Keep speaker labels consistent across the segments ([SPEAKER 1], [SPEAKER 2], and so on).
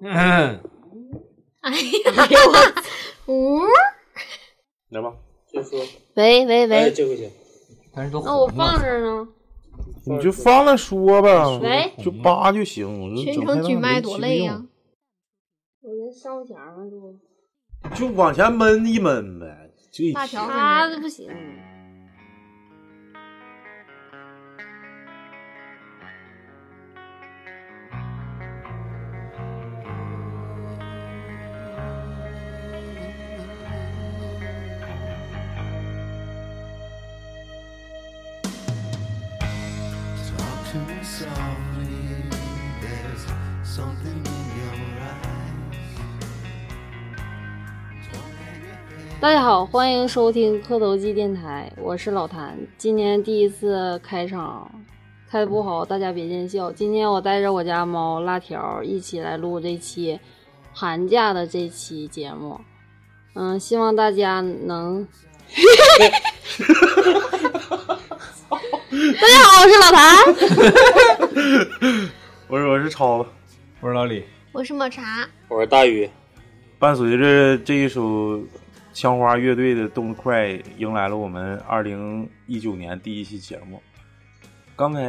[SPEAKER 1] 嗯，
[SPEAKER 2] 哎呀，我，嗯，
[SPEAKER 3] 来吧，就说，
[SPEAKER 2] 喂喂
[SPEAKER 3] 哎，
[SPEAKER 2] 喂，
[SPEAKER 3] 这回行，
[SPEAKER 1] 但是都
[SPEAKER 2] 那我
[SPEAKER 1] 红
[SPEAKER 2] 放
[SPEAKER 1] 了
[SPEAKER 2] 这儿呢。
[SPEAKER 4] 你就放那说吧，
[SPEAKER 2] 喂
[SPEAKER 4] 就扒就行。
[SPEAKER 5] 全
[SPEAKER 4] 整
[SPEAKER 5] 程
[SPEAKER 4] 太
[SPEAKER 5] 举
[SPEAKER 4] 大
[SPEAKER 5] 麦
[SPEAKER 4] 没
[SPEAKER 5] 多
[SPEAKER 4] 其
[SPEAKER 5] 累
[SPEAKER 4] 用
[SPEAKER 5] 呀！
[SPEAKER 2] 我这烧钱吗？都
[SPEAKER 4] 就往前闷一闷呗，就一
[SPEAKER 5] 大条
[SPEAKER 4] 起
[SPEAKER 2] 他这不行，
[SPEAKER 6] Talk to me softly. There's something in your eyes.
[SPEAKER 2] 大家好，欢迎收听磕头机电台，我是老谭。今年第一次开场，开的不好，大家别见笑。今天我带着我家猫辣条一起来录这期寒假的这期节目，嗯，希望大家能。大家好，我是老谭。
[SPEAKER 4] 我是我是超子，
[SPEAKER 1] 我是老李，
[SPEAKER 5] 我是抹茶，
[SPEAKER 3] 我是大宇，
[SPEAKER 4] 伴随着这一首枪花乐队的《动得快》，迎来了我们二零一九年第一期节目。刚才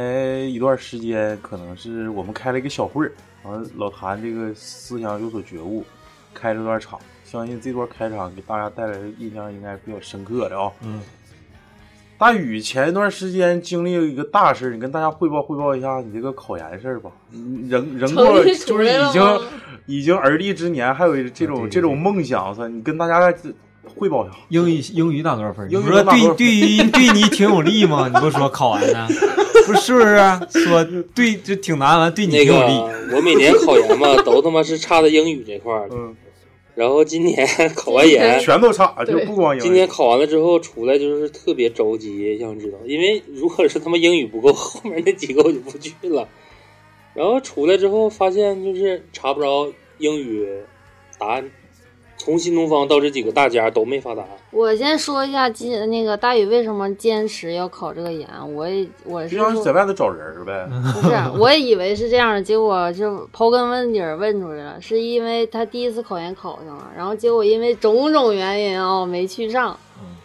[SPEAKER 4] 一段时间，可能是我们开了一个小会儿，完了老谭这个思想有所觉悟，开了段场。相信这段开场给大家带来的印象应该比较深刻的啊、
[SPEAKER 1] 嗯，
[SPEAKER 4] 大宇前一段时间经历了一个大事儿，你跟大家汇报汇报一下你这个考研事儿吧。嗯人人过
[SPEAKER 2] 成绩
[SPEAKER 4] 就
[SPEAKER 2] 出
[SPEAKER 4] 是
[SPEAKER 2] 来了
[SPEAKER 4] 已
[SPEAKER 2] 吗
[SPEAKER 4] 经 已经而立之年，还有这种、
[SPEAKER 1] 啊对对
[SPEAKER 4] 这种梦想，我操！你跟大家汇报一下。
[SPEAKER 1] 英语英语打多少分？你
[SPEAKER 4] 英语
[SPEAKER 1] 不说
[SPEAKER 4] 打多
[SPEAKER 1] 对
[SPEAKER 4] 少分
[SPEAKER 1] 对于对你挺有利吗？你不说考完 呢，不是是不是啊？说对就挺难，完对你
[SPEAKER 3] 那
[SPEAKER 1] 挺
[SPEAKER 3] 个
[SPEAKER 1] 有利。
[SPEAKER 3] 我每年考研嘛，都他妈是差在英语这块儿，
[SPEAKER 4] 嗯，
[SPEAKER 3] 然后今年 考完研。
[SPEAKER 4] 全都差，就
[SPEAKER 2] 对
[SPEAKER 4] 不光英语。
[SPEAKER 3] 今年考完了之后出来就是特别着急，想知道，因为如果是他妈英语不够， 后面那几个我就不去了。然后出来之后发现就是查不着英语答案，从新东方到这几个大家都没发答案。
[SPEAKER 2] 我先说一下今那个大宇为什么坚持要考这个研，我也我是
[SPEAKER 4] 就像
[SPEAKER 2] 说
[SPEAKER 4] 是在外头找人儿呗。
[SPEAKER 1] 嗯
[SPEAKER 2] 不 是，啊我也以为是这样的，结果就刨根问底儿问出来了，是因为他第一次考研考上了，然后结果因为种种原因啊、没去上。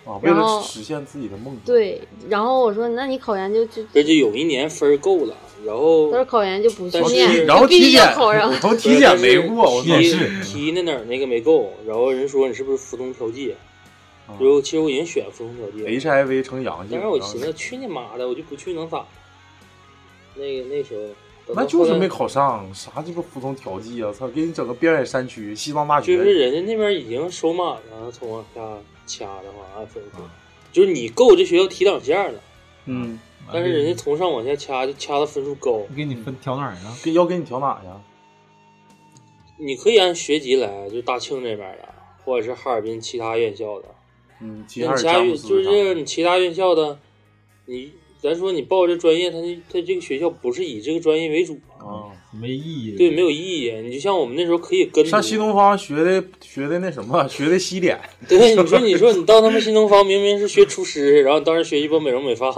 [SPEAKER 4] 啊，为
[SPEAKER 2] 然后
[SPEAKER 4] 了实现自己的梦想。，
[SPEAKER 2] 对，然后我说那你考研就就，
[SPEAKER 3] 这就有一年分儿够了，然后
[SPEAKER 2] 他说考研就不去
[SPEAKER 3] 但是
[SPEAKER 2] 念，
[SPEAKER 4] 然后
[SPEAKER 2] 就必
[SPEAKER 4] 体
[SPEAKER 2] 须
[SPEAKER 4] 检，
[SPEAKER 2] 要考上
[SPEAKER 4] 然。后体检没过，我操！
[SPEAKER 1] 也
[SPEAKER 3] 题
[SPEAKER 1] 是
[SPEAKER 3] 题那哪儿那个没够，然后人说你是不是服从调剂
[SPEAKER 4] 啊？
[SPEAKER 3] 就其实我已经选服从调剂了，
[SPEAKER 4] HIV 成阳性
[SPEAKER 3] 但，是我
[SPEAKER 4] 啊
[SPEAKER 3] 寻思去你妈的，我就不去能咋？那个那时候等
[SPEAKER 4] 那
[SPEAKER 3] 到
[SPEAKER 4] 就是
[SPEAKER 3] 后来
[SPEAKER 4] 没考上，啥鸡巴服从调剂啊！操，给你整个边远山区，西藏大学。
[SPEAKER 3] 就是人家那边已经收满了，从往下掐的话啊按分
[SPEAKER 4] 啊
[SPEAKER 3] 数，就是你够这学校提档线了，
[SPEAKER 4] 嗯，
[SPEAKER 3] 但是人家从上往下掐，就掐的分数高。
[SPEAKER 1] 给你分调哪儿呢？
[SPEAKER 4] 给要给你调哪呀？
[SPEAKER 3] 你可以按学籍来，就是大庆这边的，或者是哈尔滨其他院校的。
[SPEAKER 4] 嗯，其
[SPEAKER 3] 那
[SPEAKER 4] 他人加
[SPEAKER 3] 你其他院就
[SPEAKER 4] 不
[SPEAKER 3] 是这
[SPEAKER 4] 上
[SPEAKER 3] 个你其他院校的，你咱说你报这专业，他他这个学校不是以这个专业为主啊，
[SPEAKER 4] 啊。
[SPEAKER 1] 没意义。
[SPEAKER 3] 对，没有意义。啊你就像我们那时候可以跟
[SPEAKER 4] 上新东方学的学的那什么，学的西点，
[SPEAKER 3] 对，你说你说你到他妈新东方明明是学厨师，然后你当时学一波美容美发，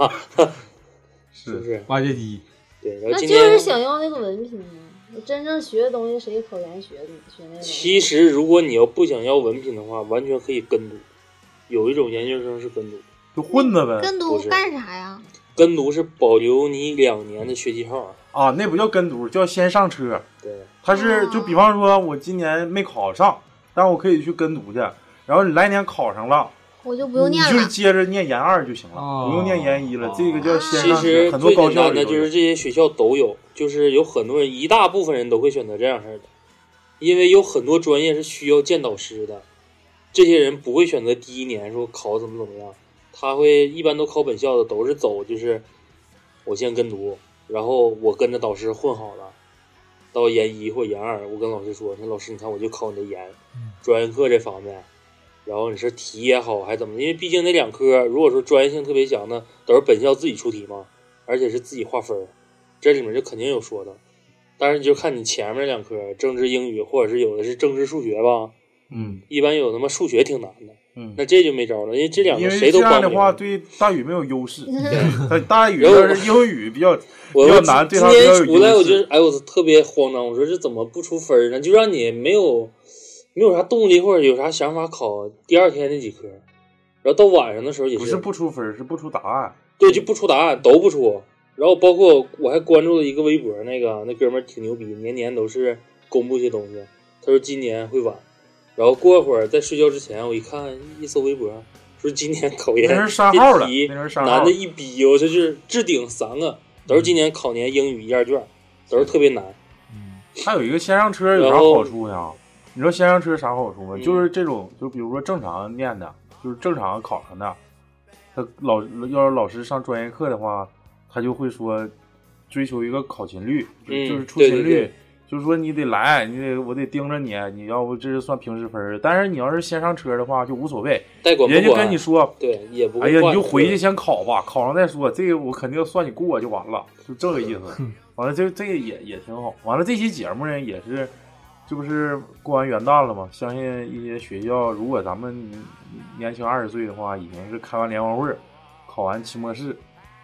[SPEAKER 3] 是不
[SPEAKER 4] 是
[SPEAKER 3] 是？
[SPEAKER 1] 挖掘机，
[SPEAKER 3] 对，然
[SPEAKER 2] 那
[SPEAKER 3] 后今
[SPEAKER 2] 就是
[SPEAKER 3] 天
[SPEAKER 2] 想要那个文凭啊！我真正学的东西，谁考研学的学那个？
[SPEAKER 3] 其实如果你要不想要文凭的话，完全可以跟读。有一种研究生是跟读，
[SPEAKER 4] 就混子呗。
[SPEAKER 5] 跟
[SPEAKER 3] 不
[SPEAKER 5] 读
[SPEAKER 3] 是
[SPEAKER 5] 干啥呀？
[SPEAKER 3] 跟读是保留你两年的学籍号。
[SPEAKER 4] 啊，那不叫跟读，叫先上车。
[SPEAKER 3] 对，
[SPEAKER 4] 他是
[SPEAKER 2] 哦
[SPEAKER 5] 啊
[SPEAKER 4] 就比方说，我今年没考上，但我可以去跟读去。然后你来年考上了，
[SPEAKER 5] 我就不用
[SPEAKER 4] 你
[SPEAKER 5] 念
[SPEAKER 4] 就
[SPEAKER 5] 了。
[SPEAKER 4] 接着念研二就行
[SPEAKER 1] 哦
[SPEAKER 4] 了，不用念研一了
[SPEAKER 1] 哦。
[SPEAKER 4] 这个叫先
[SPEAKER 3] 其
[SPEAKER 4] 上
[SPEAKER 3] 实
[SPEAKER 4] 车，很多
[SPEAKER 3] 最
[SPEAKER 4] 高
[SPEAKER 3] 简
[SPEAKER 4] 校
[SPEAKER 3] 单
[SPEAKER 4] 里
[SPEAKER 3] 的
[SPEAKER 4] 头
[SPEAKER 3] 就是这些学校都有，就是有很多人，一大部分人都会选择这样式的，因为有很多专业是需要见导师的，这些人不会选择第一年说考怎么怎么样，他会一般都考本校的，都是走就是我先跟读，然后我跟着导师混好了，到研一或研二，我跟老师说，那老师你看我就考你的研
[SPEAKER 1] 嗯，
[SPEAKER 3] 专业课这方面。然后你是题也好，还怎么的？因为毕竟那两科，如果说专业性特别强的，都是本校自己出题嘛，而且是自己划分儿，这里面就肯定有说的。但是你就看你前面两科，政治、英语，或者是有的是政治、数学吧，
[SPEAKER 4] 嗯
[SPEAKER 3] 一般有他妈数学挺难的，
[SPEAKER 4] 嗯
[SPEAKER 3] 那这就没招了，因为这两
[SPEAKER 4] 因
[SPEAKER 3] 个
[SPEAKER 4] 为
[SPEAKER 3] 谁
[SPEAKER 4] 这
[SPEAKER 3] 都
[SPEAKER 4] 样
[SPEAKER 3] 帮
[SPEAKER 4] 的
[SPEAKER 3] 不
[SPEAKER 4] 话，
[SPEAKER 3] 了。
[SPEAKER 4] 对大宇没有 优势。
[SPEAKER 3] 对
[SPEAKER 4] 大大宇
[SPEAKER 3] 然后
[SPEAKER 4] 要是英语比较
[SPEAKER 3] 我
[SPEAKER 4] 比较
[SPEAKER 3] 我
[SPEAKER 4] 难对
[SPEAKER 3] 今
[SPEAKER 4] 他比较有
[SPEAKER 3] 天出来，
[SPEAKER 4] 优
[SPEAKER 3] 我
[SPEAKER 4] 势
[SPEAKER 3] 就是哎，我特别慌张，我说这怎么不出分儿呢？就让你没有没有啥动力或者有啥想法考第二天那几科，然后到晚上的时候也
[SPEAKER 4] 不是不出分儿，是不出答案。
[SPEAKER 3] 对，就不出答案，都不出。然后包括我还关注了一个微博，那个那哥们儿挺牛逼，年年都是公布一些东西。他说今年会晚，然后过会儿在睡觉之前，我一看一搜微博，说今年考研
[SPEAKER 4] 那人删号了
[SPEAKER 3] 这题
[SPEAKER 4] 那人删号
[SPEAKER 3] 难的一逼，我这就是置顶三个，都是今年考研英语一二卷，都是特别难。嗯
[SPEAKER 4] 还有一个线上车有啥
[SPEAKER 3] 然后
[SPEAKER 4] 好处呀？你知道线上车啥好处吗？
[SPEAKER 3] 嗯
[SPEAKER 4] 就是这种，就比如说正常念的，就是正常考上的，他老要是老师上专业课的话，他就会说追求一个考勤率，就
[SPEAKER 3] 嗯
[SPEAKER 4] 就是出
[SPEAKER 3] 对
[SPEAKER 4] 勤
[SPEAKER 3] 对
[SPEAKER 4] 率，
[SPEAKER 3] 对
[SPEAKER 4] 就是说你得来，你得我得盯着你，你要不这是算平时分儿。但是你要是线上车的话就无所谓，
[SPEAKER 3] 代管
[SPEAKER 4] 人
[SPEAKER 3] 不
[SPEAKER 4] 家跟
[SPEAKER 3] 管
[SPEAKER 4] 你，说。
[SPEAKER 3] 对，也不
[SPEAKER 4] 哎
[SPEAKER 3] 会
[SPEAKER 4] 呀，
[SPEAKER 3] 换
[SPEAKER 4] 你就回去先考吧，考上再说。这个我肯定算你过就完了，就这个意思。 完了，这这个也也挺好。完了，这期节目呢也是，这不是过完元旦了吗？相信一些学校，如果咱们年轻二十岁的话，已经是开完联欢会儿，考完期末试，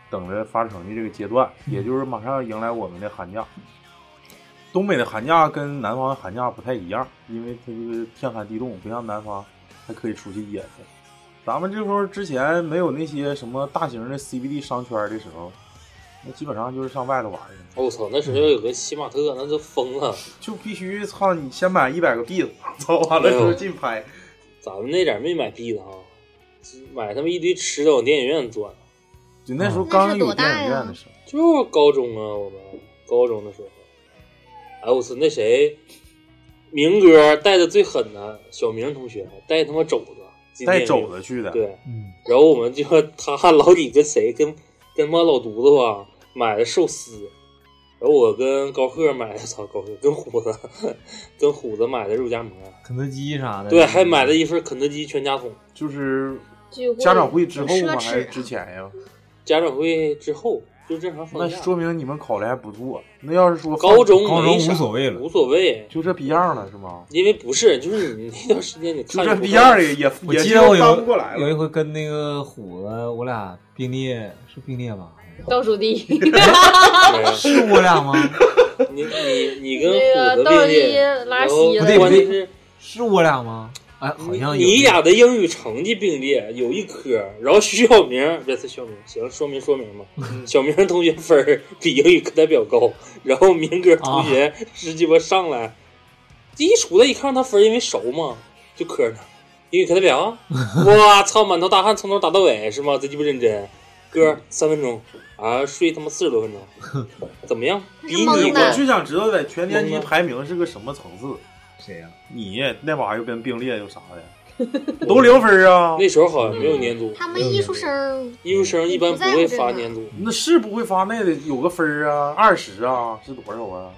[SPEAKER 4] 等着发成绩这个阶段，也就是马上迎来我们的寒假。东北的寒假跟南方的寒假不太一样，因为它就是天寒地冻，不像南方还可以出去野去。咱们这时候之前没有那些什么大型的 CBD 商圈的时候，那基本上就是上外头玩去，
[SPEAKER 3] 我操，那时候有个喜马特，那都疯了。
[SPEAKER 4] 就必须操你先买一百个币子，操完了之
[SPEAKER 3] 哎
[SPEAKER 4] 后竞拍。
[SPEAKER 3] 咱们那点儿没买币的啊，买他们一堆吃的往电影院钻。
[SPEAKER 4] 就
[SPEAKER 3] 嗯
[SPEAKER 4] 那时候刚有电
[SPEAKER 5] 那是多
[SPEAKER 4] 影院
[SPEAKER 5] 大呀
[SPEAKER 4] 的时候，
[SPEAKER 3] 就是高中啊，我们高中的时候，哎我操，那谁，明哥带的最狠的小明同学带他妈肘子，今天
[SPEAKER 4] 带肘子去的，
[SPEAKER 3] 对，
[SPEAKER 1] 嗯，
[SPEAKER 3] 然后我们就他老李跟谁跟跟他妈老犊子吧买的寿司，然后我跟高贺买的操高贺跟虎子 跟虎子买的肉夹馍，
[SPEAKER 4] 嗯
[SPEAKER 1] 肯德基啥的，
[SPEAKER 3] 对，还买了一份肯德基全家桶。
[SPEAKER 4] 就是
[SPEAKER 2] 聚会
[SPEAKER 4] 家长会之后
[SPEAKER 5] 奢侈
[SPEAKER 4] 吗？
[SPEAKER 5] 啊
[SPEAKER 4] 还是之前呀？
[SPEAKER 3] 嗯家长会之后就正常
[SPEAKER 4] 那
[SPEAKER 3] 放假，
[SPEAKER 4] 说明你们考的还不错。那要是说
[SPEAKER 3] 高中
[SPEAKER 1] 高
[SPEAKER 3] 没
[SPEAKER 1] 中
[SPEAKER 3] 啥
[SPEAKER 1] 无所谓了
[SPEAKER 3] 无所谓。
[SPEAKER 4] 就这逼样了是吗？
[SPEAKER 3] 因为不是，就是你那段时间你
[SPEAKER 4] 就
[SPEAKER 3] 看
[SPEAKER 4] 这
[SPEAKER 3] 着
[SPEAKER 4] 逼样也也
[SPEAKER 1] 我
[SPEAKER 4] 也
[SPEAKER 1] 记
[SPEAKER 4] 是
[SPEAKER 1] 得我
[SPEAKER 4] 翻不过来
[SPEAKER 1] 有有一
[SPEAKER 4] 了。
[SPEAKER 1] 回跟那个虎子，我俩并列是并列吧？
[SPEAKER 2] 倒数第一，
[SPEAKER 3] 没有
[SPEAKER 1] 是我俩吗？
[SPEAKER 3] 啊你你你跟
[SPEAKER 2] 那个
[SPEAKER 3] 虎子
[SPEAKER 2] 倒数
[SPEAKER 3] 并
[SPEAKER 2] 第一
[SPEAKER 3] 列，
[SPEAKER 2] 拉
[SPEAKER 3] 然后
[SPEAKER 2] 稀
[SPEAKER 1] 不对不
[SPEAKER 2] 了
[SPEAKER 3] 关
[SPEAKER 1] 对
[SPEAKER 3] 键是
[SPEAKER 1] 是我俩吗？哎，好
[SPEAKER 3] 你
[SPEAKER 1] 像有
[SPEAKER 3] 你俩的英语成绩并列有一科，然后徐小明别是小明，行，说明说明嘛，
[SPEAKER 1] 嗯
[SPEAKER 3] 小明同学分儿比英语课代表高， 然后明哥同学
[SPEAKER 1] 啊
[SPEAKER 3] 是鸡巴上来，第一出来一看他分儿，因为熟嘛，就磕碜他，英语课代 表，我操，满头大汗从头打到尾是吗？这鸡巴认真，
[SPEAKER 1] 嗯
[SPEAKER 3] 哥三分钟啊，睡他妈四十多分钟， 怎么样？比你
[SPEAKER 5] 那是蒙
[SPEAKER 4] 我
[SPEAKER 5] 的
[SPEAKER 3] 们
[SPEAKER 4] 就想知道在全年级排名是个什么层次？
[SPEAKER 1] 谁啊呀？
[SPEAKER 4] 你那玩意儿又跟并列又啥的， 都零分儿啊？
[SPEAKER 3] 那时候好像没有年组，
[SPEAKER 5] 他们艺术生儿
[SPEAKER 4] 嗯
[SPEAKER 3] 艺术生一般不会发年度，
[SPEAKER 4] 那是不会发那得有个分儿啊，二十啊是多少啊？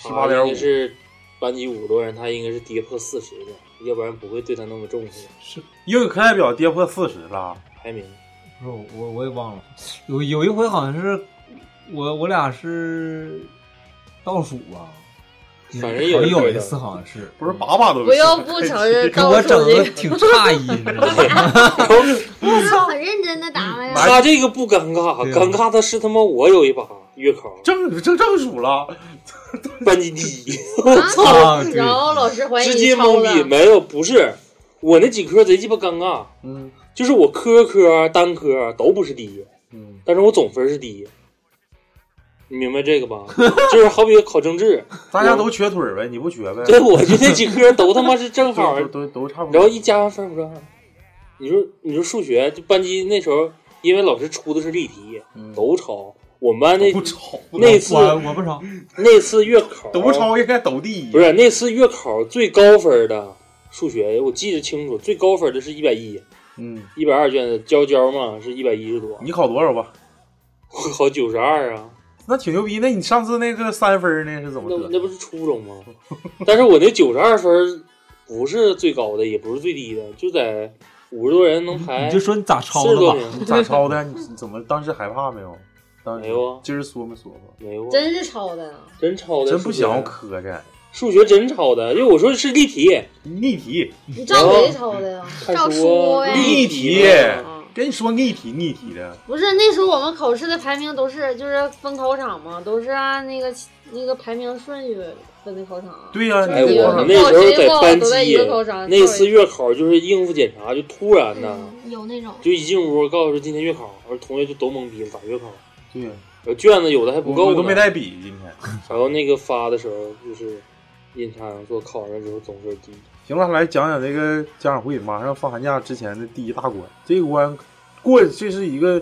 [SPEAKER 4] 十八点
[SPEAKER 3] 他
[SPEAKER 4] 五
[SPEAKER 3] 应该。是班级五十多人，他应该是跌破四十的，要不然不会对他那么重视。
[SPEAKER 4] 英语课代表跌破四十了，
[SPEAKER 3] 排名
[SPEAKER 1] 不是我我我也忘了，有有一回好像是我我俩是倒数吧，
[SPEAKER 3] 反正
[SPEAKER 1] 好
[SPEAKER 3] 有
[SPEAKER 1] 像
[SPEAKER 3] 一
[SPEAKER 1] 有
[SPEAKER 3] 回
[SPEAKER 1] 一
[SPEAKER 3] 的
[SPEAKER 1] 次好像是
[SPEAKER 4] 不是把把都是。
[SPEAKER 2] 不要不承认
[SPEAKER 1] 给
[SPEAKER 2] 倒
[SPEAKER 1] 我
[SPEAKER 2] 数
[SPEAKER 1] 整
[SPEAKER 2] 第
[SPEAKER 1] 的
[SPEAKER 2] 一。
[SPEAKER 1] 挺诧异，你知道吗？
[SPEAKER 4] 嗯
[SPEAKER 5] 他很认真的答
[SPEAKER 4] 哎
[SPEAKER 5] 了呀，
[SPEAKER 3] 他这个不尴尬，
[SPEAKER 1] 对啊
[SPEAKER 3] 尴尬的是他妈我有一把月 考
[SPEAKER 4] 正正正数了，
[SPEAKER 3] 班级第一，
[SPEAKER 1] 啊，对
[SPEAKER 2] 然，后老师怀疑
[SPEAKER 3] 直
[SPEAKER 2] 你
[SPEAKER 3] 接
[SPEAKER 2] 抄
[SPEAKER 3] 懵逼。
[SPEAKER 2] 了，
[SPEAKER 3] 没有，不是我那几科贼鸡巴尴尬，
[SPEAKER 4] 嗯
[SPEAKER 3] 就是我科科单科都不是第一，
[SPEAKER 4] 嗯，
[SPEAKER 3] 但是我总分是第一。你明白 这个吧？就是好比考政治，
[SPEAKER 4] 大家都瘸腿儿呗，你不瘸呗？
[SPEAKER 3] 对，我就那几科都他妈是正好
[SPEAKER 4] 都都都差不多。
[SPEAKER 3] 然后一加完分儿，我说，你说你说数学，就班级那时候，因为老师出的是例题，
[SPEAKER 4] 嗯
[SPEAKER 3] 都抄。我们班那
[SPEAKER 4] 都抄，
[SPEAKER 3] 那次
[SPEAKER 1] 我我不抄，
[SPEAKER 3] 那次月考
[SPEAKER 4] 都抄应该都第一。
[SPEAKER 3] 不是那次月考最高分的数学，我记得清楚，最高分的是一百一，
[SPEAKER 4] 嗯，
[SPEAKER 3] 一百二卷子交交嘛是一百一十多，
[SPEAKER 4] 你考多少吧？
[SPEAKER 3] 我考九十二啊，
[SPEAKER 4] 那挺牛逼。那你上次那个三分儿那是怎么
[SPEAKER 3] 那
[SPEAKER 4] 得
[SPEAKER 3] 那？不是初中吗？但是我那九十二分儿不是最高的，也不是最低的，就在五十多人能排
[SPEAKER 1] 你就说你咋抄
[SPEAKER 3] 四十
[SPEAKER 1] 的
[SPEAKER 3] 多
[SPEAKER 1] 吧？
[SPEAKER 3] 名，
[SPEAKER 4] 你咋抄的？你怎么当时害怕没有？当时
[SPEAKER 3] 没有啊
[SPEAKER 4] 今儿说没说吧？
[SPEAKER 3] 没有啊，
[SPEAKER 2] 真是抄的。
[SPEAKER 3] 真抄的，
[SPEAKER 4] 真不
[SPEAKER 3] 数学啊
[SPEAKER 4] 想我磕碜，
[SPEAKER 3] 数学真抄的，因为我说是例题，
[SPEAKER 4] 例题，
[SPEAKER 7] 你照谁抄的呀？
[SPEAKER 3] 看
[SPEAKER 5] 照
[SPEAKER 3] 书啊
[SPEAKER 5] 书哎呗
[SPEAKER 3] 例
[SPEAKER 4] 例
[SPEAKER 3] 题
[SPEAKER 4] 题
[SPEAKER 3] 嘛，
[SPEAKER 2] 嗯，
[SPEAKER 4] 跟你说给你提逆题的，
[SPEAKER 2] 不是那时候我们考试的排名都是就是分考场嘛，都是按那个那个排名顺序分的考场啊。
[SPEAKER 4] 对呀、
[SPEAKER 2] 就
[SPEAKER 4] 你
[SPEAKER 2] 是
[SPEAKER 3] 哎，
[SPEAKER 4] 这
[SPEAKER 3] 我
[SPEAKER 4] 多
[SPEAKER 2] 有
[SPEAKER 4] 少
[SPEAKER 2] 人
[SPEAKER 3] 们那时候在
[SPEAKER 2] 报
[SPEAKER 3] 班
[SPEAKER 2] 都在一
[SPEAKER 3] 级
[SPEAKER 2] 个考场，
[SPEAKER 3] 那次月考就是应付检查，就突然呢，
[SPEAKER 5] 嗯有那种
[SPEAKER 3] 就一进屋告诉说今天月考，而同学就都懵逼了，咋月考？
[SPEAKER 4] 对呀、
[SPEAKER 3] 呃卷子有的还不
[SPEAKER 4] 我
[SPEAKER 3] 够
[SPEAKER 4] 我
[SPEAKER 3] 呢
[SPEAKER 4] 都没带笔今天。
[SPEAKER 3] 然后那个发的时候就是印查上说考完之后总分第一，
[SPEAKER 4] 行了，来讲讲这个家长会，马上放寒假之前的第一大关。这个关过，这是一个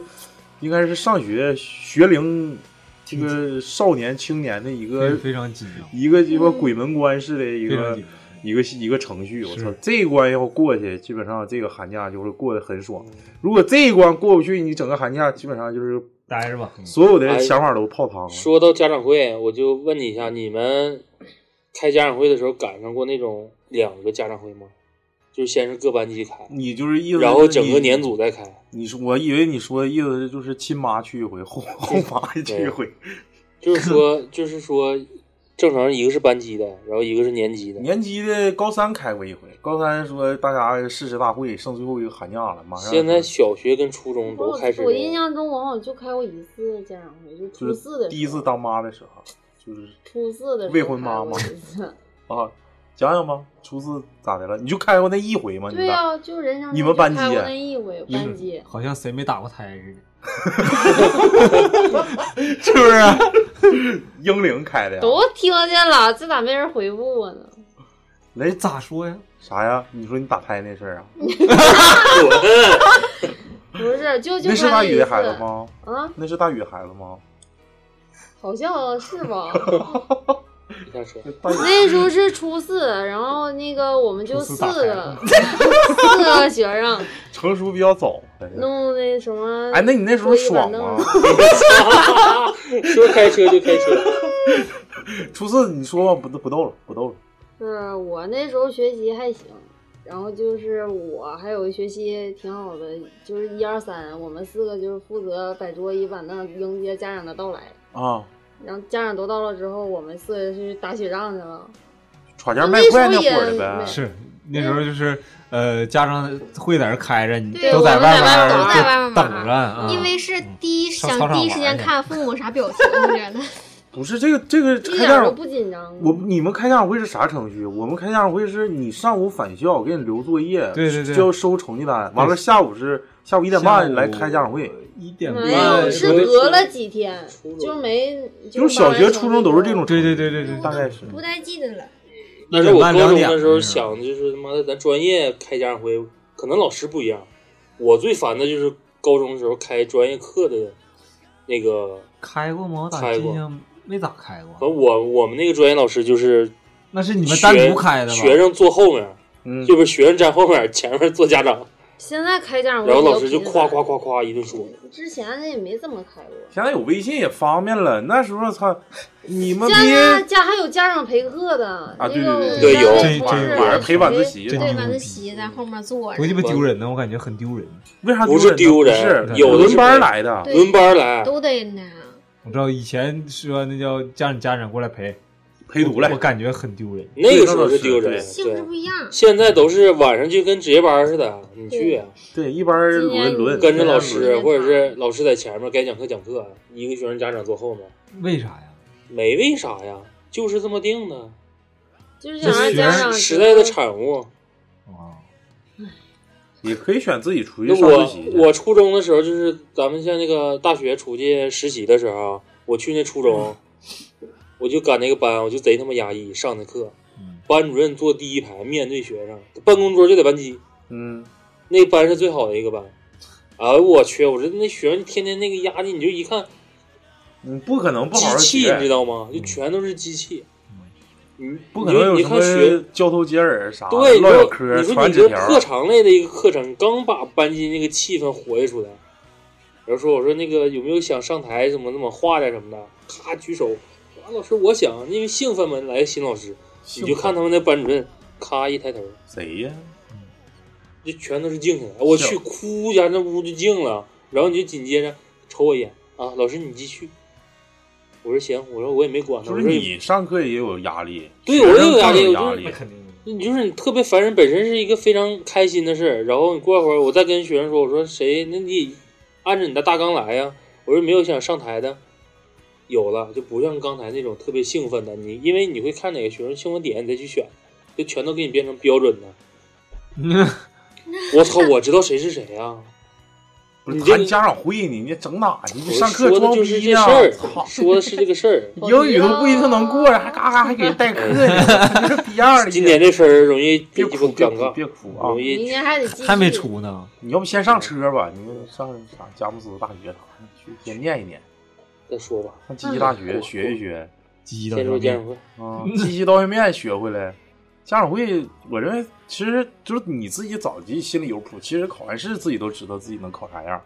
[SPEAKER 4] 应该是上学学龄这个少年青年的一
[SPEAKER 1] 非
[SPEAKER 4] 个
[SPEAKER 1] 非常紧张，
[SPEAKER 4] 一个鸡巴鬼门关似的一
[SPEAKER 1] 非常
[SPEAKER 4] 个
[SPEAKER 1] 紧张。
[SPEAKER 4] 一个一个程序。我操
[SPEAKER 1] 是，
[SPEAKER 4] 这一关要过去，基本上这个寒假就是过得很爽。如果这一关过不去，你整个寒假基本上就是
[SPEAKER 1] 待着吧，
[SPEAKER 4] 所有的
[SPEAKER 3] 哎
[SPEAKER 4] 想法都泡汤了。
[SPEAKER 3] 说到家长会，我就问你一下，你们开家长会的时候赶上过那种两个家长会吗？就是先是各班级开，
[SPEAKER 4] 你就是意思，
[SPEAKER 3] 然后整个年组。再开，
[SPEAKER 4] 你说，我以为你说的意思是就是亲妈去一回， 后后妈去一回。
[SPEAKER 3] 就是说，就是说，正常一个是班级的，然后一个是年级的。
[SPEAKER 4] 年级的高三开过一回，高三说大家誓师大会，剩最后一个寒假了，马上
[SPEAKER 3] 现在小学跟初中都
[SPEAKER 2] 我
[SPEAKER 3] 开始了
[SPEAKER 2] 我印象中我好像就开过一次家长会，
[SPEAKER 4] 就
[SPEAKER 2] 就初四
[SPEAKER 4] 是
[SPEAKER 2] 的
[SPEAKER 4] 第一次当妈的时候，就是
[SPEAKER 2] 初四的时候
[SPEAKER 4] 未婚妈妈
[SPEAKER 2] 开过 一次
[SPEAKER 4] 啊，讲讲吧，初四咋的了？你就开过那一回吗？
[SPEAKER 2] 对
[SPEAKER 4] 你
[SPEAKER 2] 呀、
[SPEAKER 4] 咋
[SPEAKER 2] 就人家
[SPEAKER 4] 你们班级啊
[SPEAKER 2] 开过那一回班级，
[SPEAKER 1] 嗯好像谁没打过胎似的，是不是？
[SPEAKER 4] 啊 英灵开的呀？
[SPEAKER 2] 都听见了，这咋没人回复我呢？
[SPEAKER 4] 来咋
[SPEAKER 1] 哎咋说呀？
[SPEAKER 4] 啥呀？你说你打胎那事儿啊？
[SPEAKER 2] 不是，就就
[SPEAKER 4] 那是
[SPEAKER 2] 开
[SPEAKER 4] 大
[SPEAKER 2] 了
[SPEAKER 4] 宇
[SPEAKER 2] 一
[SPEAKER 4] 的孩子
[SPEAKER 2] 次？
[SPEAKER 4] 吗？
[SPEAKER 2] 啊，
[SPEAKER 4] 那是大宇的孩子吗？
[SPEAKER 2] 好像是吧。
[SPEAKER 3] 一下车，
[SPEAKER 4] 大宇
[SPEAKER 2] 那时候是初四，然后那个我们就
[SPEAKER 1] 初
[SPEAKER 2] 四
[SPEAKER 1] 四打
[SPEAKER 2] 个四个学生
[SPEAKER 4] 成熟比较早，反正
[SPEAKER 2] 弄那什么，
[SPEAKER 4] 哎，那你那时候爽
[SPEAKER 2] 桌椅
[SPEAKER 4] 吗
[SPEAKER 2] 板？
[SPEAKER 3] 说开车就开 车，
[SPEAKER 4] 初四你说吧，不不逗了，不逗了。
[SPEAKER 2] 是我那时候学习还行，然后就是我还有学习挺好的，就是一二三，我们四个就是负责摆桌椅板凳迎接家长的到来。
[SPEAKER 4] 啊，
[SPEAKER 2] 然后家长都到了之后，我们四个去打雪仗去了。
[SPEAKER 4] 耍钱卖快那会儿的
[SPEAKER 2] 那时候也没
[SPEAKER 4] 呗，
[SPEAKER 1] 是那时候就是呃，家长会在那开着，你
[SPEAKER 5] 对
[SPEAKER 1] 都在
[SPEAKER 2] 我们在
[SPEAKER 1] 边
[SPEAKER 2] 外
[SPEAKER 1] 儿
[SPEAKER 2] 面
[SPEAKER 1] 就
[SPEAKER 5] 儿
[SPEAKER 2] 玩
[SPEAKER 5] 都在外面玩儿
[SPEAKER 1] 等着啊。
[SPEAKER 5] 嗯因为是
[SPEAKER 4] 嗯
[SPEAKER 5] 第一
[SPEAKER 1] 上
[SPEAKER 5] 想
[SPEAKER 1] 操场
[SPEAKER 5] 第一时间
[SPEAKER 1] 玩去
[SPEAKER 5] 看父母啥表情这样的，
[SPEAKER 4] 不是这个这个
[SPEAKER 2] 一
[SPEAKER 4] 开
[SPEAKER 2] 点
[SPEAKER 4] 家
[SPEAKER 2] 都
[SPEAKER 4] 长，
[SPEAKER 2] 不紧张。
[SPEAKER 4] 我你们开家长会是啥程序？我们开家长会是你上午返校给你留作业，
[SPEAKER 1] 对对对
[SPEAKER 4] 交收成绩单，完了下午是下午一点半来开家长会，，
[SPEAKER 1] 一点半
[SPEAKER 2] 没有，是
[SPEAKER 3] 嗯我
[SPEAKER 2] 隔了几天
[SPEAKER 3] 初，中
[SPEAKER 2] 就没
[SPEAKER 4] 就是小学初中都是这种。
[SPEAKER 1] 对对对对对
[SPEAKER 4] 大概是
[SPEAKER 5] 不太记得了。
[SPEAKER 3] 但是我高中
[SPEAKER 1] 一
[SPEAKER 3] 的时候
[SPEAKER 1] 点半两点
[SPEAKER 3] 想的就是他妈的，咱专业开家长会，可能老师不一样。我最烦的就是高中的时候开专业课的那个，
[SPEAKER 1] 开过吗？我咋
[SPEAKER 3] 开过
[SPEAKER 1] 印象没咋开
[SPEAKER 3] 反
[SPEAKER 1] 过？
[SPEAKER 3] 正我我们那个专业老师就是
[SPEAKER 1] 那是你们
[SPEAKER 3] 学
[SPEAKER 1] 单独开的吧？
[SPEAKER 3] 学生坐后面，
[SPEAKER 4] 嗯，
[SPEAKER 3] 就是学生站后面，前面坐家长，
[SPEAKER 2] 现在开家长会
[SPEAKER 3] 然
[SPEAKER 2] 比较
[SPEAKER 3] 后
[SPEAKER 2] 频繁，
[SPEAKER 3] 老师就夸夸夸夸一顿说。
[SPEAKER 2] 之前也没这么开过。
[SPEAKER 4] 现在有微信也方便了，那时候操，你们
[SPEAKER 2] 现在
[SPEAKER 4] 别
[SPEAKER 2] 家还有家长陪课的，
[SPEAKER 4] 啊
[SPEAKER 2] 那
[SPEAKER 4] 对对
[SPEAKER 2] 个我
[SPEAKER 3] 对
[SPEAKER 2] 们
[SPEAKER 3] 有
[SPEAKER 2] 单位
[SPEAKER 1] 这
[SPEAKER 2] 同事
[SPEAKER 1] 这
[SPEAKER 4] 晚上陪晚自习
[SPEAKER 1] 这
[SPEAKER 4] 呢，
[SPEAKER 5] 对，晚 自习在后面坐
[SPEAKER 1] 多鸡
[SPEAKER 5] 着，
[SPEAKER 1] 巴丢人呢！我感觉很丢人。
[SPEAKER 4] 为啥
[SPEAKER 3] 不是
[SPEAKER 4] 丢
[SPEAKER 3] 丢人
[SPEAKER 4] 人呢？不是
[SPEAKER 1] 有的是
[SPEAKER 4] 轮班来的，
[SPEAKER 5] 对
[SPEAKER 3] 轮班来，
[SPEAKER 5] 都得那样。
[SPEAKER 4] 嗯
[SPEAKER 1] 我知道以前说那叫家长家长过来陪，
[SPEAKER 4] 陪读来
[SPEAKER 1] 我，感觉很丢人。
[SPEAKER 3] 那个时候是丢人。
[SPEAKER 5] 性质不
[SPEAKER 3] 对，
[SPEAKER 5] 一 样，
[SPEAKER 3] 现在都是晚上就跟值夜班似的，你去啊
[SPEAKER 4] 对，一班轮轮
[SPEAKER 3] 跟着老
[SPEAKER 4] 轮
[SPEAKER 3] 师，或者是老师在前面该讲课讲课，一个学生家长坐后面，
[SPEAKER 1] 为啥呀？
[SPEAKER 3] 没为啥呀，就是这么定的，
[SPEAKER 2] 就是想让家
[SPEAKER 5] 嗯
[SPEAKER 2] 长
[SPEAKER 3] 时代的产物。
[SPEAKER 1] 啊，
[SPEAKER 4] 也可以选自己出去
[SPEAKER 3] 那
[SPEAKER 4] 上自
[SPEAKER 3] 我
[SPEAKER 4] 习去。
[SPEAKER 3] 我初中的时候，就是咱们像那个大学出去实习的时候，我去那初中，我就赶那个班，我就贼他妈压抑，上的课
[SPEAKER 1] 嗯，
[SPEAKER 3] 班主任坐第一排，面对学生，办公桌就在班级，
[SPEAKER 4] 嗯，
[SPEAKER 3] 那个班是最好的一个班。哎我去，我说那学生天天那个压力，你就一看
[SPEAKER 4] 你不可能不好
[SPEAKER 3] 机
[SPEAKER 4] 好
[SPEAKER 3] 器，你知
[SPEAKER 4] 学，嗯
[SPEAKER 3] 道吗？就全都是机器。你
[SPEAKER 4] 不可能有
[SPEAKER 3] 你
[SPEAKER 4] 什
[SPEAKER 3] 就你看学
[SPEAKER 4] 么啊交头接耳啥的
[SPEAKER 3] 对，你
[SPEAKER 4] 唠
[SPEAKER 3] 说
[SPEAKER 4] 小嗑、
[SPEAKER 3] 你说
[SPEAKER 4] 传
[SPEAKER 3] 你
[SPEAKER 4] 纸
[SPEAKER 3] 这
[SPEAKER 4] 条。
[SPEAKER 3] 特长类的一个课程，刚把班级那个气氛活跃出来。然后说我说那个有没有想上台什么那么画点什么的，咔举手。啊，老师，我想，因为兴奋嘛，来个新老师，你就看他们那班主任，咔一抬头，
[SPEAKER 4] 谁呀？
[SPEAKER 3] 就全都是静下来。我去，哭一下，那屋就静了。然后你就紧接着瞅我一眼啊，老师你继续。我是嫌乎，然后我也没管他。
[SPEAKER 4] 就
[SPEAKER 3] 我
[SPEAKER 4] 是
[SPEAKER 3] 说
[SPEAKER 4] 你上课也有压力，
[SPEAKER 3] 对
[SPEAKER 4] 学
[SPEAKER 3] 我也
[SPEAKER 4] 生啊
[SPEAKER 3] 有压
[SPEAKER 4] 更
[SPEAKER 3] 力
[SPEAKER 4] 有
[SPEAKER 3] 我
[SPEAKER 4] 压
[SPEAKER 3] 就
[SPEAKER 4] 力。
[SPEAKER 1] 肯定。
[SPEAKER 3] 你就是你特别烦人，本身是一个非常开心的事儿。然后你过一会儿，我再跟学生说，我说谁？那你按着你的大纲来呀、我说没有想上台的，有了就不像刚才那种特别兴奋的。你因为你会看哪个学生兴奋点，你再去选，就全都给你变成标准的。我操，我知道谁是谁啊
[SPEAKER 4] 不
[SPEAKER 3] 呀、
[SPEAKER 4] 是
[SPEAKER 3] 你这
[SPEAKER 4] 谈家长会呢，你整哪去？你
[SPEAKER 3] 我
[SPEAKER 4] 上课
[SPEAKER 3] 说的
[SPEAKER 4] 装
[SPEAKER 3] 就是
[SPEAKER 4] 逼
[SPEAKER 3] 这
[SPEAKER 4] 呀
[SPEAKER 3] 事！儿
[SPEAKER 4] 操，
[SPEAKER 3] 说的是这 个事儿。
[SPEAKER 4] 英语都不一定能过，还嘎嘎还给人代课 呢，你这逼样儿的！
[SPEAKER 3] 今年这分儿容易比
[SPEAKER 4] 别
[SPEAKER 3] 鸡巴
[SPEAKER 4] 哭，别
[SPEAKER 3] 尴
[SPEAKER 4] 哭，
[SPEAKER 3] 尬，
[SPEAKER 4] 别哭啊
[SPEAKER 3] 容！
[SPEAKER 5] 明
[SPEAKER 3] 易
[SPEAKER 5] 年还得继续
[SPEAKER 1] 还没出呢，
[SPEAKER 4] 你要不先上车吧？你上啥佳木斯大学啥的去，先念一念，
[SPEAKER 3] 再说吧。
[SPEAKER 4] 上鸡西大
[SPEAKER 3] 嗯
[SPEAKER 4] 学学一学
[SPEAKER 1] 鸡的
[SPEAKER 3] 先说家长会，
[SPEAKER 4] 啊，鸡西刀削面学会了。家长会，我认为其实就是你自己早就心里有谱。其实考完试自己都知道自己能考啥样。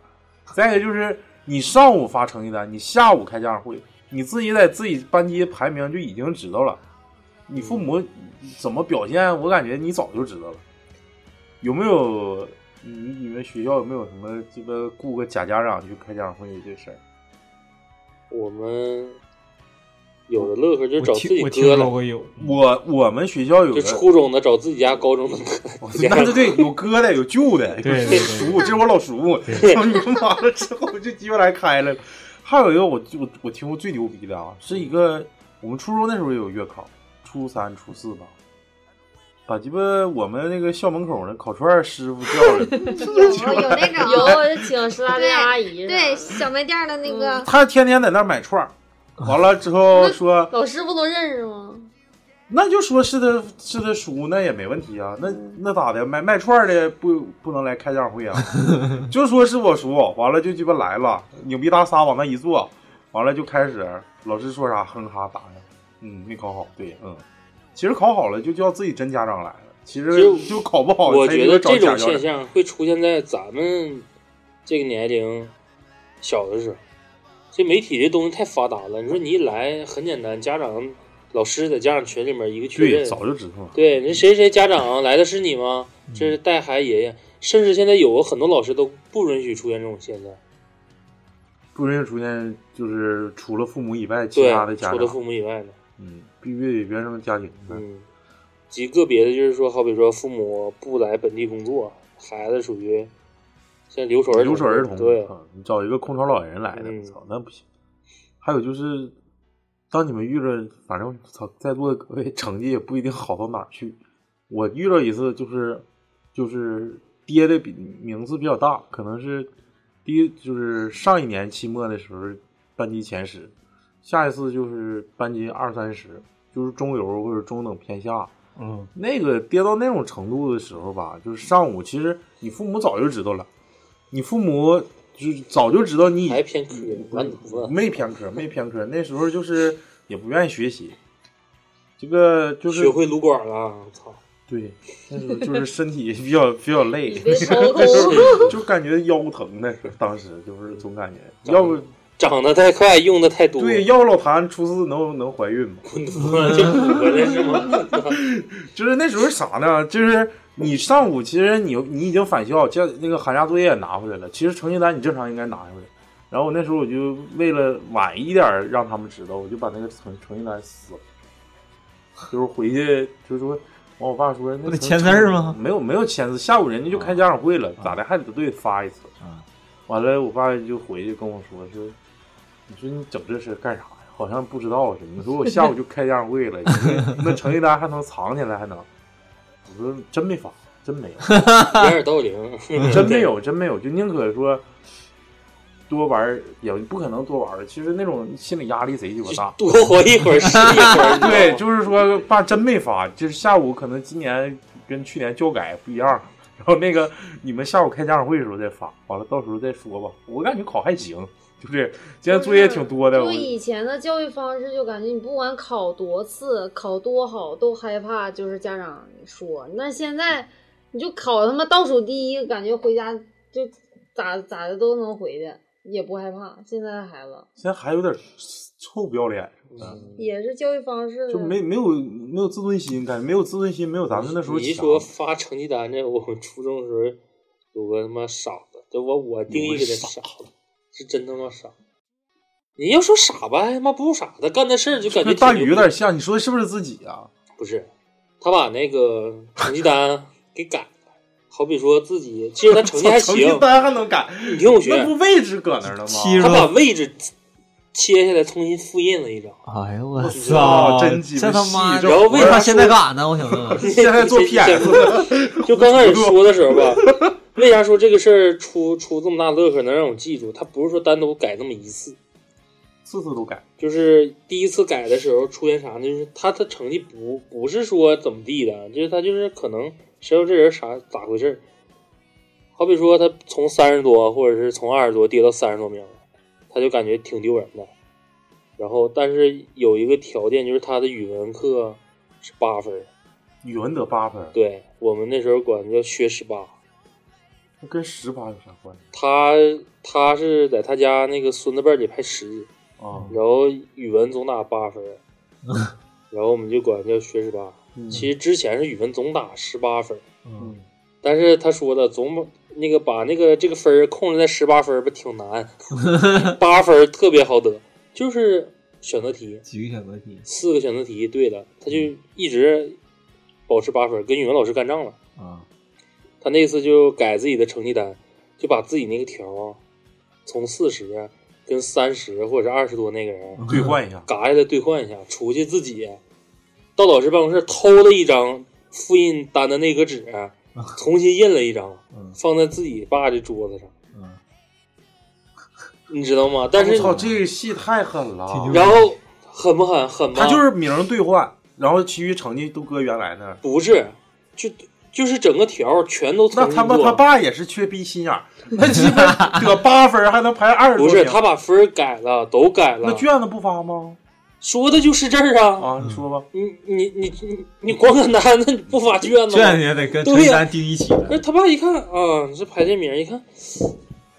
[SPEAKER 4] 再一个就是你上午发成绩单，你下午开家长会，你自己在自己班级排名就已经知道了。你父母怎么表现，我感觉你早就知道了。有没有你你们学校有没有什么这个雇个假家长去开家长会这事儿？
[SPEAKER 3] 我们有的乐呵就
[SPEAKER 1] 我
[SPEAKER 3] 找自
[SPEAKER 1] 听
[SPEAKER 3] 己
[SPEAKER 1] 我听
[SPEAKER 3] 哥
[SPEAKER 1] 说
[SPEAKER 3] 了，
[SPEAKER 1] 过有，
[SPEAKER 4] 我我们学校有
[SPEAKER 3] 就
[SPEAKER 4] 个
[SPEAKER 3] 初中的找自己家 高中的
[SPEAKER 4] 我那是对，有哥的，有舅的，有
[SPEAKER 1] 对对对
[SPEAKER 4] 叔，这是我老叔。 然后你们完了之后就鸡巴来开了。还有一个我我我听过最牛逼的啊，是一个我们初中那时候也有月考，初三、初四吧，把鸡巴我们那个校门口那烤串师傅叫来，
[SPEAKER 5] 有有那种
[SPEAKER 2] 有我就请食拉面阿姨是吧，
[SPEAKER 5] 对小卖店的那个，
[SPEAKER 4] 他天天在那儿买串儿完了之后说，
[SPEAKER 2] 老师不都认识吗？
[SPEAKER 4] 那就说是他是他叔，那也没问题啊。那那咋的？卖卖串儿的不不能来开家长会啊？就说是我叔，完了就鸡巴来了，拧逼大撒往那一坐，完了就开始老师说啥哼哈答呀，嗯，没考好，对，嗯，其实考好了就叫自己真家长来了，其
[SPEAKER 3] 其
[SPEAKER 4] 实
[SPEAKER 3] 实
[SPEAKER 4] 哦就考不好，
[SPEAKER 3] 我觉得这种现
[SPEAKER 4] 现象，
[SPEAKER 3] 象会出现在咱们这个年龄小的时候。这媒体这东西太发达了，你说你一来很简单，家长、老师在家长群里面一个确
[SPEAKER 4] 对，
[SPEAKER 3] 认，
[SPEAKER 4] 早就知道了，
[SPEAKER 3] 对，那谁谁家长来的是你吗？
[SPEAKER 4] 嗯
[SPEAKER 3] 这是带孩爷爷，甚至现在有很多老师都不允许出现这种现象。
[SPEAKER 4] 不允许出现就是除了父母以外其
[SPEAKER 3] 对
[SPEAKER 4] 他的，家
[SPEAKER 3] 除了父
[SPEAKER 4] 长，
[SPEAKER 3] 母以外的，
[SPEAKER 4] 嗯，必须得原生家庭，
[SPEAKER 3] 嗯，极个别的就是说，好比说父母不来本地工作，孩子属于像留守儿童，
[SPEAKER 4] 留守儿童，
[SPEAKER 3] 对，
[SPEAKER 4] 啊你找一个空巢老人来的，
[SPEAKER 3] 嗯
[SPEAKER 4] 操、那不行。还有就是，当你们遇着，反正操，在座的各位成绩也不一定好到哪儿去。我遇到一次就是，就是爹的比名次比较大，可能是第一就是上一年期末的时候班级前十，下一次就是班级二三十，就是中游或者中等偏下。
[SPEAKER 1] 嗯，
[SPEAKER 4] 那个跌到那种程度的时候吧，就是上午，其实你父母早就知道了，你父母就是早就知道你
[SPEAKER 3] 还偏科，完犊子，
[SPEAKER 4] 没偏科，没偏科。那时候就是也不愿意学习，这个就是
[SPEAKER 3] 学会撸管了，我操！
[SPEAKER 4] 对，那时候就是身体比较比较累，
[SPEAKER 2] 你被掏空，
[SPEAKER 4] 就感觉腰疼那时候，当时就是总感觉，
[SPEAKER 3] 长
[SPEAKER 4] 要不
[SPEAKER 3] 长得太快，用的太多，
[SPEAKER 4] 对，要不老谭初四能能怀孕吗？
[SPEAKER 3] 滚犊子就补回来 是吗？
[SPEAKER 4] 就是那时候是啥呢？就是你上午其实你你已经返校，这那个寒假作业也拿回来了，其实成绩单你正常应该拿回来。然后我那时候我就为了晚一点儿让他们知道，我就把那个成成绩单撕了，就是回去就是说。完，我爸说：“那
[SPEAKER 1] 不得
[SPEAKER 4] 成
[SPEAKER 1] 签字儿吗
[SPEAKER 4] 没有，没有签字。下午人家就开家长会了，咋的还得对发一次。
[SPEAKER 1] 啊
[SPEAKER 4] 完了，我爸就回去跟我说：说你说你整这事儿干啥呀？好像不知道似的。你说我下午就开家长会了，你说那成绩单还能藏起来，还能？我说真没法，真没有，
[SPEAKER 3] 掩耳盗铃，。
[SPEAKER 4] 嗯真没有，真没有，就宁可说多玩儿，也不可能多玩儿。其实那种心理压力贼鸡巴大
[SPEAKER 3] 多活一会儿是一会儿，
[SPEAKER 4] 对，就是说爸真没法，就是下午可能今年跟去年教改不一样，然后那个你们下午开家长会的时候再发，完了到时候再说吧。我感觉考还行，就是今天作业挺多的，
[SPEAKER 7] 就
[SPEAKER 4] 我
[SPEAKER 7] 以前的教育方式，就感觉你不管考多次、考多好，都害怕就是家长说。那现在你就考他妈倒数第一，感觉回家就咋咋的都能回去，也不害怕。现在的孩子
[SPEAKER 4] 现在还有点臭不要脸，
[SPEAKER 7] 也是教育方式的，
[SPEAKER 4] 就没没有没有自尊心，感觉没有自尊心，没有咱们那时候
[SPEAKER 3] 你一
[SPEAKER 4] 强。
[SPEAKER 3] 说发成绩单这，我们初中的时候有个他妈傻子，就我我定义给他傻子，是真他妈傻。你要说傻吧，还他妈不是傻，他干的事儿就感觉
[SPEAKER 4] 那大
[SPEAKER 3] 挺
[SPEAKER 4] 宇
[SPEAKER 3] 牛
[SPEAKER 4] 有
[SPEAKER 3] 逼
[SPEAKER 4] 点像，你说的是不是自己啊？
[SPEAKER 3] 不是，他把那个成绩单给改了，好比说自己，其实他成绩还行，
[SPEAKER 4] 成单还能改，
[SPEAKER 3] 你听我学
[SPEAKER 4] 那，不位置搁那儿了
[SPEAKER 1] 七
[SPEAKER 4] 吗？
[SPEAKER 1] 十
[SPEAKER 3] 他把
[SPEAKER 1] 多，
[SPEAKER 3] 位置切下来重新复印了一张，
[SPEAKER 1] 哎呦我操，
[SPEAKER 4] 操真鸡巴
[SPEAKER 1] 这他妈的，
[SPEAKER 4] 细这
[SPEAKER 3] 然后
[SPEAKER 1] 为
[SPEAKER 3] 为
[SPEAKER 1] 啥
[SPEAKER 3] 啥
[SPEAKER 1] 现在干啥呢？我想问问，
[SPEAKER 4] 现在做 PS
[SPEAKER 3] 就 刚开始说的时候吧，为啥说这个事儿出出这么大乐呵，能让我记住？他不是说单独改那么一次，
[SPEAKER 4] 次次都改，
[SPEAKER 3] 就是第一次改的时候出现啥呢？就是他的成绩不不是说怎么地的，就是他就是可能谁知道这人啥咋回事儿。好比说他从三十多或者是从二十多跌到三十多名了，他就感觉挺丢人的。然后，但是有一个条件就是他的语文课是八分儿，
[SPEAKER 4] 语文得八分，
[SPEAKER 3] 对我们那时候管叫学十八。
[SPEAKER 4] 那跟十八有啥关系
[SPEAKER 3] 他他是在他家那个孙子辈儿里排十，
[SPEAKER 4] 啊？
[SPEAKER 3] 然后语文总打八分儿，然后我们就管叫学十八。
[SPEAKER 4] 嗯
[SPEAKER 3] 其实之前是语文总打十八分儿，
[SPEAKER 4] 嗯，
[SPEAKER 3] 但是他说的总把那个把那个这个分儿控制在十八分儿不挺难，八分儿特别好得，就是选择题
[SPEAKER 1] 几个小问题
[SPEAKER 3] 四个选择题对了，他就一直保持八分儿，跟语文老师干仗了。
[SPEAKER 1] 啊，
[SPEAKER 3] 他那次就改自己的成绩单，就把自己那个条啊从四十跟三十或者是二十多那个人
[SPEAKER 4] 兑换一下，
[SPEAKER 3] 嘎下来兑换一下，出去自己到老师办公室偷了一张复印单的那个纸，
[SPEAKER 4] 啊
[SPEAKER 3] 重新印了一张
[SPEAKER 1] 嗯，
[SPEAKER 3] 放在自己爸的桌子上，
[SPEAKER 1] 嗯
[SPEAKER 3] 你知道吗？但
[SPEAKER 4] 我
[SPEAKER 3] 是
[SPEAKER 4] 操，这个戏太狠了，
[SPEAKER 1] 挺牛
[SPEAKER 3] 然后狠不狠？狠吧？
[SPEAKER 4] 他就是名儿兑换，然后其余成绩都搁原来那儿。
[SPEAKER 3] 不是就就是整个条全都重
[SPEAKER 4] 那
[SPEAKER 3] 新
[SPEAKER 4] 他妈
[SPEAKER 3] 做
[SPEAKER 4] 他爸也是缺逼心眼儿，他基本得八分儿还能排二十多
[SPEAKER 3] 不是
[SPEAKER 4] 名。
[SPEAKER 3] 他把分儿改了，都改
[SPEAKER 4] 那
[SPEAKER 3] 了，
[SPEAKER 4] 卷子不发吗？
[SPEAKER 3] 说的就是这儿啊。
[SPEAKER 4] 啊，你说吧，
[SPEAKER 3] 你你你你你光干单，那你不发卷子吗？
[SPEAKER 1] 这也得跟陈丹定一起
[SPEAKER 3] 那
[SPEAKER 1] 了，
[SPEAKER 3] 他爸一看啊，你这排这名儿一看，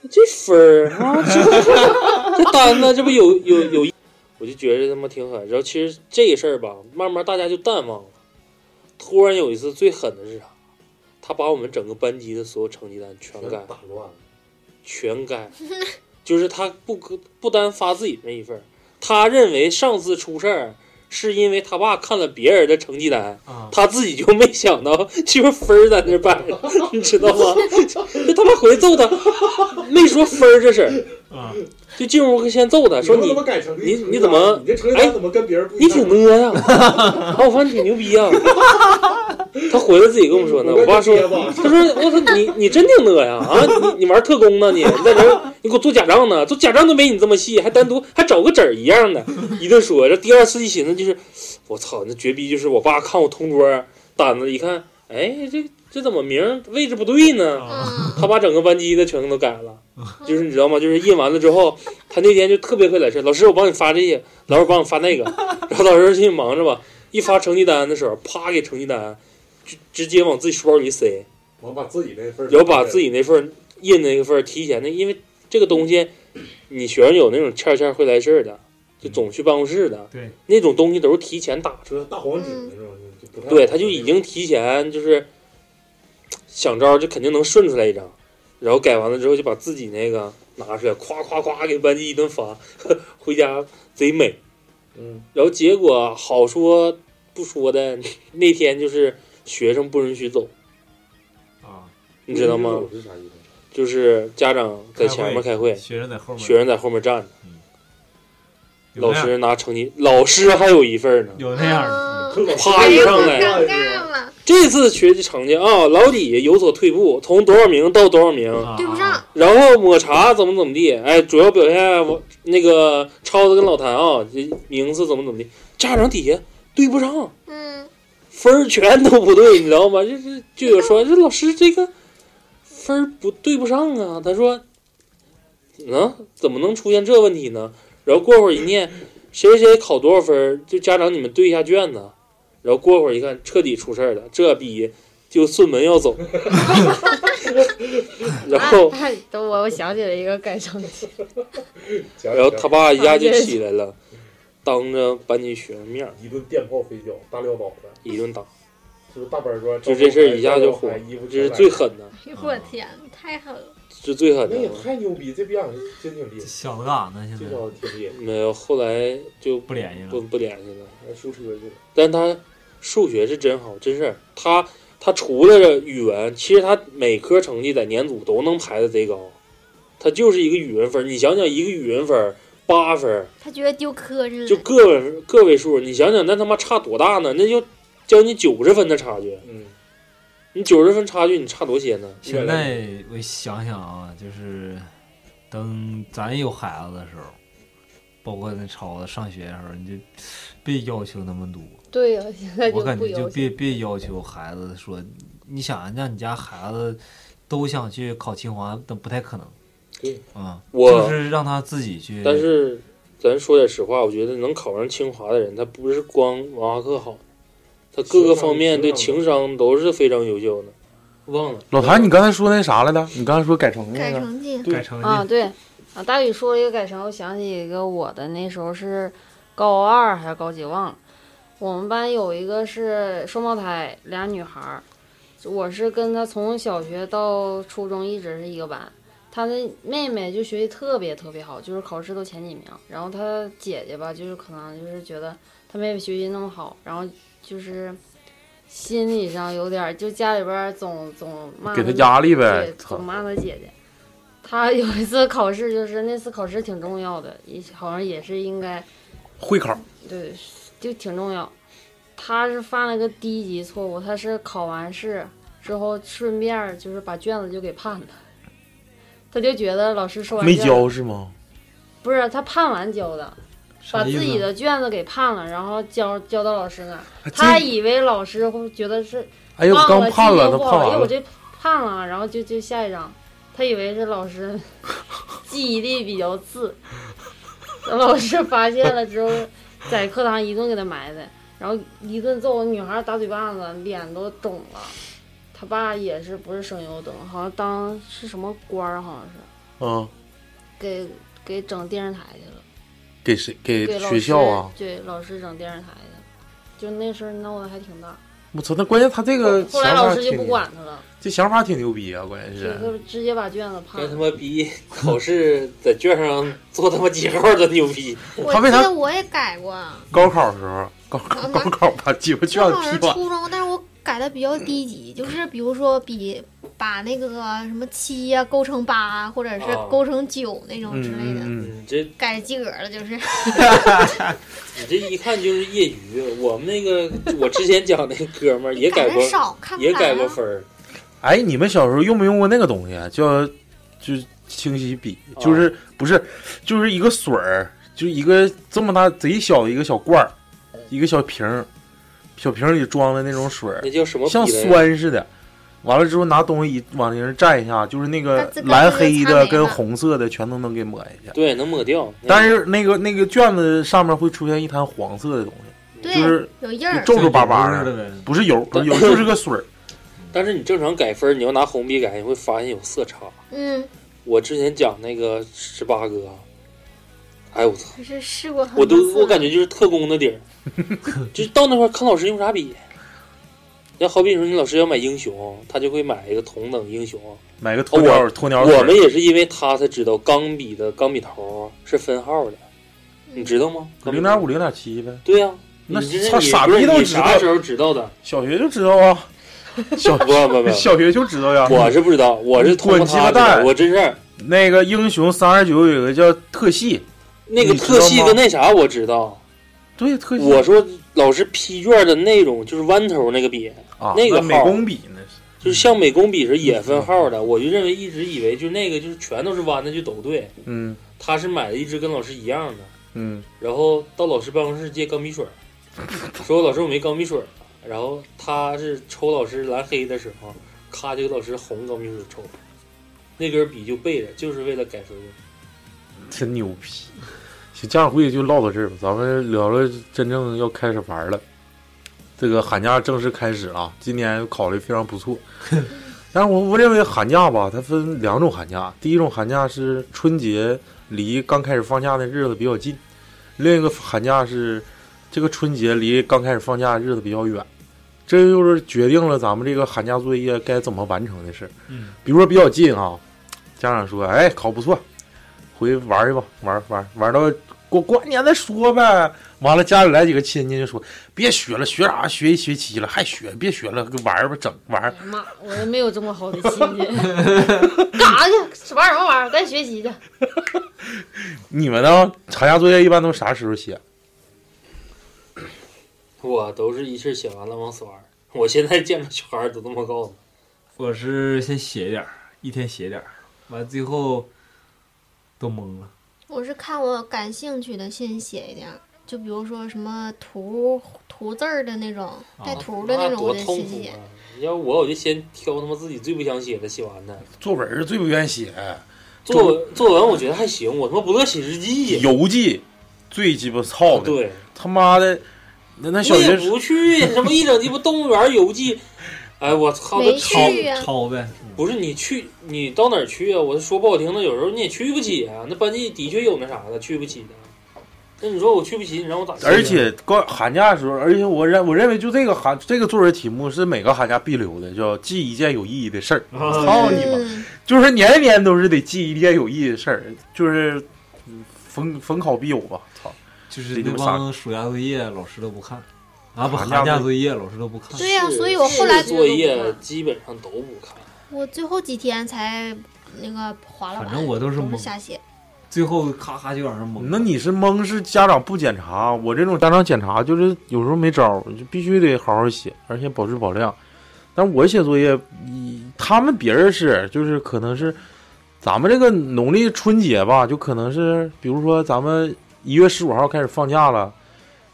[SPEAKER 3] 这分儿啊，这 这单子这不有有有一，我就觉得他妈挺狠。然后其实这事儿吧，慢慢大家就淡忘了。突然有一次最狠的是啥？他把我们整个班级的所有成绩单全改打乱了，全改，就是他不不单发自己那一份儿，他认为上次出事儿是因为他爸看了别人的成绩单，他自己就没想到， 就是分儿在那摆着，你知道吗？就他妈回去揍他，没说分儿这事儿，
[SPEAKER 1] 啊，
[SPEAKER 3] 就进屋先揍他，说你
[SPEAKER 8] 怎么改成
[SPEAKER 3] 你你怎么
[SPEAKER 8] 你这成绩
[SPEAKER 3] 哎
[SPEAKER 8] 单怎么跟别人不一
[SPEAKER 3] 你
[SPEAKER 8] 样？
[SPEAKER 3] 挺呢呀， 然后我发现挺牛逼呀。他回来自己跟我们说呢，我爸说，他说我操你 你真挺呢呀啊，你你玩特工呢你，你在这儿你给我做假账呢，做假账都没你这么细，还单独还找个纸儿一样的，一顿说。这第二次一寻思就是，我操那绝逼就是我爸看我同桌单子一看，哎这这怎么名儿位置不对呢？
[SPEAKER 5] 啊嗯
[SPEAKER 3] 他把整个班级的全都改了，就是你知道吗？就是印完了之后，他那天就特别会来事儿老师我帮你发这些，老师我帮你发那个，然后老师去忙着吧，一发成绩单的时候，啪给成绩单，直直接往自己书包里塞，
[SPEAKER 8] 我把自己那份儿，
[SPEAKER 3] 然后把自己那份儿印那个份儿提前的，因为这个东西，你学生有那种欠儿欠儿会来事儿的，就总去办公室的，
[SPEAKER 1] 对，
[SPEAKER 3] 那种东西都是提前打出来的，
[SPEAKER 8] 说大黄纸那种，就不太
[SPEAKER 3] 对，他就已经提前就是想招儿，就肯定能顺出来一张，然后改完了之后就把自己那个拿出来，夸夸夸给班级一顿发， 回家贼美。
[SPEAKER 8] 嗯，
[SPEAKER 3] 然后结果好说不说的，那天就是学生不允许走，
[SPEAKER 1] 啊，
[SPEAKER 3] 你知道吗？
[SPEAKER 4] 嗯
[SPEAKER 8] 是啥意思？
[SPEAKER 3] 就是家长在前面开会，
[SPEAKER 1] 学生在后面，
[SPEAKER 3] 学生在后面站着，
[SPEAKER 1] 有
[SPEAKER 3] 老
[SPEAKER 1] 那样
[SPEAKER 3] 师拿成绩，老师还有一份儿呢。
[SPEAKER 1] 有那样的，
[SPEAKER 5] 嗯
[SPEAKER 3] 啪一上来
[SPEAKER 5] 尴尬了，
[SPEAKER 3] 这次学习成绩啊，老李有所退步，从多少名到多少名，
[SPEAKER 1] 啊
[SPEAKER 5] 对不上，
[SPEAKER 3] 然后抹茶怎么怎么地，哎，主要表现我那个超子跟老谭啊，这名次怎么怎么地，家长底下对不上，
[SPEAKER 5] 嗯，
[SPEAKER 3] 分儿全都不对，你知道吗？这这就有说这老师这个分儿不对不上啊。他说，啊，怎么能出现这问题呢？然后过会儿一念，谁谁谁考多少分儿，就家长你们对一下卷子。然后过会儿一看，彻底出事儿了，这逼就顺门要走。然后，
[SPEAKER 7] 哎，等我我想起了一个改成绩，
[SPEAKER 8] 讲
[SPEAKER 3] 然后他爸一下就起来了，当着班级学生面儿
[SPEAKER 8] 一顿电炮飞脚，大撂倒子，
[SPEAKER 3] 一顿打。
[SPEAKER 8] 就是大板砖，
[SPEAKER 3] 就这事儿一下就火
[SPEAKER 8] 招牌，衣服
[SPEAKER 3] 这是最狠的，
[SPEAKER 5] 哎呦我天，太狠了！
[SPEAKER 3] 是最狠
[SPEAKER 8] 那
[SPEAKER 3] 的
[SPEAKER 8] 也
[SPEAKER 3] 了。
[SPEAKER 8] 太牛逼，这逼样真挺厉
[SPEAKER 1] 这
[SPEAKER 8] 害，
[SPEAKER 1] 小子干啥呢？
[SPEAKER 8] 这
[SPEAKER 1] 现在
[SPEAKER 8] 小子挺厉害，
[SPEAKER 3] 没有，后来就
[SPEAKER 1] 不联系了
[SPEAKER 3] 不。不联系了。
[SPEAKER 8] 还输车去了。
[SPEAKER 3] 但他数学是真好，真事儿。他他除了语文，其实他每科成绩在年组都能排的贼高。他就是一个语文分儿，你想想一个语文分儿八分儿，
[SPEAKER 5] 他觉得丢科似
[SPEAKER 3] 就
[SPEAKER 5] 的，
[SPEAKER 3] 个位个位数，你想想那他妈差多大呢？那就将近九十分的差距，
[SPEAKER 8] 嗯，
[SPEAKER 3] 你九十分差距你差多些呢？
[SPEAKER 1] 现在我想想啊，就是等咱有孩子的时候，包括那超子上学的时候，你就别要求那么多。
[SPEAKER 7] 对呀、现在就
[SPEAKER 1] 我感
[SPEAKER 7] 不
[SPEAKER 1] 觉就
[SPEAKER 7] 由
[SPEAKER 1] 别别要求孩子说，你想让你家孩子都想去考清华，但不太可能。
[SPEAKER 8] 对，
[SPEAKER 1] 啊、
[SPEAKER 3] 我
[SPEAKER 1] 就是让他自己去。
[SPEAKER 3] 但是咱说点实话，我觉得能考上清华的人，他不是光文化课好，他各个方面对情商都是非常优秀的。忘了
[SPEAKER 4] 老谭，你刚才说那啥来着？你刚才说改成那
[SPEAKER 5] 改
[SPEAKER 4] 个？
[SPEAKER 5] 成绩。
[SPEAKER 1] 改成绩、
[SPEAKER 2] 啊，对啊，大宇说了一个改成，我想起一个我的那时候是高二还是高几忘了。我们班有一个是双胞胎，俩女孩儿，我是跟她从小学到初中一直是一个班。她的妹妹就学习特别特别好，就是考试都前几名。然后她姐姐吧，就是可能就是觉得她妹妹学习那么好，然后就是心理上有点儿，就家里边儿总总骂
[SPEAKER 4] 给他
[SPEAKER 2] 她
[SPEAKER 4] 压力呗
[SPEAKER 2] 对，，
[SPEAKER 4] 操
[SPEAKER 2] 总骂他姐姐。他有一次考试，就是那次考试挺重要的，也好像也是应该
[SPEAKER 4] 会考
[SPEAKER 2] 对，就挺重要。他是犯了个低级错误，他是考完试之后顺便儿就是把卷子就给判了，他就觉得老师说完
[SPEAKER 4] 没
[SPEAKER 2] 卷
[SPEAKER 4] 交是吗？
[SPEAKER 2] 不是他判完交的，把
[SPEAKER 1] 啥意
[SPEAKER 2] 自己
[SPEAKER 1] 思？
[SPEAKER 2] 的卷子给判了，然后交交到老师那儿，
[SPEAKER 4] 哎这
[SPEAKER 2] 他以为老师会觉得是
[SPEAKER 4] 哎呦，
[SPEAKER 2] 忘
[SPEAKER 4] 刚
[SPEAKER 2] 了
[SPEAKER 4] 判了，
[SPEAKER 2] 记
[SPEAKER 4] 他
[SPEAKER 2] 性不
[SPEAKER 4] 判
[SPEAKER 2] 好哎
[SPEAKER 4] 完
[SPEAKER 2] 呦我
[SPEAKER 4] 了，
[SPEAKER 2] 这判了，然后就就下一张，他以为是老师记忆力比较次，老师发现了之后，在课堂一顿给他埋汰，然后一顿揍，女孩打嘴巴子，脸都肿了。他爸也是不是省油灯，好像当是什么官儿，好像是
[SPEAKER 4] 嗯，
[SPEAKER 2] 给给整电视台去了。
[SPEAKER 4] 给谁？给
[SPEAKER 2] 给老
[SPEAKER 4] 学
[SPEAKER 2] 师
[SPEAKER 4] 校啊？
[SPEAKER 2] 对老师整电视台去了，就那事儿闹得还挺大。
[SPEAKER 4] 我操，那关键他这个
[SPEAKER 2] 后来
[SPEAKER 4] 呃想
[SPEAKER 2] 老
[SPEAKER 4] 法
[SPEAKER 2] 师就
[SPEAKER 4] 挺
[SPEAKER 2] 不，管他了，
[SPEAKER 4] 这想法挺牛逼啊，关键。
[SPEAKER 2] 就是直接把卷子判
[SPEAKER 3] 跟他
[SPEAKER 2] 了。
[SPEAKER 3] 妈逼考试在卷上做他妈几号的牛逼，
[SPEAKER 5] 我
[SPEAKER 4] 他为
[SPEAKER 5] 记
[SPEAKER 4] 啥
[SPEAKER 5] 得我也改过，
[SPEAKER 4] 高考时候，高考
[SPEAKER 5] 嗯
[SPEAKER 4] 高考把鸡巴卷
[SPEAKER 5] 我
[SPEAKER 4] 子
[SPEAKER 5] 好像
[SPEAKER 4] 批完，
[SPEAKER 5] 初中，但是我改的比较低级，就是比如说比把那个什么七呀、勾成八啊，或者是
[SPEAKER 3] 哦
[SPEAKER 5] 勾成九那种之类的，
[SPEAKER 4] 嗯嗯嗯，
[SPEAKER 3] 你这
[SPEAKER 5] 改及格了就是。
[SPEAKER 3] 你这一看就是业余。我们那个我之前讲那哥们儿也改过
[SPEAKER 5] 的，少，看不
[SPEAKER 3] 也改过
[SPEAKER 5] 啊
[SPEAKER 3] 分儿，
[SPEAKER 4] 哎，你们小时候用没用过那个东西啊？叫就清洗笔，
[SPEAKER 3] 哦
[SPEAKER 4] 就是不是就是一个水儿，就是一个这么大贼小的一个小罐儿，一个小瓶儿，小瓶儿里装的那种水儿
[SPEAKER 3] 那，叫什么笔
[SPEAKER 4] 像
[SPEAKER 3] 来着？
[SPEAKER 4] 酸似的。完了之后拿东西一往那上蘸一下，就是那
[SPEAKER 5] 它
[SPEAKER 4] 个
[SPEAKER 5] 自个儿
[SPEAKER 4] 蓝
[SPEAKER 5] 就
[SPEAKER 4] 黑
[SPEAKER 5] 擦没
[SPEAKER 4] 的
[SPEAKER 5] 了
[SPEAKER 4] 跟红色的全都能给抹一下。
[SPEAKER 3] 对，能抹掉。那
[SPEAKER 4] 但是那个那个卷子上面会出现一滩黄色的东西，
[SPEAKER 5] 对，
[SPEAKER 4] 就是
[SPEAKER 5] 有印儿
[SPEAKER 4] 就。皱皱巴巴
[SPEAKER 1] 的
[SPEAKER 4] 的，
[SPEAKER 1] 呗。
[SPEAKER 4] 不是油，不是油， 就是个水儿。
[SPEAKER 3] 但是你正常改分儿，你要拿红笔改，你会发现有色差。
[SPEAKER 5] 嗯，
[SPEAKER 3] 我之前讲那个十八哥，哎呦我操，
[SPEAKER 5] 可是试过很多
[SPEAKER 3] 我都
[SPEAKER 5] 次了
[SPEAKER 3] 我感觉就是特工的底儿， 就是到那块儿看老师用啥笔。那好比说你老师要买英雄，他就会买一个同等英雄。
[SPEAKER 4] 买个鸵鸟鸵鸟水
[SPEAKER 3] 哦我们也是因为他才知道钢笔的钢笔头是分号的，你知道吗？
[SPEAKER 4] 零点五、零点七呗。
[SPEAKER 3] 对呀、
[SPEAKER 4] 那
[SPEAKER 3] 你这
[SPEAKER 4] 操
[SPEAKER 3] 你
[SPEAKER 4] 傻
[SPEAKER 3] 不是
[SPEAKER 4] 逼都
[SPEAKER 3] 你
[SPEAKER 4] 知
[SPEAKER 3] 啥
[SPEAKER 4] 道
[SPEAKER 3] 时候知道的？
[SPEAKER 4] 小学就知道啊，小
[SPEAKER 3] 不不不，
[SPEAKER 4] 小学就知道呀。
[SPEAKER 3] 我是不知道，我是通过
[SPEAKER 4] 滚鸡巴
[SPEAKER 3] 他知道
[SPEAKER 4] 蛋
[SPEAKER 3] 我真是
[SPEAKER 4] 那个英雄三二九有一个叫特系，
[SPEAKER 3] 那个
[SPEAKER 4] 你知道
[SPEAKER 3] 特系
[SPEAKER 4] 吗
[SPEAKER 3] 跟那啥我知道。
[SPEAKER 4] 对特系，
[SPEAKER 3] 我说老师批卷的那种就是弯头那个笔，
[SPEAKER 4] 啊
[SPEAKER 3] 那个
[SPEAKER 4] 美
[SPEAKER 3] 号
[SPEAKER 4] 工笔那是，
[SPEAKER 3] 就是像美工笔是也分号的，我就认为一直以为就那个就是全都是弯的就都对，
[SPEAKER 4] 嗯
[SPEAKER 3] 他是买了一支跟老师一样的，
[SPEAKER 4] 嗯，
[SPEAKER 3] 然后到老师办公室借钢笔水儿，说老师我没钢笔水儿，然后他是抽老师蓝黑的时候，咔就给老师红钢笔水抽，那根笔就备着，就是为了改分用。
[SPEAKER 4] 真牛逼。行，家长会就唠到这儿吧，咱们聊聊真正要开始玩了。这个寒假正式开始了，今年考虑非常不错。但是我我认为寒假吧，它分两种寒假，第一种寒假是春节离刚开始放假的日子比较近，另一个寒假是这个春节离刚开始放假的日子比较远。这就是决定了咱们这个寒假作业该怎么完成的事儿。
[SPEAKER 1] 嗯
[SPEAKER 4] 比如说比较近啊，家长说：“哎，考不错，回去玩去吧，玩玩玩到过过完年再说呗。”完了，家里来几个亲戚就说：“别学了，学啥？学一学期了，还学？别学了，玩儿吧，整玩儿。
[SPEAKER 7] 哎呀妈，我也没有这么好的亲戚， 干啥去？玩什么玩？该学习去。
[SPEAKER 4] 你们呢？寒假作业一般都啥时候写？
[SPEAKER 3] 我都是一气儿写完了往死玩儿。 我现在见着小孩儿都这么告诉
[SPEAKER 1] 我是先写点儿，一天写点儿，完最后都懵了。
[SPEAKER 5] 我是看我感兴趣的先写一点儿，就比如说什么图图字儿的那种，带
[SPEAKER 1] 啊
[SPEAKER 5] 图
[SPEAKER 3] 我，
[SPEAKER 5] 的那
[SPEAKER 3] 那
[SPEAKER 5] 种，
[SPEAKER 3] 多
[SPEAKER 5] 我得
[SPEAKER 3] 痛
[SPEAKER 5] 先
[SPEAKER 3] 苦
[SPEAKER 5] 写。
[SPEAKER 3] 啊！要我我就先挑他妈自己最不想写的写完的。
[SPEAKER 4] 作文儿最不愿写，
[SPEAKER 3] 作文作文我觉得还行，我他妈不乐写日记呀。
[SPEAKER 4] 游记最鸡巴操的，
[SPEAKER 3] 对，
[SPEAKER 4] 他妈的，那那小
[SPEAKER 3] 我也
[SPEAKER 4] 学
[SPEAKER 3] 不去，什么一整鸡巴动物园游记，哎我操，
[SPEAKER 5] 没
[SPEAKER 3] 都
[SPEAKER 5] 去啊
[SPEAKER 3] 超
[SPEAKER 5] 呀、
[SPEAKER 1] 抄呗，
[SPEAKER 3] 不是你去，你到哪儿去啊？我说不好听的，有时候你也去不起啊。那班级的确有那啥的，去不起的。那你说我去不起，你让我咋去啊？
[SPEAKER 4] 而且高寒假的时候，而且我认我认为就这个寒这个作文题目是每个寒假必留的，叫记一件有意义的事儿。操啊你妈！
[SPEAKER 5] 嗯，
[SPEAKER 4] 就是年年都是得记一件有意义的事儿，就是嗯逢逢考必有吧。操，
[SPEAKER 1] 就是那帮暑假作业老师都不看，啊不，
[SPEAKER 4] 寒
[SPEAKER 1] 寒
[SPEAKER 4] 假
[SPEAKER 1] 假作业老师都不看。
[SPEAKER 5] 对呀、
[SPEAKER 3] 是
[SPEAKER 5] 所以我后来
[SPEAKER 3] 是作业基本上都不看。
[SPEAKER 5] 我最后几天才那个划了完，
[SPEAKER 1] 反正我都
[SPEAKER 5] 都
[SPEAKER 1] 是懵
[SPEAKER 5] 瞎写。
[SPEAKER 1] 最后咔咔就往上蒙。
[SPEAKER 4] 那你是蒙是家长不检查，我这种家长检查就是有时候没招儿，就必须得好好写，而且保质保量。但我写作业，以他们别人是就是可能是咱们这个农历春节吧，就可能是比如说咱们一月十五号开始放假了，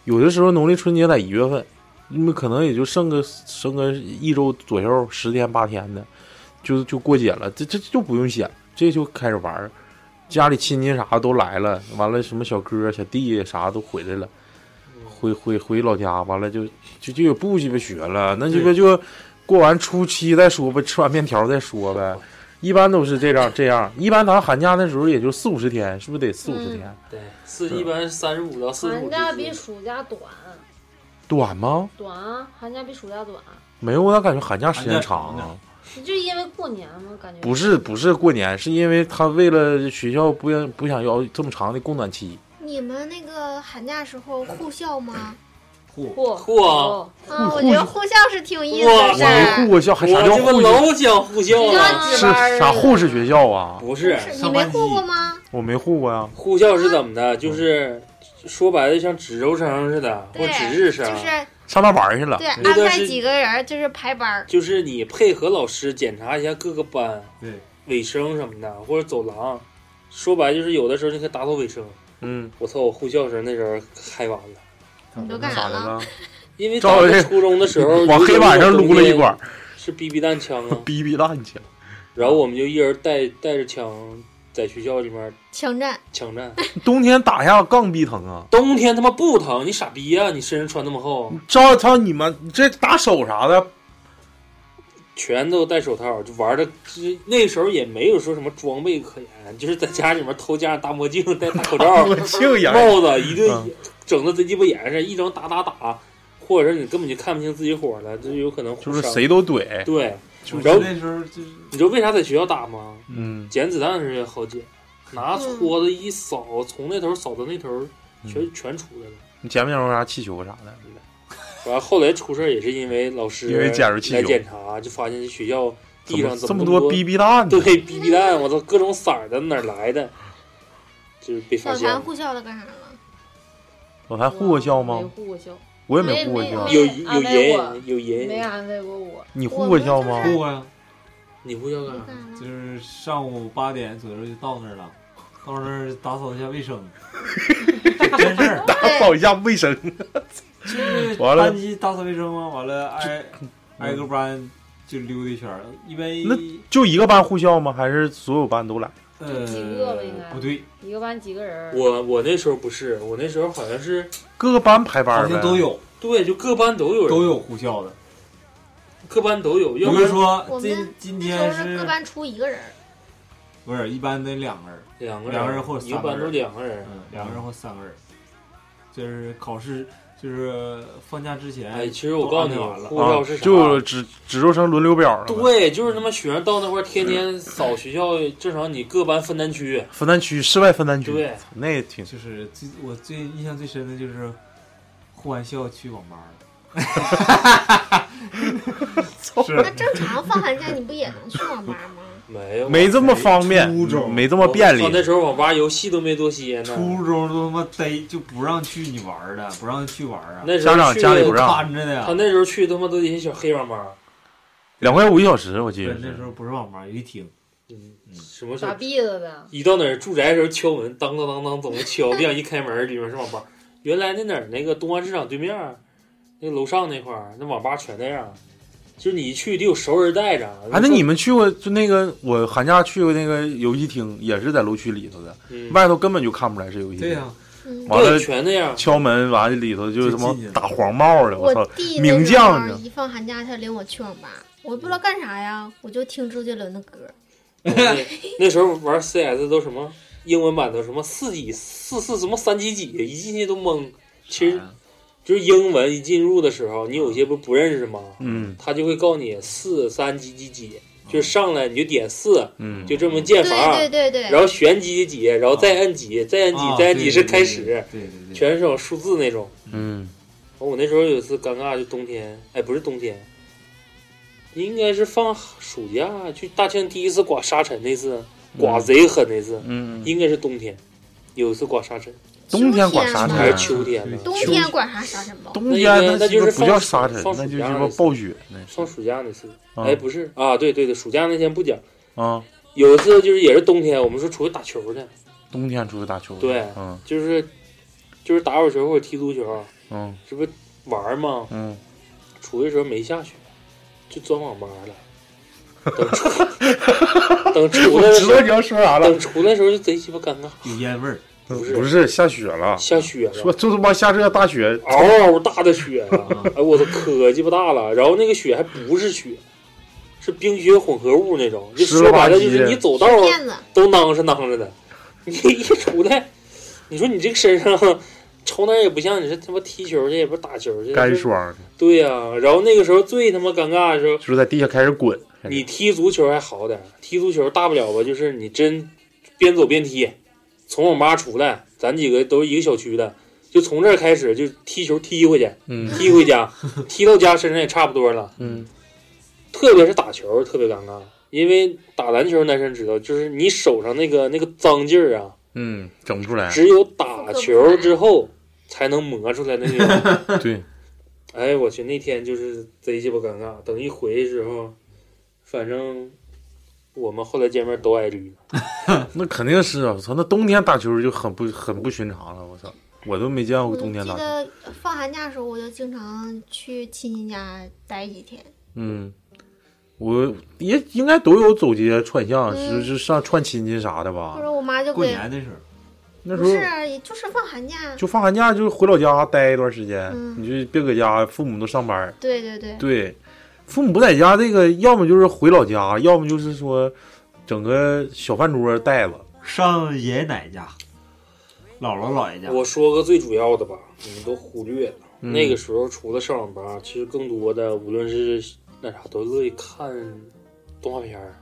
[SPEAKER 4] 有的时候农历春节在一月份，那么可能也就剩个剩个一周左右，十天八天的，就就过节了，这这这就不用写，这就开始玩儿。家里亲戚啥都来了，完了什么小哥小弟啥都回来了，
[SPEAKER 1] 嗯
[SPEAKER 4] 回回回老家，完了就就就也不鸡巴学了，那鸡巴就过完初七再说吧，吃完面条再说
[SPEAKER 1] 嗯
[SPEAKER 4] 呗。一般都是这样这样，一般咱寒假那时候也就四五十天，是不是得四五十
[SPEAKER 7] 嗯
[SPEAKER 4] 天？
[SPEAKER 3] 对，四一般三十五到
[SPEAKER 5] 啊
[SPEAKER 3] 四十
[SPEAKER 7] 寒
[SPEAKER 3] 五
[SPEAKER 7] 假
[SPEAKER 3] 之
[SPEAKER 7] 比
[SPEAKER 3] 间。
[SPEAKER 7] 暑假短，
[SPEAKER 4] 短吗？
[SPEAKER 7] 短啊，寒假比暑假短。
[SPEAKER 4] 没有，我咋感觉寒假时
[SPEAKER 1] 寒
[SPEAKER 4] 间
[SPEAKER 1] 假嗯
[SPEAKER 4] 长
[SPEAKER 1] 长
[SPEAKER 4] 啊
[SPEAKER 1] 呢？
[SPEAKER 7] 就因为过年嘛，感觉
[SPEAKER 4] 不是不是过年，是因为他为了学校不愿不想要这么长的供暖期，
[SPEAKER 5] 你们那个寒假时候护 校吗？
[SPEAKER 1] 嚯，
[SPEAKER 7] 过
[SPEAKER 3] 酷啊！
[SPEAKER 5] 啊，我觉得护校是挺有意思
[SPEAKER 3] 哇
[SPEAKER 5] 的
[SPEAKER 4] 我
[SPEAKER 5] 事
[SPEAKER 4] 没
[SPEAKER 5] 儿。
[SPEAKER 4] 护
[SPEAKER 5] 啊
[SPEAKER 4] 过校，还
[SPEAKER 3] 我
[SPEAKER 4] 啥叫
[SPEAKER 3] 这
[SPEAKER 4] 护校？
[SPEAKER 3] 不老想护校
[SPEAKER 7] 就
[SPEAKER 3] 了，
[SPEAKER 7] 像
[SPEAKER 4] 是
[SPEAKER 7] 值班儿
[SPEAKER 4] 啥护士学校啊？
[SPEAKER 3] 不是
[SPEAKER 5] 是啊你
[SPEAKER 1] 上
[SPEAKER 5] 没
[SPEAKER 1] 班
[SPEAKER 5] 护
[SPEAKER 1] 级
[SPEAKER 5] 过吗？
[SPEAKER 4] 我没护过呀。
[SPEAKER 3] 护校是怎么的？就是说白了，像值周生似的，或
[SPEAKER 5] 对，
[SPEAKER 3] 值日生
[SPEAKER 5] 就，是
[SPEAKER 4] 上那玩儿去了
[SPEAKER 5] 对，安
[SPEAKER 3] 啊那段
[SPEAKER 5] 排
[SPEAKER 3] 时
[SPEAKER 5] 几个人儿就是排班儿。
[SPEAKER 3] 就是你配合老师检查一下各个班
[SPEAKER 1] 对，
[SPEAKER 3] 卫生什么的，或者走廊。说白了就是有的时候你可以打扫卫生。
[SPEAKER 4] 嗯，
[SPEAKER 3] 我操，我护校时候那时候嗨完了，
[SPEAKER 5] 你都干
[SPEAKER 4] 咋
[SPEAKER 5] 啥
[SPEAKER 4] 的
[SPEAKER 5] 了？
[SPEAKER 4] 了？
[SPEAKER 3] 因为咱
[SPEAKER 4] 照
[SPEAKER 3] 们
[SPEAKER 4] 这
[SPEAKER 3] 初中的时候
[SPEAKER 4] 往黑板上撸了一管，，，
[SPEAKER 3] 是 BB 弹枪啊
[SPEAKER 4] 逼逼烂去了。
[SPEAKER 3] 然后我们就一人带带着枪在学校里面
[SPEAKER 5] 枪战，
[SPEAKER 3] 枪战。
[SPEAKER 4] 冬天打下杠逼疼啊！
[SPEAKER 3] 冬天他妈不疼，你傻逼呀、你身上穿那么厚，
[SPEAKER 4] 照操你们这打手啥的，
[SPEAKER 3] 全都戴手套，就玩的。就是那时候也没有说什么装备可言，就是在家里面偷家长大墨镜、戴大口 罩、
[SPEAKER 4] 我净眼儿
[SPEAKER 3] 帽子，一顿
[SPEAKER 4] 嗯
[SPEAKER 3] 整的贼鸡巴严实，一整打打打，或者是你根本就看不清自己火了，这有可能
[SPEAKER 4] 就是
[SPEAKER 3] 互伤
[SPEAKER 4] 谁都怼。
[SPEAKER 3] 对。
[SPEAKER 1] 就是
[SPEAKER 3] 然后
[SPEAKER 1] 那时候就是
[SPEAKER 3] 你知道为啥在学校打吗？
[SPEAKER 4] 嗯，
[SPEAKER 3] 捡子弹的时候也好捡，拿搓子一扫，从那头扫到那头，全、
[SPEAKER 4] 嗯
[SPEAKER 3] 全出来了。
[SPEAKER 4] 你前面有啥气球啥的？
[SPEAKER 3] 完后来出事儿也是因为老师
[SPEAKER 4] 因为捡着气球
[SPEAKER 3] 来检查，就发现这学校
[SPEAKER 4] 怎
[SPEAKER 3] 地上
[SPEAKER 4] 这
[SPEAKER 3] 怎么
[SPEAKER 4] 么
[SPEAKER 3] 那么
[SPEAKER 4] 多逼逼蛋呢？
[SPEAKER 3] 对 BB 弹，我操，各种色儿的哪儿来的，就是被发
[SPEAKER 5] 小
[SPEAKER 3] 现
[SPEAKER 5] 谭
[SPEAKER 3] 了。
[SPEAKER 5] 护校了干啥了？
[SPEAKER 4] 我还护过校吗
[SPEAKER 7] 没？护过校，
[SPEAKER 4] 我也没护过
[SPEAKER 7] 没
[SPEAKER 4] 校
[SPEAKER 7] 没。
[SPEAKER 3] 有
[SPEAKER 7] 安
[SPEAKER 3] 有
[SPEAKER 7] 排我
[SPEAKER 3] 人有
[SPEAKER 7] 没
[SPEAKER 3] 人，
[SPEAKER 7] 安慰过我。
[SPEAKER 4] 你护过校吗
[SPEAKER 5] 我？
[SPEAKER 1] 过呀，
[SPEAKER 3] 你护校干
[SPEAKER 5] 干
[SPEAKER 3] 啥
[SPEAKER 5] 啥？
[SPEAKER 1] 啊就
[SPEAKER 5] 了？
[SPEAKER 1] 是上午八点左右就到那儿了，到那儿打扫一下卫 生，真事儿，
[SPEAKER 4] 打扫一下卫生。
[SPEAKER 1] 就是
[SPEAKER 4] 完了嗯
[SPEAKER 1] 班级打扫卫生嘛，完了挨挨个班就溜达一圈儿，因
[SPEAKER 4] 那
[SPEAKER 1] 为
[SPEAKER 4] 就一个班护校吗？还是所有班都来？
[SPEAKER 1] 呃
[SPEAKER 7] 几个吧应该
[SPEAKER 1] 不对，
[SPEAKER 7] 一个班几个人儿？
[SPEAKER 3] 我我那时候不是，我那时候好像是
[SPEAKER 4] 各个班排班
[SPEAKER 1] 好
[SPEAKER 4] 儿呗
[SPEAKER 1] 像都，有
[SPEAKER 3] 对，就各班都有人，
[SPEAKER 1] 都有护校的，
[SPEAKER 3] 各班都有，
[SPEAKER 1] 比
[SPEAKER 3] 要不
[SPEAKER 1] 如
[SPEAKER 3] 然
[SPEAKER 1] 说
[SPEAKER 5] 我
[SPEAKER 1] 今
[SPEAKER 5] 们
[SPEAKER 1] 今
[SPEAKER 5] 那
[SPEAKER 1] 天
[SPEAKER 5] 时候是
[SPEAKER 1] 是
[SPEAKER 5] 各班出一个人儿，
[SPEAKER 1] 不是一般得两个人。
[SPEAKER 3] 两个
[SPEAKER 1] 两个
[SPEAKER 3] 人
[SPEAKER 1] 人或者
[SPEAKER 3] 一个
[SPEAKER 1] 三个
[SPEAKER 3] 班
[SPEAKER 1] 人
[SPEAKER 3] 都两个人，
[SPEAKER 1] 嗯，两个人或三个人，就是考试就是放假之前。
[SPEAKER 3] 哎，其实我告诉你，
[SPEAKER 1] 都安排完了
[SPEAKER 3] 护
[SPEAKER 4] 啊
[SPEAKER 3] 照是，啥？
[SPEAKER 4] 就只只做成轮流表了嘛。
[SPEAKER 3] 对，就是他妈学生到那块儿天天扫学校，正常你各班分单区，
[SPEAKER 4] 分单区，室外分单区，
[SPEAKER 3] 对，
[SPEAKER 4] 那也挺
[SPEAKER 1] 就是最我最印象最深的就是护完校去网吧了。
[SPEAKER 5] 那正常放寒假你不也能去网吧吗？
[SPEAKER 3] 没有
[SPEAKER 4] 没这么方便，
[SPEAKER 6] 初中
[SPEAKER 4] 没这么便利
[SPEAKER 3] 我。那时候网吧游戏都没多些呢，
[SPEAKER 1] 初中都他妈逮就不让去你玩儿的，不让去玩儿啊，
[SPEAKER 3] 那时候
[SPEAKER 4] 家长
[SPEAKER 3] 去
[SPEAKER 4] 家里不让
[SPEAKER 1] 看着
[SPEAKER 3] 他
[SPEAKER 1] 呢。
[SPEAKER 3] 那时候去他妈都得些小黑网吧，
[SPEAKER 4] 两块五一小时，我记
[SPEAKER 1] 对
[SPEAKER 4] 得，
[SPEAKER 1] 那时
[SPEAKER 4] 是。
[SPEAKER 1] 候不是网吧，有一厅。
[SPEAKER 3] 嗯，什么事
[SPEAKER 7] 咋
[SPEAKER 2] 啊
[SPEAKER 3] 儿？
[SPEAKER 7] 闭着的？
[SPEAKER 3] 一到哪儿住宅的时候敲门，当当当当怎么敲？别想一开门里面是网吧。原来那哪儿那个东安市场对面儿，那楼上那块儿那网吧全那样，就是你一去得有熟人带着。
[SPEAKER 4] 啊，那你们去过就那个我寒假去过那个游戏厅，也是在楼区里头的，
[SPEAKER 3] 嗯
[SPEAKER 4] 外头根本就看不出来是游戏厅。
[SPEAKER 1] 对啊呀，
[SPEAKER 5] 嗯，
[SPEAKER 4] 完了
[SPEAKER 3] 对全 那样，
[SPEAKER 4] 敲门，完了里头就是什么
[SPEAKER 1] 最近
[SPEAKER 4] 打黄帽 的，我
[SPEAKER 5] 我
[SPEAKER 4] 操！
[SPEAKER 5] 弟
[SPEAKER 4] 名
[SPEAKER 5] 那时
[SPEAKER 4] 将
[SPEAKER 5] 候
[SPEAKER 4] 呢
[SPEAKER 5] 一放寒假，他领我去网吧，我不知道干啥呀，我就听周杰伦的歌。
[SPEAKER 3] 那那时候玩 CS 都什么英文版的什么四几四四什么三几几，一进去都懵。其实就是英文一进入的时候，你有些不不认识吗？
[SPEAKER 4] 嗯
[SPEAKER 3] 他就会告诉你四三几几几，就是上来你就点四，
[SPEAKER 4] 嗯，
[SPEAKER 3] 就这么键
[SPEAKER 5] 对
[SPEAKER 3] 法，
[SPEAKER 5] 对对对，
[SPEAKER 3] 然后选几几几，然后再按几，再按几，
[SPEAKER 1] 啊
[SPEAKER 3] 再按几
[SPEAKER 1] 对
[SPEAKER 3] 是
[SPEAKER 1] 对
[SPEAKER 3] 开
[SPEAKER 1] 对
[SPEAKER 3] 始，
[SPEAKER 1] 对对对，
[SPEAKER 3] 全是这种数字那种。哦
[SPEAKER 4] 嗯，
[SPEAKER 3] 我那时候有一次尴尬，就冬天，哎，不是冬天，应该是放暑假去大庆第一次刮沙尘那次，
[SPEAKER 1] 嗯
[SPEAKER 3] 刮贼狠那次，
[SPEAKER 4] 嗯，
[SPEAKER 3] 应该是冬天，有一次刮沙尘，
[SPEAKER 4] 冬天管啥
[SPEAKER 5] 秋
[SPEAKER 3] 还
[SPEAKER 5] 天
[SPEAKER 4] 天啊
[SPEAKER 3] 是？秋天呢？
[SPEAKER 5] 冬天管啥沙尘暴？
[SPEAKER 4] 冬天
[SPEAKER 3] 那应该那就是
[SPEAKER 4] 不叫
[SPEAKER 3] 放暑
[SPEAKER 4] 沙尘，
[SPEAKER 3] 放暑
[SPEAKER 4] 那就
[SPEAKER 3] 假
[SPEAKER 4] 什
[SPEAKER 3] 那
[SPEAKER 4] 么
[SPEAKER 3] 次
[SPEAKER 4] 暴雪那是
[SPEAKER 3] 上暑假那次，
[SPEAKER 4] 啊
[SPEAKER 3] 哎，不是啊，对对对，暑假那天不讲，
[SPEAKER 4] 啊，
[SPEAKER 3] 有一次就是也是冬天，我们说出去打球去，
[SPEAKER 4] 冬天出去打球。
[SPEAKER 3] 对
[SPEAKER 4] 嗯
[SPEAKER 3] 就是就是打会儿球或者踢足球，啊
[SPEAKER 4] 嗯
[SPEAKER 3] 这不玩儿吗？
[SPEAKER 4] 嗯，
[SPEAKER 3] 出去的时候没下雪，就钻网吧了。等出等出来的时候，
[SPEAKER 4] 要说啥
[SPEAKER 3] 等出来的时候就贼鸡巴尴尬，
[SPEAKER 1] 有烟味儿。
[SPEAKER 3] 不是
[SPEAKER 4] 嗯不是下雪了，
[SPEAKER 3] 下雪
[SPEAKER 4] 说
[SPEAKER 3] 了，
[SPEAKER 4] 就他妈下这大雪，
[SPEAKER 3] 嗷嗷大的雪啊！哎我操，可鸡巴大了。然后那个雪还不是雪，是冰雪混合物那种，就
[SPEAKER 4] 湿
[SPEAKER 3] 说
[SPEAKER 4] 了
[SPEAKER 3] 白
[SPEAKER 4] 吧
[SPEAKER 3] 了
[SPEAKER 4] 唧
[SPEAKER 3] 就是你走道
[SPEAKER 5] 是骗子，
[SPEAKER 3] 都囊着囊着的。你一出来，你说你这个身上瞅哪儿也不像你是他妈踢球去，也不是打球去，
[SPEAKER 4] 干
[SPEAKER 3] 是
[SPEAKER 4] 霜的，
[SPEAKER 3] 对呀、然后那个时候最他妈尴尬的时候，
[SPEAKER 4] 就是在地下开始滚。
[SPEAKER 3] 你踢足球还好点儿，踢足球大不了吧，就是你真边走边踢，从网吧出来，咱几个都是一个小区的，就从这儿开始就踢球踢回去，
[SPEAKER 4] 嗯
[SPEAKER 3] 踢回家，踢到家身上也差不多了。
[SPEAKER 4] 嗯
[SPEAKER 3] 特别是打球特别尴尬，因为打篮球男生知道，就是你手上那个那个脏劲儿啊，
[SPEAKER 4] 嗯，整不出来。
[SPEAKER 3] 只有打球之后才能磨出来的那种。
[SPEAKER 4] 对，
[SPEAKER 3] 哎，我去，那天就是贼鸡巴尴尬。等一回的时候，反正我们后来见面都挨绿了。
[SPEAKER 4] 那肯定是啊！我操，那冬天打球就很不很不寻常了。我操，我都没见过
[SPEAKER 5] 我
[SPEAKER 4] 冬
[SPEAKER 5] 记
[SPEAKER 4] 天打球。
[SPEAKER 5] 得放寒假的时候，我就经常去亲戚家待几天。
[SPEAKER 4] 嗯，我也应该都有走街串巷，
[SPEAKER 5] 嗯
[SPEAKER 4] 是是上串亲戚啥的吧
[SPEAKER 5] 或？者我妈就
[SPEAKER 1] 过
[SPEAKER 5] 给，
[SPEAKER 1] 年的时候，
[SPEAKER 4] 那时
[SPEAKER 5] 不
[SPEAKER 4] 候
[SPEAKER 5] 是，也就是放寒假。
[SPEAKER 4] 就放寒假就回老家待一段时间，
[SPEAKER 5] 嗯
[SPEAKER 4] 你就别搁家，父母都上班。
[SPEAKER 5] 对对对，
[SPEAKER 4] 对，父母不在家，这个要么就是回老家，要么就是说整个小饭桌带了。
[SPEAKER 1] 上爷爷奶奶家、姥姥姥爷家。
[SPEAKER 3] 我说个最主要的吧，你们都忽略了。
[SPEAKER 4] 嗯
[SPEAKER 3] 那个时候除了上网吧，其实更多的无论是那啥，都乐意看动画片儿。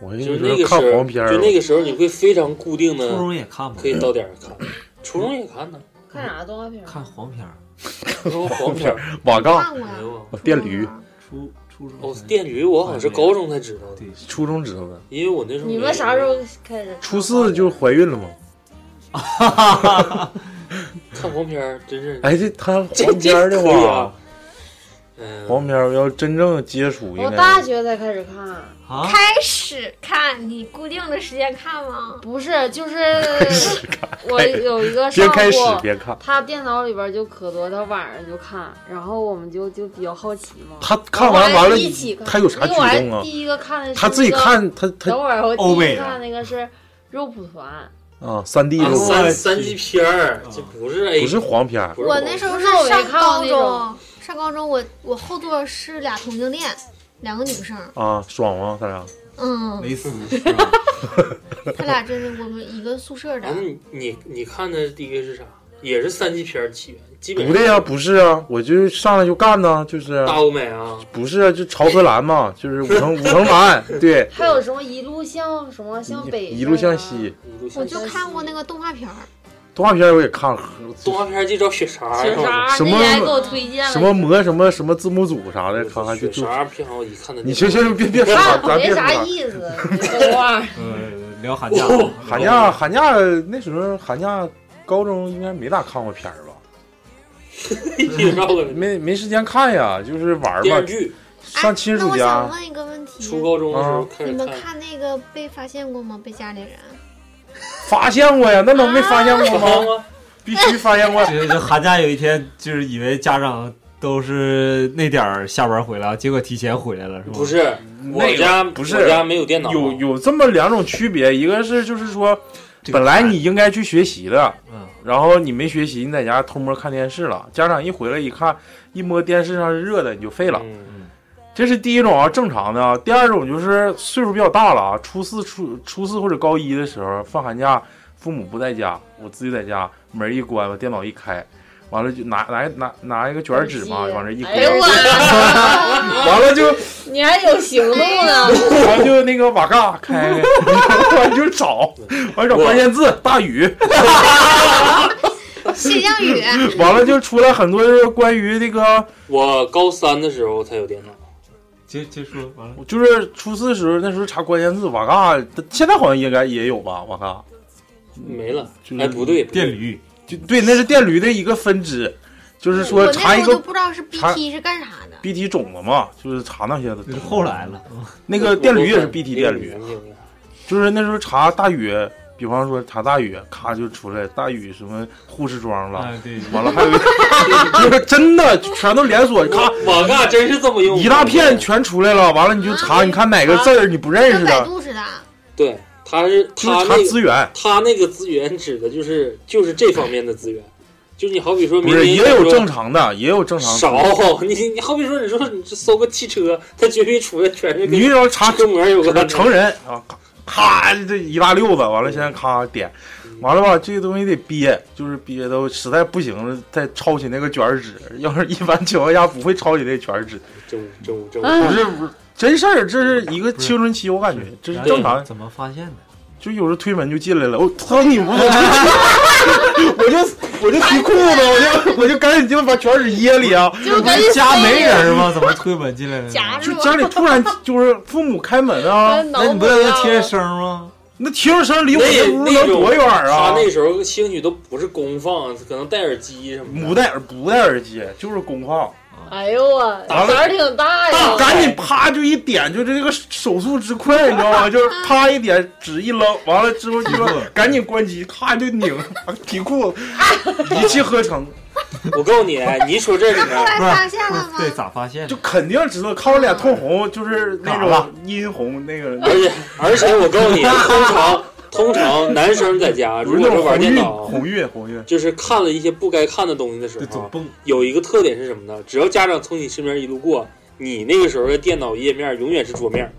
[SPEAKER 4] 我那
[SPEAKER 3] 就是
[SPEAKER 4] 时
[SPEAKER 3] 那
[SPEAKER 4] 候
[SPEAKER 3] 个时
[SPEAKER 4] 看
[SPEAKER 3] 候，
[SPEAKER 4] 黄片儿
[SPEAKER 3] 就，那个时候你会非常固定
[SPEAKER 1] 初
[SPEAKER 3] 的，
[SPEAKER 1] 中也看吗
[SPEAKER 3] 可？以到点儿看。初中也 看呢，
[SPEAKER 7] 看啥动画片？
[SPEAKER 1] 看黄片儿。
[SPEAKER 3] 初中黄片儿，
[SPEAKER 4] 瓦
[SPEAKER 5] 看
[SPEAKER 4] 岗、
[SPEAKER 5] 过
[SPEAKER 3] 哎
[SPEAKER 5] 呀。
[SPEAKER 3] 呦
[SPEAKER 4] 哦电驴，
[SPEAKER 7] 嗯
[SPEAKER 1] 初初中
[SPEAKER 3] 哦
[SPEAKER 1] 好，像
[SPEAKER 3] 电驴我好像是高中才知道的，
[SPEAKER 1] 对
[SPEAKER 4] 初中知道的，
[SPEAKER 3] 因为我那时候
[SPEAKER 7] 你
[SPEAKER 3] 没
[SPEAKER 7] 们啥时候开始看？
[SPEAKER 4] 初四就怀孕了嘛。
[SPEAKER 3] 看黄片儿？真是
[SPEAKER 4] 哎，这他
[SPEAKER 3] 这
[SPEAKER 4] 黄片儿的
[SPEAKER 3] 这可以
[SPEAKER 4] 话
[SPEAKER 3] 啊，嗯，
[SPEAKER 4] 黄片儿要真正接触，应
[SPEAKER 7] 我
[SPEAKER 4] 该
[SPEAKER 7] 大学才开始看，
[SPEAKER 1] 啊，
[SPEAKER 5] 开始看，你固定的时间看吗？
[SPEAKER 7] 不是，就是我有一个
[SPEAKER 4] 别
[SPEAKER 7] 上
[SPEAKER 4] 开始
[SPEAKER 7] 过，
[SPEAKER 4] 别看。
[SPEAKER 7] 他电脑里边就可多，他晚上就看，然后我们就就比较好奇嘛。
[SPEAKER 4] 他看完
[SPEAKER 7] 然后
[SPEAKER 4] 完了
[SPEAKER 7] 还一起，看，
[SPEAKER 4] 他有啥
[SPEAKER 7] 因
[SPEAKER 4] 举
[SPEAKER 7] 为我还
[SPEAKER 4] 动啊？
[SPEAKER 7] 第一个看的是
[SPEAKER 4] 他自己
[SPEAKER 7] 那个，
[SPEAKER 4] 看，他他
[SPEAKER 7] 等会儿我
[SPEAKER 1] 欧
[SPEAKER 7] 第一
[SPEAKER 1] 美
[SPEAKER 7] 个
[SPEAKER 1] 的
[SPEAKER 7] 看那个是肉蒲团，
[SPEAKER 4] 啊，三 D
[SPEAKER 3] 啊
[SPEAKER 4] 肉
[SPEAKER 3] 三三级片儿
[SPEAKER 1] 啊，
[SPEAKER 3] 这不是 A，
[SPEAKER 4] 不是黄片儿，
[SPEAKER 3] 不是
[SPEAKER 5] 我那时候是
[SPEAKER 7] 不是我
[SPEAKER 5] 上
[SPEAKER 7] 也看过
[SPEAKER 5] 高
[SPEAKER 7] 那
[SPEAKER 5] 中
[SPEAKER 7] 种，
[SPEAKER 5] 上高中我我后座是俩同性恋，两个女生，
[SPEAKER 4] 啊，爽吗？咱俩
[SPEAKER 5] 嗯，
[SPEAKER 1] 蕾丝是吧？
[SPEAKER 5] 他俩真是我们一个宿舍
[SPEAKER 3] 啊，那
[SPEAKER 5] 的。
[SPEAKER 3] 你你你看的第一个是啥？也是三级片儿起源，基本
[SPEAKER 4] 不
[SPEAKER 3] 上
[SPEAKER 4] 对呀、不是啊，我就上来就干呢、就是啊
[SPEAKER 3] 大欧美啊，
[SPEAKER 4] 不是啊，就朝河南 嘛，就是五城五城南，对，
[SPEAKER 7] 还有什么一路向什么向北、
[SPEAKER 4] 一路向西。。
[SPEAKER 3] 一路向
[SPEAKER 5] 我
[SPEAKER 3] 西
[SPEAKER 5] 就看过那个动画片儿，哎
[SPEAKER 4] 动画片我也看，
[SPEAKER 3] 动画片儿就找雪啥
[SPEAKER 7] 雪
[SPEAKER 3] 呀，
[SPEAKER 7] 莎，
[SPEAKER 4] 什么
[SPEAKER 7] 那还给我推荐了
[SPEAKER 4] 什么魔什么什么字幕组啥的，看看就
[SPEAKER 3] 雪
[SPEAKER 4] 就。
[SPEAKER 3] 啥片儿我一看他就
[SPEAKER 4] 你行行行，别别说了，
[SPEAKER 7] 看
[SPEAKER 4] 咱
[SPEAKER 7] 没
[SPEAKER 4] 别说
[SPEAKER 7] 啥
[SPEAKER 4] 了。
[SPEAKER 7] 意思， 这动画
[SPEAKER 1] 呃，聊寒假，
[SPEAKER 4] 寒假啊寒假那时候寒假高中应该没咋看过片儿吧？
[SPEAKER 3] 你绕过来
[SPEAKER 4] 没没时间看呀，就是玩儿
[SPEAKER 3] 电视
[SPEAKER 4] 嘛。
[SPEAKER 3] 剧，
[SPEAKER 4] 上亲
[SPEAKER 5] 哎那
[SPEAKER 4] 属
[SPEAKER 5] 我
[SPEAKER 4] 家
[SPEAKER 5] 想，问一个问题，
[SPEAKER 3] 初高中的时
[SPEAKER 4] 嗯
[SPEAKER 3] 候开
[SPEAKER 5] 你
[SPEAKER 3] 始
[SPEAKER 5] 们
[SPEAKER 3] 看，
[SPEAKER 5] 看那个被发现过吗？被家里人？
[SPEAKER 4] 发现过呀？那能没发现过
[SPEAKER 3] 看
[SPEAKER 4] 吗？
[SPEAKER 3] 吗？
[SPEAKER 4] 必须发现过。
[SPEAKER 1] 这这寒假有一天就是以为家长都是那点儿下班回来，结果提前回来了，是吧？
[SPEAKER 3] 不，是，
[SPEAKER 4] 嗯那
[SPEAKER 3] 我
[SPEAKER 4] 个
[SPEAKER 3] 家
[SPEAKER 4] 不是
[SPEAKER 3] 我家没有电脑，
[SPEAKER 4] 有有这么两种区别，一个是就是说，本来你应该去学习的，
[SPEAKER 1] 嗯，
[SPEAKER 4] 然后你没学习，你在家偷摸看电视了，家长一回来一看，一摸电视上是热的，你就废了。
[SPEAKER 3] 嗯
[SPEAKER 4] 这是第一种啊，正常的啊。第二种就是岁数比较大了啊，初四、初初四或者高一的时候，放寒假，父母不在家，我自己在家，门一关，把电脑一开，完了就拿拿拿拿一个卷纸嘛，往这一搁，
[SPEAKER 7] 哎呦我，
[SPEAKER 4] 完了就
[SPEAKER 7] 你还有行动
[SPEAKER 4] 哎
[SPEAKER 7] 呢，
[SPEAKER 4] 完了就那个瓦嘎开开，完了就找，完了找关键字大雨，
[SPEAKER 5] 谢降雨，
[SPEAKER 4] 完了就出来很多关于这个，
[SPEAKER 3] 我高三的时候才有电脑，
[SPEAKER 1] 接接说完了，
[SPEAKER 4] 就是初四时候那时候查关键字瓦嘎，现在好像应该也有吧，瓦嘎。
[SPEAKER 3] 没了
[SPEAKER 4] 嗯就。是
[SPEAKER 3] 哎，不对，不对
[SPEAKER 1] 电驴，
[SPEAKER 4] 就对，那是电驴的一个分支，就是说
[SPEAKER 5] 我
[SPEAKER 4] 查
[SPEAKER 5] 那
[SPEAKER 4] 一
[SPEAKER 5] 时候就
[SPEAKER 4] 个
[SPEAKER 5] 不知道是
[SPEAKER 4] 查
[SPEAKER 5] BT 是干啥的。
[SPEAKER 4] BT 种子嘛，就是查那些的。
[SPEAKER 1] 那是后来了，
[SPEAKER 4] 那个电驴也是 BT
[SPEAKER 3] 我
[SPEAKER 4] 电驴，
[SPEAKER 3] 我
[SPEAKER 4] 就是那时候查大禹，比方说查大禹，咔就出来大禹什么护士装了，
[SPEAKER 1] 啊，对，
[SPEAKER 4] 完了还有一个就是真的全都连锁，咔
[SPEAKER 3] 我嘎真是这么用的，
[SPEAKER 4] 一大片全出来了，完了你就查，你看哪个字儿你不认识
[SPEAKER 5] 跟百
[SPEAKER 4] 的，
[SPEAKER 5] 度似的，
[SPEAKER 3] 对，他是
[SPEAKER 4] 就
[SPEAKER 3] 他
[SPEAKER 4] 是查
[SPEAKER 3] 那
[SPEAKER 4] 资
[SPEAKER 3] 个
[SPEAKER 4] 源。
[SPEAKER 3] 他那个资源指的就是就是这方面的资源，就你好比说
[SPEAKER 4] 不
[SPEAKER 3] 明
[SPEAKER 4] 是，
[SPEAKER 3] 年
[SPEAKER 4] 也有正常的，也有正常的。
[SPEAKER 3] 少， 你你好比说你说你这搜个汽车，它绝逼出来全是
[SPEAKER 4] 你
[SPEAKER 3] 跟
[SPEAKER 4] 遇到查
[SPEAKER 3] 车模有
[SPEAKER 4] 这
[SPEAKER 3] 关
[SPEAKER 4] 个
[SPEAKER 3] 的，
[SPEAKER 4] 成人啊，咔咔这一大溜子，完了现在咔点，完了吧，这个东西得憋，就是憋到实在不行了，再抄起那个卷儿纸。要是一般情况下不会抄起那个卷儿纸，
[SPEAKER 3] 真无真无真无，
[SPEAKER 4] 不
[SPEAKER 2] 嗯，
[SPEAKER 4] 是不是真事儿，这是一个青春期，我感觉这是正常的。
[SPEAKER 1] 怎么发现的？
[SPEAKER 4] 就有人推门就进来了，我操你妈！我就我就提裤子，我就我就赶紧就把卷儿纸掖里啊，
[SPEAKER 7] 就是
[SPEAKER 1] 不
[SPEAKER 7] 赶
[SPEAKER 1] 是
[SPEAKER 7] 紧
[SPEAKER 1] 家没人吗？怎么推门进来的？
[SPEAKER 5] 夹
[SPEAKER 4] 就
[SPEAKER 5] 住
[SPEAKER 4] 家里突然就是父母开门啊，
[SPEAKER 1] 那你不在那贴声吗？
[SPEAKER 4] 那听着声离我这屋
[SPEAKER 3] 那那
[SPEAKER 4] 能
[SPEAKER 3] 种
[SPEAKER 4] 多远啊？
[SPEAKER 3] 他那时候兴许都不是公放，可能戴耳机什么
[SPEAKER 4] 不
[SPEAKER 3] 的。
[SPEAKER 4] 戴耳不戴耳机，就是公放，
[SPEAKER 7] 哎呦我，
[SPEAKER 4] 完了
[SPEAKER 7] 胆儿挺大
[SPEAKER 2] 哎
[SPEAKER 7] 呀，
[SPEAKER 4] 赶紧啪就一点，就这个手速之快，你知道吗？就是啪一点，纸一扔，完了之后就说赶紧关机，咔就拧，提裤子，一气呵成，
[SPEAKER 3] 我告诉你，你一说这里
[SPEAKER 5] 后
[SPEAKER 3] 面，
[SPEAKER 5] 来
[SPEAKER 1] 不
[SPEAKER 5] 发现了
[SPEAKER 1] 是，
[SPEAKER 5] 吗？
[SPEAKER 1] 对，咋发现
[SPEAKER 4] 就
[SPEAKER 1] 的？
[SPEAKER 4] 肯定知道，看我脸通红，就是那
[SPEAKER 1] 咋
[SPEAKER 4] 种
[SPEAKER 1] 了
[SPEAKER 4] 殷红那个。
[SPEAKER 3] 而且而且我告诉你，通常通常男生在家
[SPEAKER 4] 不
[SPEAKER 3] 如
[SPEAKER 4] 是
[SPEAKER 3] 果
[SPEAKER 4] 那
[SPEAKER 3] 是
[SPEAKER 4] 种
[SPEAKER 3] 玩
[SPEAKER 4] 红
[SPEAKER 3] 电
[SPEAKER 4] 晕，
[SPEAKER 3] 脑，
[SPEAKER 4] 红晕，红晕，
[SPEAKER 3] 就是看了一些不该看的东西的时
[SPEAKER 1] 就
[SPEAKER 3] 候
[SPEAKER 1] 总，蹦，
[SPEAKER 3] 有一个特点是什么呢？只要家长从你身边一路过，你那个时候的电脑页面永远是桌面，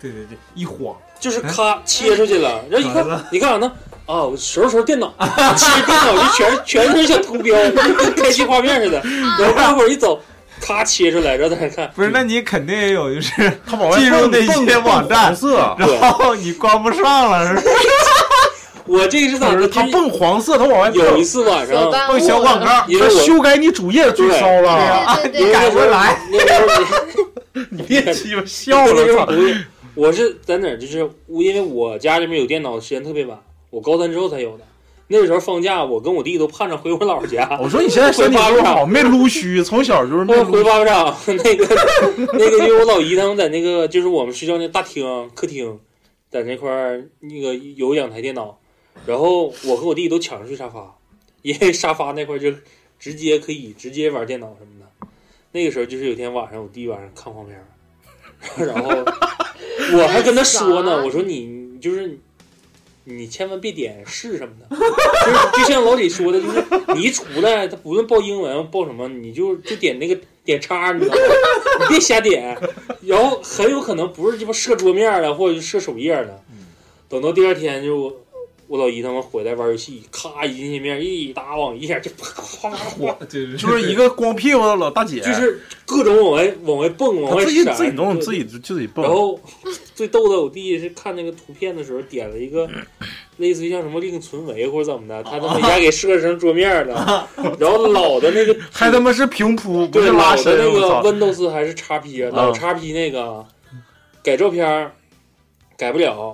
[SPEAKER 1] 对对对，一晃，
[SPEAKER 3] 就是咔切出去 了，然后一看
[SPEAKER 1] 哎完了
[SPEAKER 3] 你干啥呢？啊，我收拾收拾电脑， 其实电脑就 全全是小图标， 跟开机画面似的。然后过会儿一走，咔切出来，然后再看，
[SPEAKER 1] 不是？那你肯定也有，就是
[SPEAKER 4] 他往外
[SPEAKER 1] 进入
[SPEAKER 4] 蹦
[SPEAKER 1] 那些
[SPEAKER 4] 蹦
[SPEAKER 1] 网站
[SPEAKER 4] 红色，
[SPEAKER 3] 对
[SPEAKER 1] 然后你关不上了，是吧
[SPEAKER 3] 我这个是咋
[SPEAKER 4] 不
[SPEAKER 3] 的？
[SPEAKER 4] 是他
[SPEAKER 3] 就是
[SPEAKER 4] 蹦黄色，他往外
[SPEAKER 3] 有一
[SPEAKER 4] 蹦，
[SPEAKER 3] 次晚上
[SPEAKER 7] 小，弹幕
[SPEAKER 1] 蹦小广告，
[SPEAKER 3] 因
[SPEAKER 4] 他
[SPEAKER 3] 为我
[SPEAKER 4] 修改你主页最
[SPEAKER 3] 对
[SPEAKER 4] 骚了。
[SPEAKER 5] 对对
[SPEAKER 3] 因为
[SPEAKER 5] 对，
[SPEAKER 3] 那时候
[SPEAKER 1] 改回来，
[SPEAKER 3] 那时候
[SPEAKER 4] 你别鸡巴
[SPEAKER 3] 你
[SPEAKER 4] 笑
[SPEAKER 3] 那时候
[SPEAKER 4] 了，
[SPEAKER 3] 不会，我是在哪儿？就是我因为我家里面有电脑的时间特别晚，我高三之后才有的。那时候放假，我跟我弟都盼着回我姥姥家。
[SPEAKER 4] 我说你现在身体多好，没撸须，从小就是没
[SPEAKER 3] 我
[SPEAKER 4] 撸
[SPEAKER 3] 回
[SPEAKER 4] 须。
[SPEAKER 3] 八厂，那个那个，因为我老姨他们在那个就是我们睡觉那大厅客厅，在那块儿那个有两台电脑，然后我和我弟都抢着睡沙发，因为沙发那块儿就直接可以直接玩电脑什么的。那个时候就是有天晚上我弟晚上看黄片儿， 然后我还跟他说呢，我说你你就是。你千万别点是什么的， 就是就像老李说的，就是你一出来，他不论报英文报什么，你就就点那个点叉，你知道吗？ 你别瞎点，然后很有可能不是鸡巴射桌面了，或者是射首页了。等到第二天就我我老姨他们回来玩游戏，咔一进界面一打网一下就啪啪啪
[SPEAKER 1] 我就是
[SPEAKER 4] 就是一个光屁股的老大姐，
[SPEAKER 3] 就是各种往外往外蹦，往
[SPEAKER 4] 她
[SPEAKER 3] 外
[SPEAKER 4] 自己
[SPEAKER 3] 闪，
[SPEAKER 4] 自己弄，
[SPEAKER 3] 对
[SPEAKER 4] 自己就自己蹦。
[SPEAKER 3] 然后最逗的，我弟是看那个图片的时候点了一个类似于像什么另存为或者怎么的，他他妈一下给设置成桌面 了，然后老的那个
[SPEAKER 4] 还他妈是平铺，不
[SPEAKER 3] 对
[SPEAKER 4] 是拉
[SPEAKER 3] 老的
[SPEAKER 4] 伸，
[SPEAKER 3] 那
[SPEAKER 4] 我操嗯
[SPEAKER 3] 个 Windows 还是 x P 啊老 x P 那个改照片儿改不了，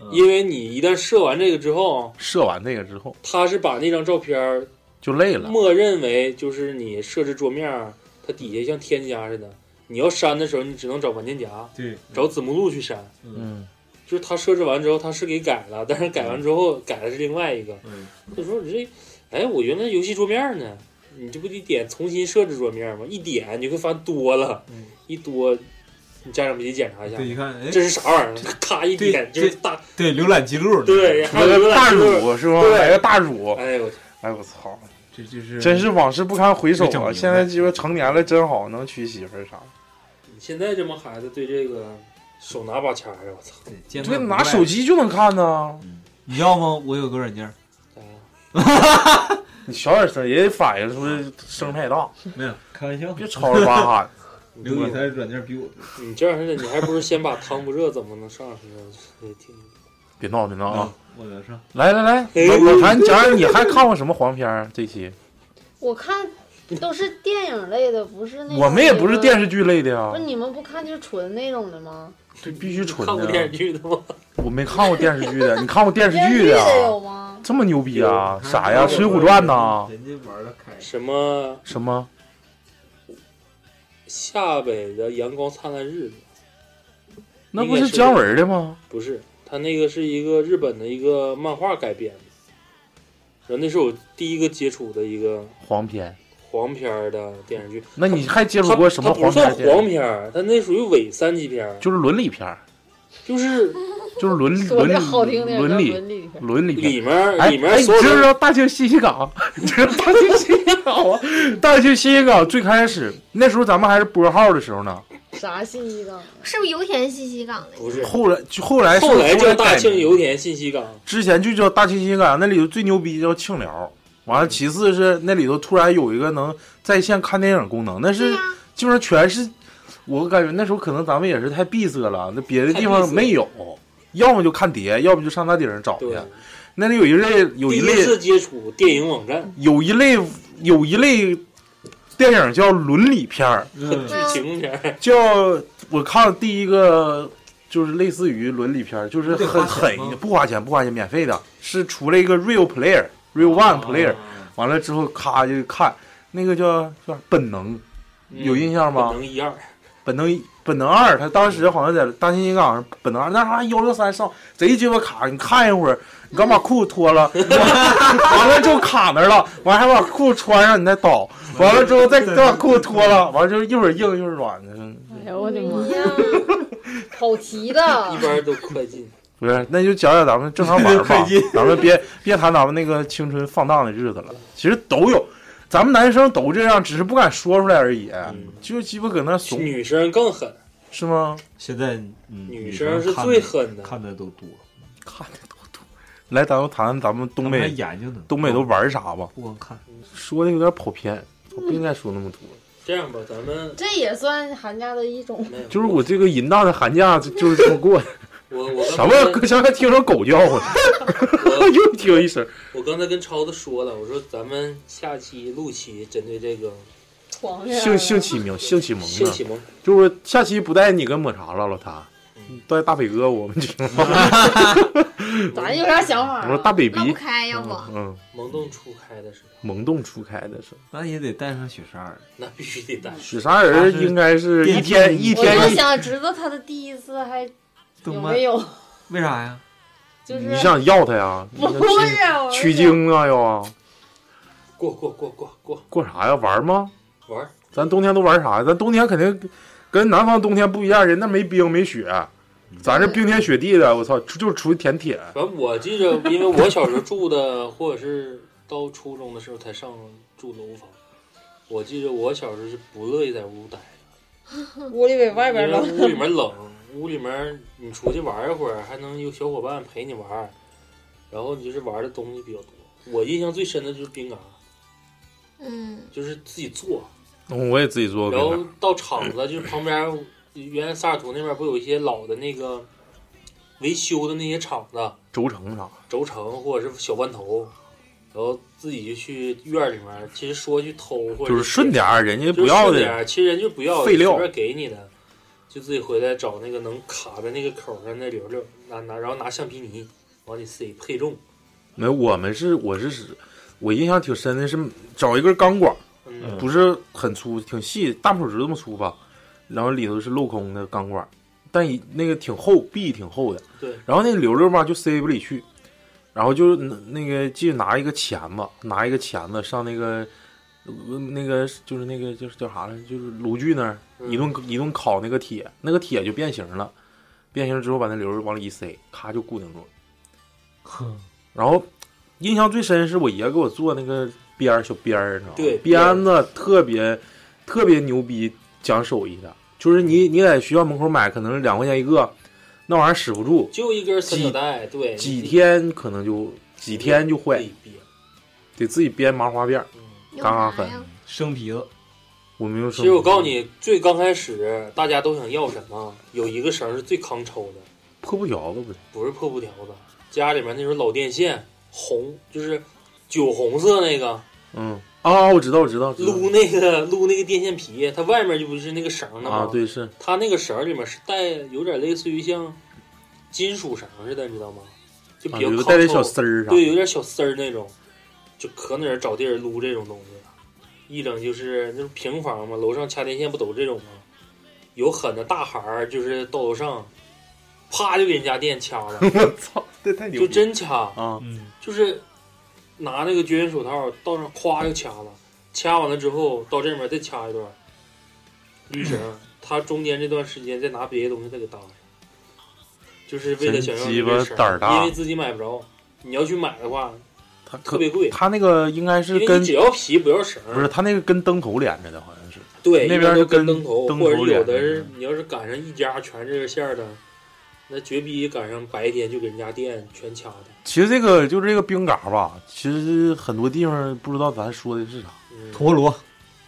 [SPEAKER 1] 嗯
[SPEAKER 3] 因为你一旦设完这个之后，
[SPEAKER 4] 射完那个之后
[SPEAKER 3] 他是把那张照片儿
[SPEAKER 4] 就累了，
[SPEAKER 3] 默认为就是你设置桌面儿，它底下像添加似的，你要删的时候你只能找文件夹，
[SPEAKER 1] 对
[SPEAKER 3] 找子目录去删。
[SPEAKER 4] 嗯，
[SPEAKER 3] 就是他设置完之后，他是给改了，但是改完之后改的是另外一个。
[SPEAKER 1] 嗯
[SPEAKER 3] 就说你这，哎，我原来游戏桌面呢，你这不得点重新设置桌面吗？一点你会发现多了，
[SPEAKER 1] 嗯
[SPEAKER 3] 一多，你家长不得检查一下
[SPEAKER 1] 对，，一看哎
[SPEAKER 3] 这是啥玩意儿？咔一
[SPEAKER 1] 对
[SPEAKER 3] 点就是
[SPEAKER 1] 这
[SPEAKER 3] 大，
[SPEAKER 1] 对浏览记录，
[SPEAKER 3] 对，还
[SPEAKER 4] 买
[SPEAKER 3] 有浏
[SPEAKER 4] 个大
[SPEAKER 3] 览记录
[SPEAKER 4] 乳是吧？
[SPEAKER 3] 对
[SPEAKER 4] 买个大乳，
[SPEAKER 3] 哎呦我去，
[SPEAKER 4] 哎我操，
[SPEAKER 1] 这就是
[SPEAKER 4] 真是往事不堪回首
[SPEAKER 1] 没整明
[SPEAKER 4] 啊！
[SPEAKER 1] 白
[SPEAKER 4] 现在鸡巴成年了真好，能娶媳妇儿啥？
[SPEAKER 3] 你现在这帮孩子对这个手拿把掐呀，我操！
[SPEAKER 1] 对见
[SPEAKER 4] 对，
[SPEAKER 1] 怪不
[SPEAKER 4] 拿
[SPEAKER 1] 怪
[SPEAKER 4] 手机就能看呢。
[SPEAKER 1] 你要吗？我有个软件儿，
[SPEAKER 3] 哎呀
[SPEAKER 4] 你小点声，人家反应说声太大，
[SPEAKER 1] 没有开玩笑，
[SPEAKER 4] 别吵着 叭喊。
[SPEAKER 1] 刘宇他软件比我
[SPEAKER 3] 你这样似的，你还不如先把汤不热怎么能上去呢？ 也挺
[SPEAKER 4] 别闹别闹啊！，
[SPEAKER 1] 我能上。
[SPEAKER 4] 来来来，
[SPEAKER 3] 哎
[SPEAKER 4] 老老谭，讲讲你还看过什么黄片儿？这期
[SPEAKER 2] 我看都是电影类的，不是那种
[SPEAKER 4] 我们也不是
[SPEAKER 2] 那个
[SPEAKER 4] 电视剧类的呀
[SPEAKER 2] 不是，你们不看就是纯那种的吗？
[SPEAKER 4] 这必须纯
[SPEAKER 3] 看过电视
[SPEAKER 4] 的。啊
[SPEAKER 3] 剧的 吗？
[SPEAKER 4] 我没看过电视剧的，你看过电视
[SPEAKER 2] 电视
[SPEAKER 4] 剧
[SPEAKER 2] 剧
[SPEAKER 4] 的
[SPEAKER 2] 的
[SPEAKER 4] 啊
[SPEAKER 2] 有？吗？
[SPEAKER 4] 这么牛逼啊？
[SPEAKER 1] 看
[SPEAKER 4] 啥呀？《水浒传》呐？
[SPEAKER 1] 人家玩的开心。
[SPEAKER 3] 什么
[SPEAKER 4] 什么？
[SPEAKER 3] 下北的阳光灿烂日子？
[SPEAKER 4] 那不是姜文的吗？
[SPEAKER 3] 不是，他那个是一个日本的一个漫画改编的，然后那是我第一个接触的一个
[SPEAKER 4] 黄片。
[SPEAKER 3] 黄片儿的电视剧。
[SPEAKER 4] 那你还接触
[SPEAKER 3] 它
[SPEAKER 4] 过什么
[SPEAKER 3] 它不
[SPEAKER 4] 黄片
[SPEAKER 3] 算
[SPEAKER 4] 儿电
[SPEAKER 3] 黄
[SPEAKER 4] 影？
[SPEAKER 3] 片儿，它那属于伪三级片儿，
[SPEAKER 4] 就是伦理片儿，
[SPEAKER 3] 就是
[SPEAKER 4] 就是伦理
[SPEAKER 2] 说
[SPEAKER 4] 伦理
[SPEAKER 2] 的好听点叫
[SPEAKER 4] 伦理
[SPEAKER 2] 伦理片
[SPEAKER 4] 伦理片儿。
[SPEAKER 3] 里面儿、
[SPEAKER 4] 哎
[SPEAKER 3] 里面
[SPEAKER 4] 哎，
[SPEAKER 3] 儿
[SPEAKER 4] 你
[SPEAKER 3] 所有
[SPEAKER 4] 知不知
[SPEAKER 3] 的、
[SPEAKER 4] 道大庆西西港？这大庆西西港啊，大庆西西港最开始那时候咱们还是拨号的时候呢。
[SPEAKER 2] 啥信息港？
[SPEAKER 5] 是不是油田信息港的？
[SPEAKER 3] 不是，
[SPEAKER 4] 后来就后来是
[SPEAKER 3] 后来叫大
[SPEAKER 4] 改
[SPEAKER 3] 庆
[SPEAKER 4] 名
[SPEAKER 3] 油田信息港，
[SPEAKER 4] 之前就叫大庆西港，那里头最牛逼叫庆辽。完了，其次是那里头突然有一个能在线看电影功能，那
[SPEAKER 5] 对啊
[SPEAKER 4] 是
[SPEAKER 5] 呀、
[SPEAKER 4] 基本上全是，我感觉那时候可能咱们也是太闭塞了，那别的地
[SPEAKER 3] 太闭
[SPEAKER 4] 方
[SPEAKER 3] 塞
[SPEAKER 4] 没有，要么就看碟，要么就上大顶上找去
[SPEAKER 3] 对。，
[SPEAKER 4] 那里有一类，哎有
[SPEAKER 3] 第
[SPEAKER 4] 一
[SPEAKER 3] 一
[SPEAKER 4] 类，
[SPEAKER 3] 次接触电影网站，
[SPEAKER 4] 有一类，有一类电影叫伦理片儿，
[SPEAKER 1] 嗯
[SPEAKER 3] 剧情片儿，
[SPEAKER 4] 叫我看第一个就是类似于伦理片儿，就是
[SPEAKER 1] 不得
[SPEAKER 4] 很
[SPEAKER 1] 花钱
[SPEAKER 4] 很
[SPEAKER 1] 吗
[SPEAKER 4] 不花钱，不花钱，免费的，是出了一个 Real Player、Real
[SPEAKER 3] 啊
[SPEAKER 4] One Player，完了之后咔就看那个叫叫啥本能，
[SPEAKER 3] 嗯
[SPEAKER 4] 有印象吗
[SPEAKER 3] 本能一二，
[SPEAKER 4] 本能一本能二，他当时好像在大兴新港上本能二，那啥幺六三上贼鸡巴卡，你看一会儿，你刚把裤子脱了，完了就卡那儿了，完还把裤子穿上，你再倒，完了之后再再把裤子脱了，完了就一会儿硬一会儿软的，
[SPEAKER 9] 哎呦我的妈！
[SPEAKER 2] 呀，跑题的，
[SPEAKER 3] 一般都快进。
[SPEAKER 4] 不是，那就讲讲咱们正常玩吧
[SPEAKER 1] 快进，
[SPEAKER 4] 咱们别别谈咱们那个青春放荡的日子了，其实都有。咱们男生都这样，只是不敢说出来而已，
[SPEAKER 3] 嗯
[SPEAKER 4] 就鸡巴搁那怂，
[SPEAKER 3] 女生更狠，
[SPEAKER 4] 是吗？
[SPEAKER 1] 现在嗯
[SPEAKER 3] 女
[SPEAKER 1] 生
[SPEAKER 3] 生是
[SPEAKER 1] 看
[SPEAKER 3] 最
[SPEAKER 1] 的
[SPEAKER 3] 狠的。
[SPEAKER 1] 看的都多，
[SPEAKER 4] 看的都多。来，咱们谈谈咱们东
[SPEAKER 1] 他们还
[SPEAKER 4] 北
[SPEAKER 1] 研究呢，
[SPEAKER 4] 东北都玩啥吧？
[SPEAKER 1] 不光看，
[SPEAKER 4] 说的有点跑偏，我不应该说那么多。
[SPEAKER 3] 这样吧，咱们
[SPEAKER 2] 这也算寒假的一种。
[SPEAKER 3] 没有，
[SPEAKER 4] 就是我这个淫荡的寒假就就是这么 过的。
[SPEAKER 3] 我我
[SPEAKER 4] 什
[SPEAKER 3] 刚
[SPEAKER 4] 么
[SPEAKER 3] 才？
[SPEAKER 4] 刚才听着狗叫唤，
[SPEAKER 3] 我
[SPEAKER 4] 又听一声。
[SPEAKER 3] 我刚才跟超子说了，我说咱们下期录期针对这
[SPEAKER 4] 哦
[SPEAKER 3] 个
[SPEAKER 2] 床上
[SPEAKER 4] 性性启蒙，性启蒙
[SPEAKER 3] 性启
[SPEAKER 4] 呢？
[SPEAKER 3] 蒙，
[SPEAKER 4] 就是下期不带你跟抹茶了，老谭，带大北哥我们 听。
[SPEAKER 2] 咱有啥想法、
[SPEAKER 4] 我
[SPEAKER 2] 啊？
[SPEAKER 4] 说大北
[SPEAKER 5] 闹不
[SPEAKER 4] 鼻，
[SPEAKER 5] 开，要不、
[SPEAKER 4] 嗯，
[SPEAKER 3] 萌动初开的时候，
[SPEAKER 4] 萌动初开的是
[SPEAKER 1] 那也得带上雪山儿。
[SPEAKER 3] 那必须得带。
[SPEAKER 4] 许啥人应该是一
[SPEAKER 1] 他是
[SPEAKER 4] 天一
[SPEAKER 2] 我就
[SPEAKER 4] 天一。
[SPEAKER 2] 想知道他的第一次还有
[SPEAKER 1] 动漫
[SPEAKER 2] 没有，
[SPEAKER 1] 为啥呀？
[SPEAKER 2] 就是
[SPEAKER 4] 你想要他呀？你
[SPEAKER 2] 不
[SPEAKER 4] 想
[SPEAKER 2] 是
[SPEAKER 4] 取
[SPEAKER 2] 我
[SPEAKER 4] 取经啊又啊？
[SPEAKER 3] 过过过过过
[SPEAKER 4] 过啥呀？玩吗？
[SPEAKER 3] 玩儿，
[SPEAKER 4] 咱冬天都玩啥呀？咱冬天肯定跟南方冬天不一样，人那没冰没雪，
[SPEAKER 3] 嗯
[SPEAKER 4] 咱这冰天雪地的，我操，出就是出去舔铁。
[SPEAKER 3] 反正我记着，因为我小时候住的，或者是到初中的时候才上住楼房。我记着我小时候是不乐意在屋待，
[SPEAKER 9] 屋里比外边
[SPEAKER 3] 因为
[SPEAKER 9] 冷。
[SPEAKER 3] 屋里面冷，屋里面你出去玩一会儿，还能有小伙伴陪你玩儿。然后你就是玩的东西比较多。我印象最深的就是冰嘎，啊
[SPEAKER 5] 嗯，
[SPEAKER 3] 就是自己做，
[SPEAKER 4] 嗯我也自己做啊
[SPEAKER 3] 然
[SPEAKER 4] 过
[SPEAKER 3] 后。到厂子就是旁边，原来萨尔图那边不有一些老的那个维修的那些厂子，
[SPEAKER 4] 轴承啥？
[SPEAKER 3] 轴承或者是小弯头，然后自己就去院儿里面，其实说去偷或者
[SPEAKER 4] 就是顺点儿，人家
[SPEAKER 3] 就
[SPEAKER 4] 不
[SPEAKER 3] 是
[SPEAKER 4] 要
[SPEAKER 3] 顺点
[SPEAKER 4] 的。
[SPEAKER 3] 儿，其实人就不要
[SPEAKER 4] 废料
[SPEAKER 3] 随便给你的，就自己回来找那个能卡在那个口上的溜溜，拿拿然后拿橡皮泥往你自己配重，
[SPEAKER 4] 没，我们是我是我印象挺深的是找一根钢管，
[SPEAKER 3] 嗯，
[SPEAKER 4] 不是很粗，挺细，大拇手指头那么粗吧，然后里头是镂空的钢管，但一那个挺厚，壁挺厚的。
[SPEAKER 3] 对，
[SPEAKER 4] 然后那溜溜吧就塞不里去，然后就那那个记得拿一个钳子，拿一个钳子上那个。呃那个就是那个就是叫啥来着，就是炉具那儿
[SPEAKER 3] 嗯
[SPEAKER 4] 一顿一顿烤那个铁，那个铁就变形了，变形之后把那溜溜往里一塞，咔就固定住了。然后印象最深是我爷给我做那个鞭儿小鞭儿，你知道吗？
[SPEAKER 3] 对
[SPEAKER 4] 鞭子特别特别牛逼，讲手艺的，就是
[SPEAKER 3] 嗯
[SPEAKER 4] 你你在学校门口买，可能是两块钱一个，那玩意儿使不住，
[SPEAKER 3] 就一根三角带，对，
[SPEAKER 4] 几天可能就几天就坏，
[SPEAKER 3] 自己憋，
[SPEAKER 4] 得自己编麻花辫儿。
[SPEAKER 3] 嗯
[SPEAKER 5] 用
[SPEAKER 4] 嘎嘎
[SPEAKER 5] 啥
[SPEAKER 4] 粉
[SPEAKER 5] 呀？
[SPEAKER 1] 生皮子，
[SPEAKER 4] 我没有
[SPEAKER 3] 其
[SPEAKER 4] 说，
[SPEAKER 3] 实我告诉，你，最刚开始大家都想要什么，有一个绳儿是最抗抽的，
[SPEAKER 4] 破布条子不是？
[SPEAKER 3] 不是破布条子，家里面那时候老电线红，就是酒红色那个
[SPEAKER 4] 嗯啊，我知道，我知道，知道
[SPEAKER 3] 撸那个撸那个电线皮，它外面就不是那个绳儿的吗？
[SPEAKER 4] 啊，，对是，
[SPEAKER 3] 它那个绳儿里面是带有点类似于像金属绳似的，你知道吗？就
[SPEAKER 4] 啊，
[SPEAKER 3] 比较
[SPEAKER 4] 有
[SPEAKER 3] 抗
[SPEAKER 4] 的
[SPEAKER 3] 抽，
[SPEAKER 4] 带点小丝儿啥，啊
[SPEAKER 3] 对，有点小丝儿那种，就可哪儿找地儿撸这种东西。一整就是那种平房嘛，楼上掐电线不都这种吗？有狠的大孩儿就是到楼上，啪就给人家电掐 了，
[SPEAKER 4] 我操，这太牛
[SPEAKER 3] 就
[SPEAKER 4] 逼
[SPEAKER 3] 真掐，
[SPEAKER 4] 啊，
[SPEAKER 1] 嗯，
[SPEAKER 3] 就是拿那个绝缘手套到那儿咵就掐了，掐完了之后到这面再掐一段，绿绳， 它啊中间这段时间再拿别的东西再给搭上，就是为了想要
[SPEAKER 4] 真鸡巴胆儿大
[SPEAKER 3] 因为自己买不着，你要去买的话
[SPEAKER 4] 他
[SPEAKER 3] 特别贵，
[SPEAKER 4] 他那个应该是
[SPEAKER 3] 因为
[SPEAKER 4] 跟
[SPEAKER 3] 你只要皮不要绳儿，
[SPEAKER 4] 不是他那个跟灯头连着的，好像是。
[SPEAKER 3] 对，
[SPEAKER 4] 那
[SPEAKER 3] 一
[SPEAKER 4] 边
[SPEAKER 3] 般
[SPEAKER 4] 是
[SPEAKER 3] 都
[SPEAKER 4] 跟
[SPEAKER 3] 跟灯头，
[SPEAKER 4] 灯
[SPEAKER 3] 或者
[SPEAKER 4] 头
[SPEAKER 3] 有的
[SPEAKER 4] 连
[SPEAKER 3] 是
[SPEAKER 4] 着
[SPEAKER 3] 你要是赶上一家全这个线儿的，那绝逼赶上白天就给人家店全掐的。
[SPEAKER 4] 其实这个就是这个冰嘎吧，其实很多地方不知道咱说的是啥。
[SPEAKER 3] 嗯，
[SPEAKER 1] 陀螺，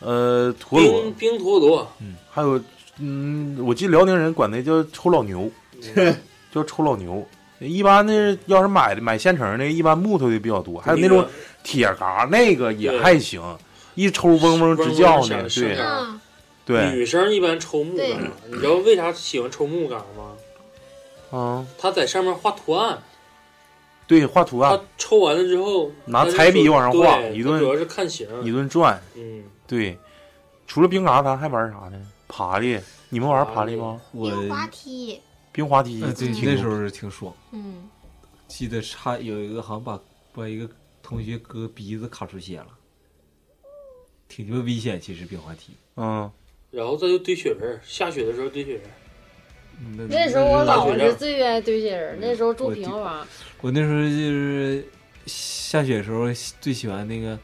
[SPEAKER 4] 呃，陀螺
[SPEAKER 3] 冰，冰陀螺，
[SPEAKER 4] 还有嗯，我记得辽宁人管那叫抽老牛，
[SPEAKER 3] 嗯
[SPEAKER 4] 叫抽老牛。一般的要是买的买现成的，一般木头的比较多，还有那种铁嘎，那个也还行，一抽嗡嗡直叫
[SPEAKER 3] 嗡
[SPEAKER 4] 呢。
[SPEAKER 3] 嗡响
[SPEAKER 4] 对
[SPEAKER 3] 是啊
[SPEAKER 5] 啊，
[SPEAKER 4] 对，
[SPEAKER 3] 女生一般抽木杆
[SPEAKER 5] 对
[SPEAKER 3] 儿，你知道为啥喜欢抽木杆儿吗？
[SPEAKER 4] 啊，
[SPEAKER 3] 她在上面画图案，
[SPEAKER 4] 对，画图案
[SPEAKER 3] 她抽完了之后
[SPEAKER 4] 啊拿
[SPEAKER 3] 她就
[SPEAKER 4] 彩笔
[SPEAKER 3] 主
[SPEAKER 4] 往上画
[SPEAKER 3] 对
[SPEAKER 4] 一顿
[SPEAKER 3] 她主要是看形儿。
[SPEAKER 4] 一顿转。
[SPEAKER 3] 嗯，
[SPEAKER 4] 对，除了冰嘎，咱还玩啥呢？爬的，你们玩爬的吗？
[SPEAKER 1] 我
[SPEAKER 5] 用滑梯，
[SPEAKER 4] 冰滑梯
[SPEAKER 1] 呃，对，
[SPEAKER 5] 嗯
[SPEAKER 1] 那时候是挺爽。
[SPEAKER 5] 嗯，
[SPEAKER 1] 记得差有一个好像把把一个同学割鼻子卡出血了，挺鸡巴危险。其实冰滑梯，
[SPEAKER 4] 嗯，
[SPEAKER 3] 然后再就堆雪人儿，下雪的时候堆雪人儿。
[SPEAKER 1] 嗯那
[SPEAKER 2] 那时候
[SPEAKER 4] 嗯
[SPEAKER 2] 我
[SPEAKER 1] 那
[SPEAKER 2] 老
[SPEAKER 3] 大学
[SPEAKER 2] 是
[SPEAKER 3] 生
[SPEAKER 2] 最愿意堆雪人，那时候住
[SPEAKER 1] 我
[SPEAKER 2] 平
[SPEAKER 1] 记
[SPEAKER 2] 房，
[SPEAKER 1] 我那时候就是下雪的时候最喜欢那个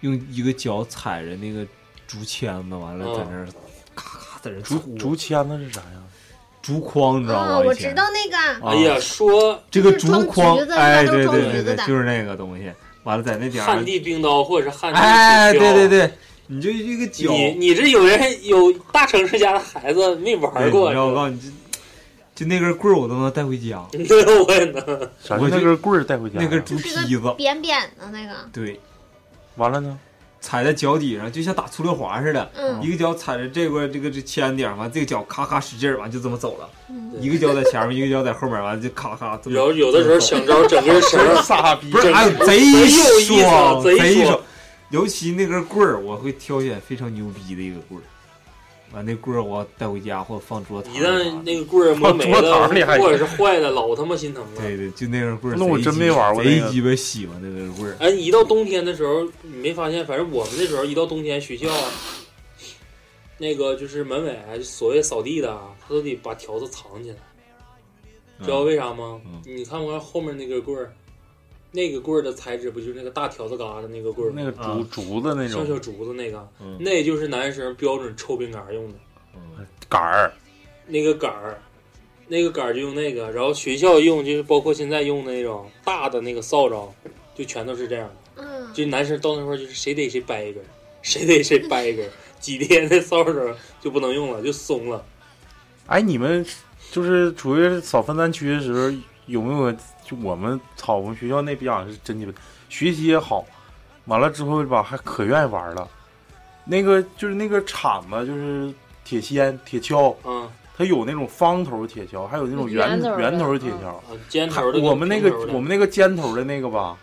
[SPEAKER 1] 用一个脚踩着那个竹签子，完了
[SPEAKER 3] 嗯
[SPEAKER 1] 在那儿咔咔在那儿
[SPEAKER 4] 竹
[SPEAKER 1] 搓
[SPEAKER 4] 竹签子是啥呀？
[SPEAKER 1] 竹筐，你嗯知道吗？
[SPEAKER 5] 啊，我
[SPEAKER 1] 以前
[SPEAKER 5] 知道那个，
[SPEAKER 4] 啊
[SPEAKER 3] 哎呀，说
[SPEAKER 1] 这个
[SPEAKER 5] 就是
[SPEAKER 1] 竹
[SPEAKER 5] 装
[SPEAKER 1] 筐
[SPEAKER 5] 橘子，
[SPEAKER 1] 哎，
[SPEAKER 5] 一般都
[SPEAKER 1] 对
[SPEAKER 5] 是装
[SPEAKER 1] 对
[SPEAKER 5] 橘
[SPEAKER 1] 对
[SPEAKER 5] 子
[SPEAKER 1] 对，
[SPEAKER 5] 的
[SPEAKER 1] 就是那个东西。完了，在那点
[SPEAKER 3] 旱
[SPEAKER 1] 儿，
[SPEAKER 3] 地冰刀或者是旱地雪
[SPEAKER 1] 哎，
[SPEAKER 3] 橇
[SPEAKER 1] 对对对，你就一个脚，
[SPEAKER 3] 你你这有人有大城市家的孩子没玩
[SPEAKER 1] 对
[SPEAKER 3] 过，
[SPEAKER 1] 你知道我告诉你，就就那根棍儿我都能带回家，
[SPEAKER 3] 那我也能。
[SPEAKER 4] 啥
[SPEAKER 1] 我
[SPEAKER 4] 叫那
[SPEAKER 1] 就
[SPEAKER 4] 根棍儿带回家呀？
[SPEAKER 1] 那根竹
[SPEAKER 5] 就是
[SPEAKER 1] 坯
[SPEAKER 5] 个
[SPEAKER 1] 子，
[SPEAKER 5] 扁扁的那个，
[SPEAKER 1] 对，
[SPEAKER 4] 完了 呢？
[SPEAKER 1] 踩在脚底上，就像打粗溜滑似的，
[SPEAKER 5] 嗯
[SPEAKER 1] 一个脚踩着这块这个这铅点儿，完这个脚咔咔使劲儿，完就这么走了，
[SPEAKER 5] 嗯，
[SPEAKER 1] 一个脚在前面，一个脚在后面，完就咔咔这么。
[SPEAKER 3] 然后有的时候想招整根 绳儿，
[SPEAKER 4] 傻逼
[SPEAKER 1] 不是，哎呦，
[SPEAKER 3] 贼
[SPEAKER 1] 贼
[SPEAKER 3] 有意思啊
[SPEAKER 1] 爽，
[SPEAKER 3] 贼
[SPEAKER 1] 贼
[SPEAKER 3] 爽
[SPEAKER 1] 爽。尤其那根棍儿，我会挑选非常牛逼的一个棍儿，完那棍儿我带回家或放桌子。
[SPEAKER 3] 一旦那个棍儿 磨没
[SPEAKER 4] 放桌
[SPEAKER 3] 了
[SPEAKER 4] 堂里还，
[SPEAKER 3] 或者是坏了，老他妈心疼了。
[SPEAKER 1] 对对，就那根棍儿。
[SPEAKER 4] 那我
[SPEAKER 1] 贼
[SPEAKER 4] 真
[SPEAKER 1] 鸡
[SPEAKER 4] 没玩过那
[SPEAKER 1] 贼
[SPEAKER 4] 个
[SPEAKER 1] 鸡巴喜欢那根棍儿。
[SPEAKER 3] 哎，一到冬天的时候，你没发现？反正我们那时候一到冬天，学校啊那个就是门卫，所谓扫地的啊，他都得把条子藏起来，知道为啥吗
[SPEAKER 1] 嗯？
[SPEAKER 3] 你看不看后面那根棍儿？那个棍儿的材质不就是那个大条子疙瘩那个棍儿吗？
[SPEAKER 4] 那个竹
[SPEAKER 1] 啊
[SPEAKER 4] 竹子那
[SPEAKER 3] 像小
[SPEAKER 4] 种
[SPEAKER 3] 竹子那个，
[SPEAKER 1] 嗯
[SPEAKER 3] 那就是男生标准抽冰杆儿用的
[SPEAKER 1] 嗯
[SPEAKER 4] 杆儿，
[SPEAKER 3] 那个杆儿，那个杆儿就用那个，然后学校用就是包括现在用的那种大的那个扫帚，就全都是这样的。
[SPEAKER 5] 嗯，
[SPEAKER 3] 就男生到那块儿就是谁逮谁掰一根儿，谁逮谁掰一根儿，几天那扫帚就不能用了，就松了。
[SPEAKER 4] 哎，你们就是出去扫分三区的时候，有没有就我们操，我们学校那逼样是真鸡巴，学习也好，完了之后吧还可愿意玩了。那个就是那个铲子，就是铁锨、铁锹，
[SPEAKER 3] 啊
[SPEAKER 4] 它有那种方头铁锹，还有那种圆
[SPEAKER 2] 圆头的嗯
[SPEAKER 4] 圆头铁锹。
[SPEAKER 3] 啊，尖
[SPEAKER 4] 它
[SPEAKER 3] 头的跟
[SPEAKER 4] 我们那个
[SPEAKER 3] 平头的
[SPEAKER 4] 我们那个尖头的那个吧，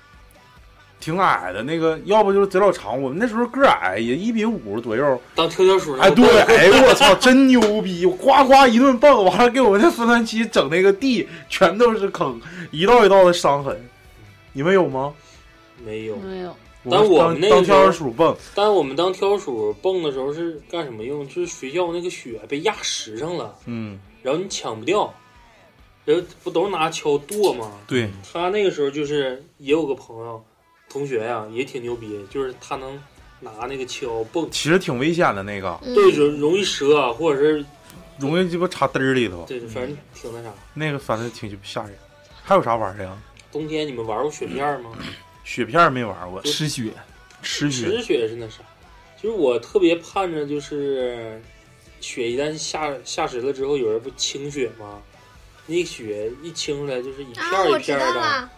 [SPEAKER 4] 挺矮的那个，要不就是贼老长。我们那时候个儿矮，也一米五左右，
[SPEAKER 3] 当跳跳鼠那
[SPEAKER 4] 哎，
[SPEAKER 3] 么
[SPEAKER 4] 对
[SPEAKER 3] 蹦，
[SPEAKER 4] 哎呦我操，真牛逼！呱呱一顿蹦，完了给我们那分三期整那个地全都是坑，一道一道的伤痕。你们有吗？
[SPEAKER 3] 没有。
[SPEAKER 2] 没有，
[SPEAKER 3] 但我
[SPEAKER 4] 当
[SPEAKER 3] 们那个
[SPEAKER 4] 当
[SPEAKER 3] 时候
[SPEAKER 4] 跳跳鼠蹦，
[SPEAKER 3] 但我们当跳鼠蹦的时候是干什么用？就是学校那个雪被压实上了，
[SPEAKER 4] 嗯，
[SPEAKER 3] 然后你抢不掉，然后不都拿锹剁吗？
[SPEAKER 4] 对，
[SPEAKER 3] 他那个时候就是也有个朋友同学呀、也挺牛逼，就是他能拿那个锹蹦，
[SPEAKER 4] 其实挺危险的那个，
[SPEAKER 5] 嗯
[SPEAKER 3] 对，容容易折啊，或者是
[SPEAKER 4] 容易鸡巴插嘚儿里头，
[SPEAKER 3] 对，反正挺那啥。
[SPEAKER 4] 那个反正挺鸡巴吓人。还有啥玩儿的呀？
[SPEAKER 3] 冬天你们玩过雪片吗？
[SPEAKER 4] 雪片儿没玩过，
[SPEAKER 1] 吃血，
[SPEAKER 4] 吃雪
[SPEAKER 3] 止血是那啥，就是我特别盼着，就是雪一旦下下实了之后，有人不清雪吗？那雪一清出来就是一片
[SPEAKER 5] 啊，
[SPEAKER 3] 儿
[SPEAKER 5] 我
[SPEAKER 3] 一片
[SPEAKER 5] 知
[SPEAKER 3] 儿
[SPEAKER 5] 道
[SPEAKER 3] 的，
[SPEAKER 5] 了，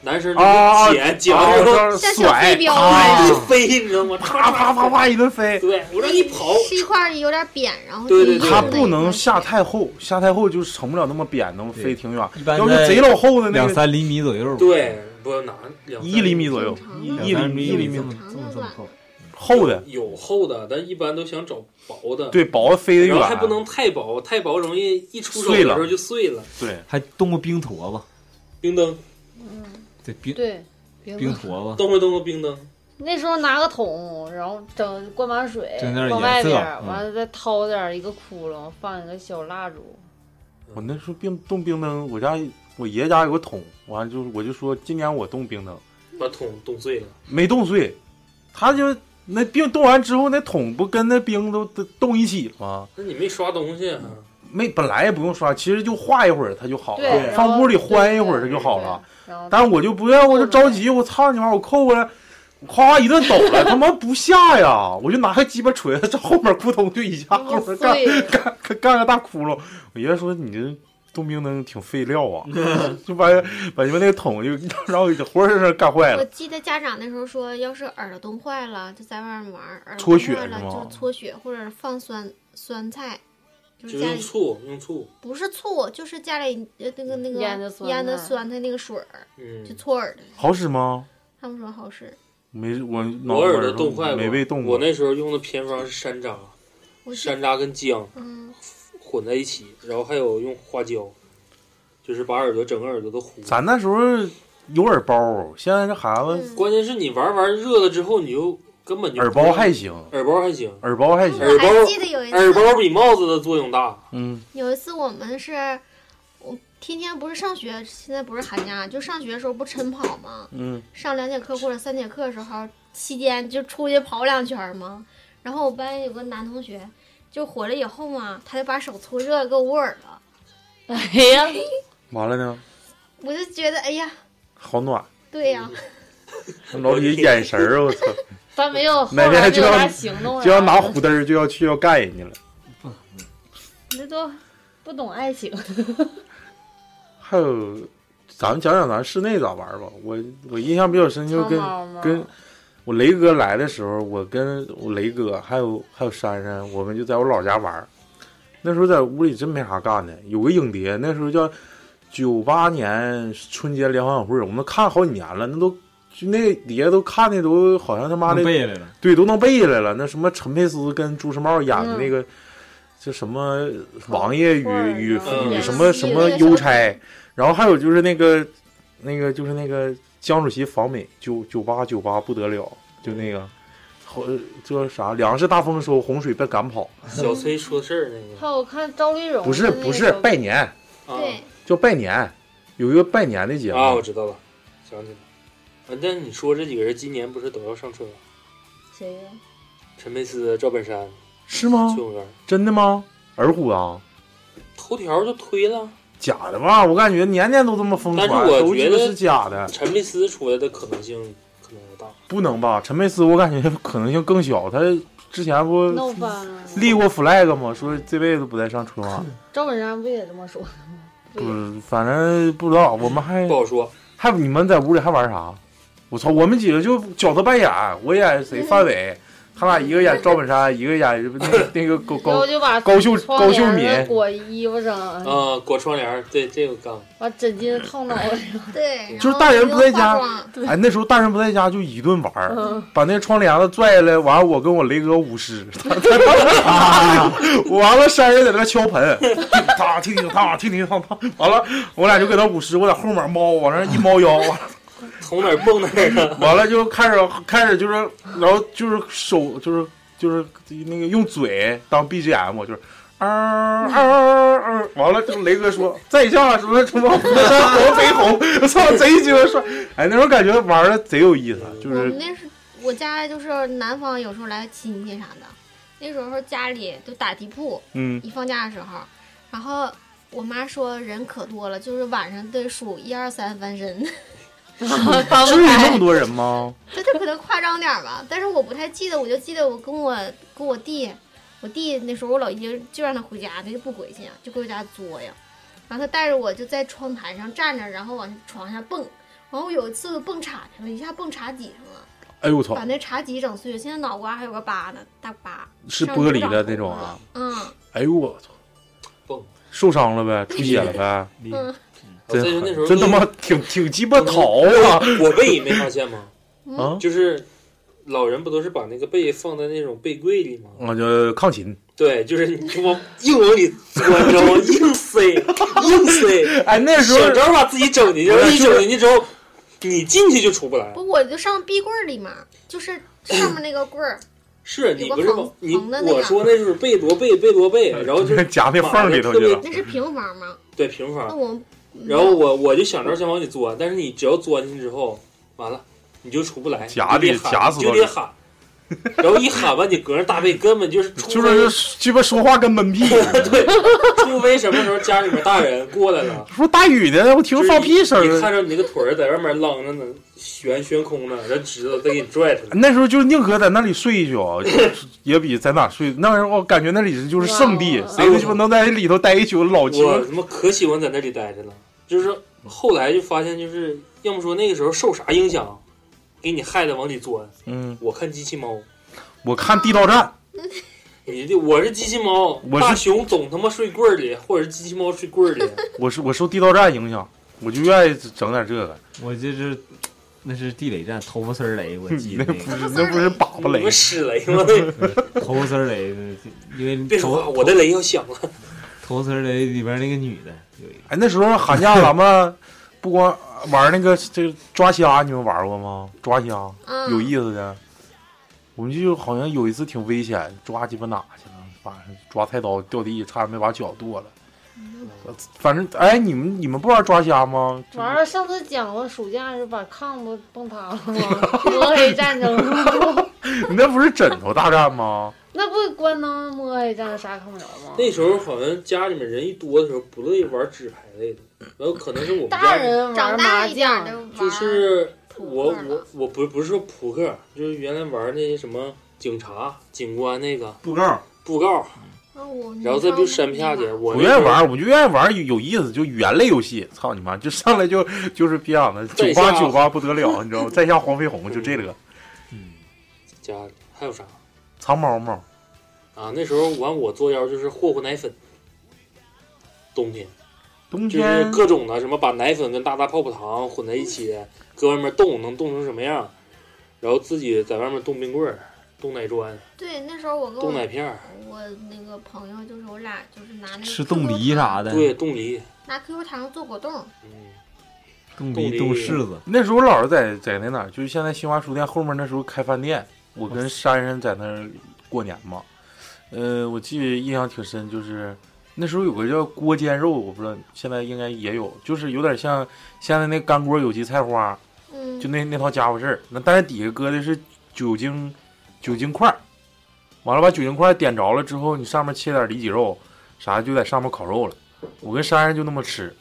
[SPEAKER 3] 男生就
[SPEAKER 4] 啊啊！
[SPEAKER 3] 捡捡
[SPEAKER 4] 啊
[SPEAKER 3] 完之
[SPEAKER 4] 我
[SPEAKER 3] 后
[SPEAKER 4] 知道
[SPEAKER 5] 像小
[SPEAKER 4] 甩
[SPEAKER 5] 飞，镖
[SPEAKER 4] 啪
[SPEAKER 5] 似
[SPEAKER 3] 就飞，你知道吗？
[SPEAKER 4] 啪啪啪啪一顿飞。
[SPEAKER 3] 对，我让你跑，
[SPEAKER 5] 是一块儿有点扁，然后
[SPEAKER 3] 对对
[SPEAKER 5] 是
[SPEAKER 3] 对
[SPEAKER 4] 它
[SPEAKER 5] 硬的
[SPEAKER 4] 不能下太厚，下太厚就是成不了那么扁，能飞
[SPEAKER 1] 对
[SPEAKER 4] 挺远。
[SPEAKER 1] 一般
[SPEAKER 4] 要
[SPEAKER 1] 在
[SPEAKER 4] 是贼老厚的那
[SPEAKER 1] 两
[SPEAKER 4] 个，
[SPEAKER 1] 三厘米左右吧，
[SPEAKER 3] 对，不拿两
[SPEAKER 4] 一厘米左右，
[SPEAKER 5] 正
[SPEAKER 1] 两
[SPEAKER 4] 一
[SPEAKER 5] 常
[SPEAKER 4] 厘
[SPEAKER 1] 三厘
[SPEAKER 4] 米一厘
[SPEAKER 1] 米
[SPEAKER 4] 米
[SPEAKER 1] 这么
[SPEAKER 5] 长
[SPEAKER 1] 这么
[SPEAKER 5] 的
[SPEAKER 1] 这么
[SPEAKER 5] 吧
[SPEAKER 1] 厚，
[SPEAKER 4] 厚的，
[SPEAKER 3] 有厚的，但一般都想找薄的，，
[SPEAKER 4] 对，薄的飞得
[SPEAKER 3] 然
[SPEAKER 4] 远，
[SPEAKER 3] 后还不能太薄，太薄容易一出手的
[SPEAKER 4] 碎
[SPEAKER 3] 时
[SPEAKER 4] 了
[SPEAKER 3] 候就碎了。
[SPEAKER 4] 对，
[SPEAKER 1] 还动过冰坨子，
[SPEAKER 3] 冰灯，
[SPEAKER 1] 对冰
[SPEAKER 2] 对，别
[SPEAKER 1] 冰
[SPEAKER 2] 问
[SPEAKER 1] 坨
[SPEAKER 4] 啊
[SPEAKER 1] 子，
[SPEAKER 3] 动没动过冰灯？
[SPEAKER 2] 那时候拿个桶，然后整灌满水
[SPEAKER 1] 整点，
[SPEAKER 2] 往
[SPEAKER 1] 颜
[SPEAKER 2] 外
[SPEAKER 1] 色
[SPEAKER 2] 边儿，
[SPEAKER 1] 嗯
[SPEAKER 2] 完了再掏点儿一个窟窿，放一个小蜡烛。
[SPEAKER 4] 我那时候冰冻冰灯，我家我爷家有个桶，完了就是我就说今年我冻冰灯
[SPEAKER 3] 把桶冻碎了，
[SPEAKER 4] 没冻碎，他就那冰冻完之后，那桶不跟那冰都都冻一起了吗？
[SPEAKER 3] 那你没刷东西啊？
[SPEAKER 4] 没，本来也不用刷，其实就化一会儿它就好
[SPEAKER 2] 对
[SPEAKER 4] 了，，
[SPEAKER 2] 然
[SPEAKER 4] 放
[SPEAKER 2] 后
[SPEAKER 4] 屋里
[SPEAKER 2] 对
[SPEAKER 4] 欢一
[SPEAKER 2] 对
[SPEAKER 4] 会儿它就好
[SPEAKER 2] 对
[SPEAKER 4] 了。
[SPEAKER 2] 然后
[SPEAKER 4] 但是我就不愿，我就着急，我操你妈，我扣过来，夸夸一顿抖了，他妈不下呀！我就拿个鸡巴锤子，这后面裤筒就一下，后面干
[SPEAKER 2] 碎了
[SPEAKER 4] 干 干干个大窟窿。我爷爷说你这冻冰灯挺费料 啊，就把把你们那个桶就让我活生生干坏
[SPEAKER 5] 我
[SPEAKER 4] 了。
[SPEAKER 5] 记得家长那时候说，要是耳朵冻坏了，就在外面玩儿；耳朵
[SPEAKER 4] 搓
[SPEAKER 5] 冻
[SPEAKER 4] 雪
[SPEAKER 5] 坏了
[SPEAKER 4] 是吗
[SPEAKER 5] 就是搓雪，或者是放酸酸菜，就
[SPEAKER 3] 就是
[SPEAKER 5] 家
[SPEAKER 3] 用
[SPEAKER 5] 里
[SPEAKER 3] 醋，用醋，
[SPEAKER 5] 不是醋，就是家里呃那个那个
[SPEAKER 2] 腌的酸菜
[SPEAKER 5] 腌的酸菜那个水儿，就
[SPEAKER 3] 嗯，
[SPEAKER 5] 搓耳朵。
[SPEAKER 4] 好使吗？
[SPEAKER 5] 他们说好使，
[SPEAKER 4] 没，我脑
[SPEAKER 3] 我耳朵
[SPEAKER 4] 门
[SPEAKER 3] 冻坏过，
[SPEAKER 4] 没被冻过。
[SPEAKER 3] 我那时候用的偏方是山楂，
[SPEAKER 5] 我记
[SPEAKER 3] 山楂跟姜
[SPEAKER 5] 嗯，
[SPEAKER 3] 混在一起，然后还有用花椒，就是把耳朵整个耳朵都糊。
[SPEAKER 4] 咱那时候有耳包，现在这孩子
[SPEAKER 5] 嗯
[SPEAKER 3] 关键是你玩玩热了之后，你就根本就
[SPEAKER 4] 耳包还行，
[SPEAKER 3] 耳包还行，
[SPEAKER 4] 耳包还行，
[SPEAKER 3] 耳包
[SPEAKER 5] 我还记得有一次，
[SPEAKER 3] 耳包比帽子的作用大。
[SPEAKER 4] 嗯，
[SPEAKER 5] 有一次我们是，我天天不是上学，现在不是寒假，就上学的时候不晨跑吗？
[SPEAKER 4] 嗯，
[SPEAKER 5] 上两节课或者三节课的时候，期间就出去跑两圈嘛。然后我班有个男同学，就回来以后嘛，他就把手搓热了，给我捂耳朵，
[SPEAKER 2] 哎呀，
[SPEAKER 4] 完了呢，
[SPEAKER 5] 我就觉得哎呀，
[SPEAKER 4] 好 暖。
[SPEAKER 5] 对呀、
[SPEAKER 4] 老李眼神儿， 我操，
[SPEAKER 2] 但没有后
[SPEAKER 4] 哪天
[SPEAKER 2] 来
[SPEAKER 4] 就
[SPEAKER 2] 没有
[SPEAKER 4] 要
[SPEAKER 2] 啥行动，
[SPEAKER 4] 就要拿虎，灯儿就要去要干人家了。
[SPEAKER 2] 这都不懂爱情。
[SPEAKER 4] 还有，咱们讲讲咱室内咋玩吧。我我印象比较深，就是跟
[SPEAKER 2] 长毛吗
[SPEAKER 4] 跟我雷哥来的时候，我跟我雷哥还有还有珊珊，我们就在我老家玩儿。那时候在屋里真没啥干的，有个影碟，那时候叫九八年春节联欢晚会，我们看好几年了，那都就那碟都看的都好像他妈的
[SPEAKER 1] 能背来了，
[SPEAKER 4] 对，都能背下来了。那什么陈佩斯跟朱时茂演的
[SPEAKER 2] 嗯
[SPEAKER 4] 那个，这什么王爷与
[SPEAKER 2] 口味儿
[SPEAKER 4] 与
[SPEAKER 3] 嗯
[SPEAKER 4] 与什么什么
[SPEAKER 2] 嗯
[SPEAKER 4] 邮差，然后还有就是那个那个就是那个江主席访美九九八九八不得了，就那个。后叫啥？粮食大丰收，洪水被赶跑。
[SPEAKER 3] 小崔说事儿那
[SPEAKER 2] 还有看赵丽蓉
[SPEAKER 4] 不是
[SPEAKER 2] 的哦那
[SPEAKER 4] 不
[SPEAKER 2] 个
[SPEAKER 4] 是，
[SPEAKER 2] 小
[SPEAKER 4] 拜年
[SPEAKER 3] 个啊
[SPEAKER 5] 对，
[SPEAKER 4] 叫拜年，有一个拜年的节
[SPEAKER 3] 啊啊，我
[SPEAKER 4] 目。
[SPEAKER 3] 知道了，想起来。啊，但你说这几个人今年不是都要上春晚？
[SPEAKER 2] 谁呀？
[SPEAKER 3] 陈佩斯、赵本山、
[SPEAKER 4] 是吗
[SPEAKER 3] 崔？永元，
[SPEAKER 4] 真的吗？儿虎啊！
[SPEAKER 3] 头条就推了，
[SPEAKER 4] 假的吧？我感觉年年都这么疯传，
[SPEAKER 3] 但是我
[SPEAKER 4] 都
[SPEAKER 3] 觉
[SPEAKER 4] 得
[SPEAKER 3] 得
[SPEAKER 4] 是假的，
[SPEAKER 3] 陈佩斯出来的可能性可能要大，
[SPEAKER 4] 不能吧？陈佩斯，我感觉可能性更小，他之前不
[SPEAKER 7] 闹翻了。
[SPEAKER 4] 立过 flag 吗？说这辈子不再上春晚，
[SPEAKER 7] 赵本山不也这么说的吗？不
[SPEAKER 4] 不
[SPEAKER 7] 也，
[SPEAKER 4] 是，反正不知道。我们还
[SPEAKER 3] 不好说。
[SPEAKER 4] 还你们在屋里还玩啥？我操，我们几个就角色扮演，我演谁？范伟，他俩一个演赵本山，一个演那个那个高
[SPEAKER 7] 然后
[SPEAKER 4] 高
[SPEAKER 7] 就把
[SPEAKER 4] 高秀
[SPEAKER 7] 窗
[SPEAKER 4] 高秀
[SPEAKER 7] 帘儿
[SPEAKER 4] 敏。
[SPEAKER 7] 裹衣服
[SPEAKER 5] 嗯
[SPEAKER 7] 上，
[SPEAKER 3] 啊，裹窗帘儿，对这个刚。
[SPEAKER 7] 把枕巾套脑袋上。
[SPEAKER 5] 对，然
[SPEAKER 4] 就是
[SPEAKER 5] 后
[SPEAKER 4] 大人
[SPEAKER 5] 不
[SPEAKER 4] 不在
[SPEAKER 5] 用化
[SPEAKER 4] 家
[SPEAKER 5] 妆
[SPEAKER 4] 哎，那时候大人不在家就一顿玩儿，
[SPEAKER 7] 嗯
[SPEAKER 4] 把那窗帘子拽下来，完了我跟我雷哥舞狮，他他他 完了山人在那敲盆，他听听他听听他他，完了我俩就搁那舞狮，我在后面猫往上一猫腰，
[SPEAKER 3] 从哪儿蹦哪儿 啊！
[SPEAKER 4] 完了就开始开始就是，然后就是手就是就是那个用嘴当 BGM，就是。嗷嗷嗷！完了，这个雷哥说在下什么什么湖南黄飞鸿，我操，贼鸡巴帅！哎，那种感觉玩的贼有意思，就
[SPEAKER 5] 我
[SPEAKER 4] 是
[SPEAKER 5] 们那是我家就是南方有时候来亲戚啥的，那时候家里就打地铺，
[SPEAKER 4] 嗯
[SPEAKER 5] 一放假的时候，然后我妈说人可多了，就是晚上得数一二三翻身，
[SPEAKER 4] 至于那么多人吗？
[SPEAKER 5] 这这可能夸张点儿吧，但是我不太记得，我就记得我跟我跟我弟，我弟那时候我老姨就让他回家，他就不回去，就搁家作呀。然后他带着我就在窗台上站着，然后往床上蹦，然后有一次蹦茶去了，一下蹦茶几上了。
[SPEAKER 4] 哎呦我操
[SPEAKER 5] 把，那茶几整碎了，现在脑瓜还有个疤呢，大疤。
[SPEAKER 4] 是
[SPEAKER 5] 上
[SPEAKER 4] 玻
[SPEAKER 5] 不
[SPEAKER 4] 璃
[SPEAKER 5] 长
[SPEAKER 4] 的
[SPEAKER 5] 头
[SPEAKER 4] 那种
[SPEAKER 5] 了
[SPEAKER 4] 啊！
[SPEAKER 5] 嗯，
[SPEAKER 4] 哎呦我操，
[SPEAKER 3] 蹦
[SPEAKER 4] 受伤了呗，出血了呗，
[SPEAKER 3] 我再说
[SPEAKER 4] 真
[SPEAKER 3] 那时候
[SPEAKER 4] 狠真他妈
[SPEAKER 3] 都
[SPEAKER 4] 挺挺鸡巴淘啊！
[SPEAKER 3] 我被没发现吗？
[SPEAKER 5] 嗯
[SPEAKER 4] 啊
[SPEAKER 3] 就是老人不都是把那个被放在那种被柜里
[SPEAKER 5] 嗯
[SPEAKER 3] 吗？
[SPEAKER 4] 我就抗琴，
[SPEAKER 3] 对，就是你就往硬往里钻，你知道吗？硬塞，硬塞，
[SPEAKER 4] 哎，那时
[SPEAKER 3] 小
[SPEAKER 4] 候
[SPEAKER 3] 招把自己整进去，
[SPEAKER 4] 不是
[SPEAKER 3] 一整进去之后，你进去就出不来。
[SPEAKER 5] 不，我就上壁柜儿里面，就是上面那个柜儿，
[SPEAKER 3] 是你不是
[SPEAKER 5] 有个
[SPEAKER 3] 往
[SPEAKER 5] 横
[SPEAKER 3] 你
[SPEAKER 5] 横的那个嗯
[SPEAKER 3] 我说那就是贝多贝贝多贝，然后就
[SPEAKER 4] 夹那缝儿里头去了。
[SPEAKER 5] 那是平房吗？
[SPEAKER 3] 对平
[SPEAKER 5] 那
[SPEAKER 3] 方，
[SPEAKER 5] 我们没
[SPEAKER 3] 然后
[SPEAKER 5] 有
[SPEAKER 3] 我我就想着想往里钻，但是你只要钻进去之后，完了你就出不来，
[SPEAKER 4] 夹
[SPEAKER 3] 你
[SPEAKER 4] 里
[SPEAKER 3] 就得喊
[SPEAKER 4] 夹死
[SPEAKER 3] 你就
[SPEAKER 4] 了
[SPEAKER 3] 得喊，然后一喊完你隔着大背根本 就是除
[SPEAKER 4] 就
[SPEAKER 3] 非
[SPEAKER 4] 是鸡巴说话跟闷屁似 的。
[SPEAKER 3] 对，除非什么时候家里面大人过 来了。
[SPEAKER 4] 说大雨呢，我听放屁声
[SPEAKER 3] 就是你看
[SPEAKER 4] 儿。
[SPEAKER 3] 着你那个腿儿在外面浪着呢，悬悬空呢，人指头再给你拽出来。
[SPEAKER 4] 那时候就宁可在那里睡一宿，也比在哪睡。那时候我感觉那里就是圣地，
[SPEAKER 7] 哇
[SPEAKER 4] 谁他妈能在里头待一宿老鸡巴
[SPEAKER 3] 我他妈可喜欢在那里待着了，就是后来就发现，就是要么说那个时候受啥影响，给你害的往里钻。
[SPEAKER 4] 嗯，
[SPEAKER 3] 我看机器猫，
[SPEAKER 4] 我看地道战，
[SPEAKER 3] 你这我是机器猫，
[SPEAKER 4] 我是
[SPEAKER 3] 大熊总他妈睡柜儿里，或者是机器猫睡柜儿里。
[SPEAKER 4] 我是我受地道战影响，我就愿意整点这 个。
[SPEAKER 1] 我这是那是地雷战，头发丝儿雷，我记
[SPEAKER 4] 那
[SPEAKER 1] 得
[SPEAKER 4] 不
[SPEAKER 1] 嗯那个
[SPEAKER 4] 是那不是粑粑
[SPEAKER 3] 你们
[SPEAKER 4] 雷，
[SPEAKER 3] 屎 雷吗？
[SPEAKER 1] 头发丝儿雷，因为
[SPEAKER 3] 别说话，
[SPEAKER 1] 头
[SPEAKER 3] 我的雷要响了。
[SPEAKER 1] 头发丝儿雷里边那个女的有一个，
[SPEAKER 4] 哎，那时候寒假咱们不光玩那个这抓虾，你们玩过吗？抓虾
[SPEAKER 5] 嗯
[SPEAKER 4] 有意思的，我们就好像有一次挺危险，抓鸡巴哪去了？把抓菜刀掉地，差点没把脚剁了。反正哎，你们你们不玩抓虾吗？
[SPEAKER 7] 完了，上次讲过，暑假是把炕不崩塌了吗？摸黑战争，
[SPEAKER 4] 你那不是枕头大战吗？
[SPEAKER 7] 那不关灯摸黑战争啥看不着吗？
[SPEAKER 3] 那时候好像家里面人一多的时候，不乐意玩纸牌类的，然后可能是我们家
[SPEAKER 7] 大人
[SPEAKER 5] 长
[SPEAKER 7] 玩
[SPEAKER 5] 大
[SPEAKER 7] 麻
[SPEAKER 5] 一点
[SPEAKER 7] 将
[SPEAKER 5] 儿的，玩儿，
[SPEAKER 3] 就是
[SPEAKER 5] 扑
[SPEAKER 3] 我
[SPEAKER 5] 克
[SPEAKER 3] 我
[SPEAKER 5] 了
[SPEAKER 3] 我不是不是说扑克，就是原来玩那些什么警察、警官那个
[SPEAKER 1] 布告
[SPEAKER 3] 布告，
[SPEAKER 5] 啊我
[SPEAKER 3] 然后再比如山下去，
[SPEAKER 5] 去，
[SPEAKER 3] 我
[SPEAKER 4] 不
[SPEAKER 3] 那时
[SPEAKER 4] 愿
[SPEAKER 3] 候
[SPEAKER 4] 意玩，我就愿意玩有有意思，就语言类游戏。操你妈！就上来就就是别想的九
[SPEAKER 3] 在
[SPEAKER 4] 八
[SPEAKER 3] 下
[SPEAKER 4] 九八不得了，你知道吗？再下黄飞鸿就这个
[SPEAKER 3] 家里还有啥
[SPEAKER 4] 藏猫猫，
[SPEAKER 3] 啊？那时候完我作妖就是霍霍奶粉，冬天
[SPEAKER 4] 冬
[SPEAKER 3] 就
[SPEAKER 4] 天
[SPEAKER 3] 是各种的什么把奶粉跟大大泡泡糖混在一起，搁外面冻能冻成什么样，然后自己在外面冻冰棍儿、冻奶砖、
[SPEAKER 5] 对，那时候我跟
[SPEAKER 3] 冻奶
[SPEAKER 5] 我
[SPEAKER 3] 片儿，
[SPEAKER 5] 我那个朋友就是我俩就是拿那个
[SPEAKER 1] 吃
[SPEAKER 5] QQ
[SPEAKER 1] 冻梨
[SPEAKER 5] 糖
[SPEAKER 1] 啥的，
[SPEAKER 3] 对，冻梨，
[SPEAKER 5] 拿 QQ 糖做果冻，
[SPEAKER 3] 嗯，
[SPEAKER 1] 冻梨、冻柿子，
[SPEAKER 4] 那时候老是在在那哪儿，就是现在新华书店后面那时候开饭店，我跟珊珊在那儿过年嘛。呃，我记得印象挺深，就是那时候有个叫锅煎肉，我不知道现在应该也有，就是有点像现在那干锅有机菜花，
[SPEAKER 5] 嗯，
[SPEAKER 4] 就那那套家伙事儿。那但是底下搁的是酒精酒精块儿，完了把酒精块儿点着了之后，你上面切点里脊肉，啥就在上面烤肉了。我跟珊珊就那么吃。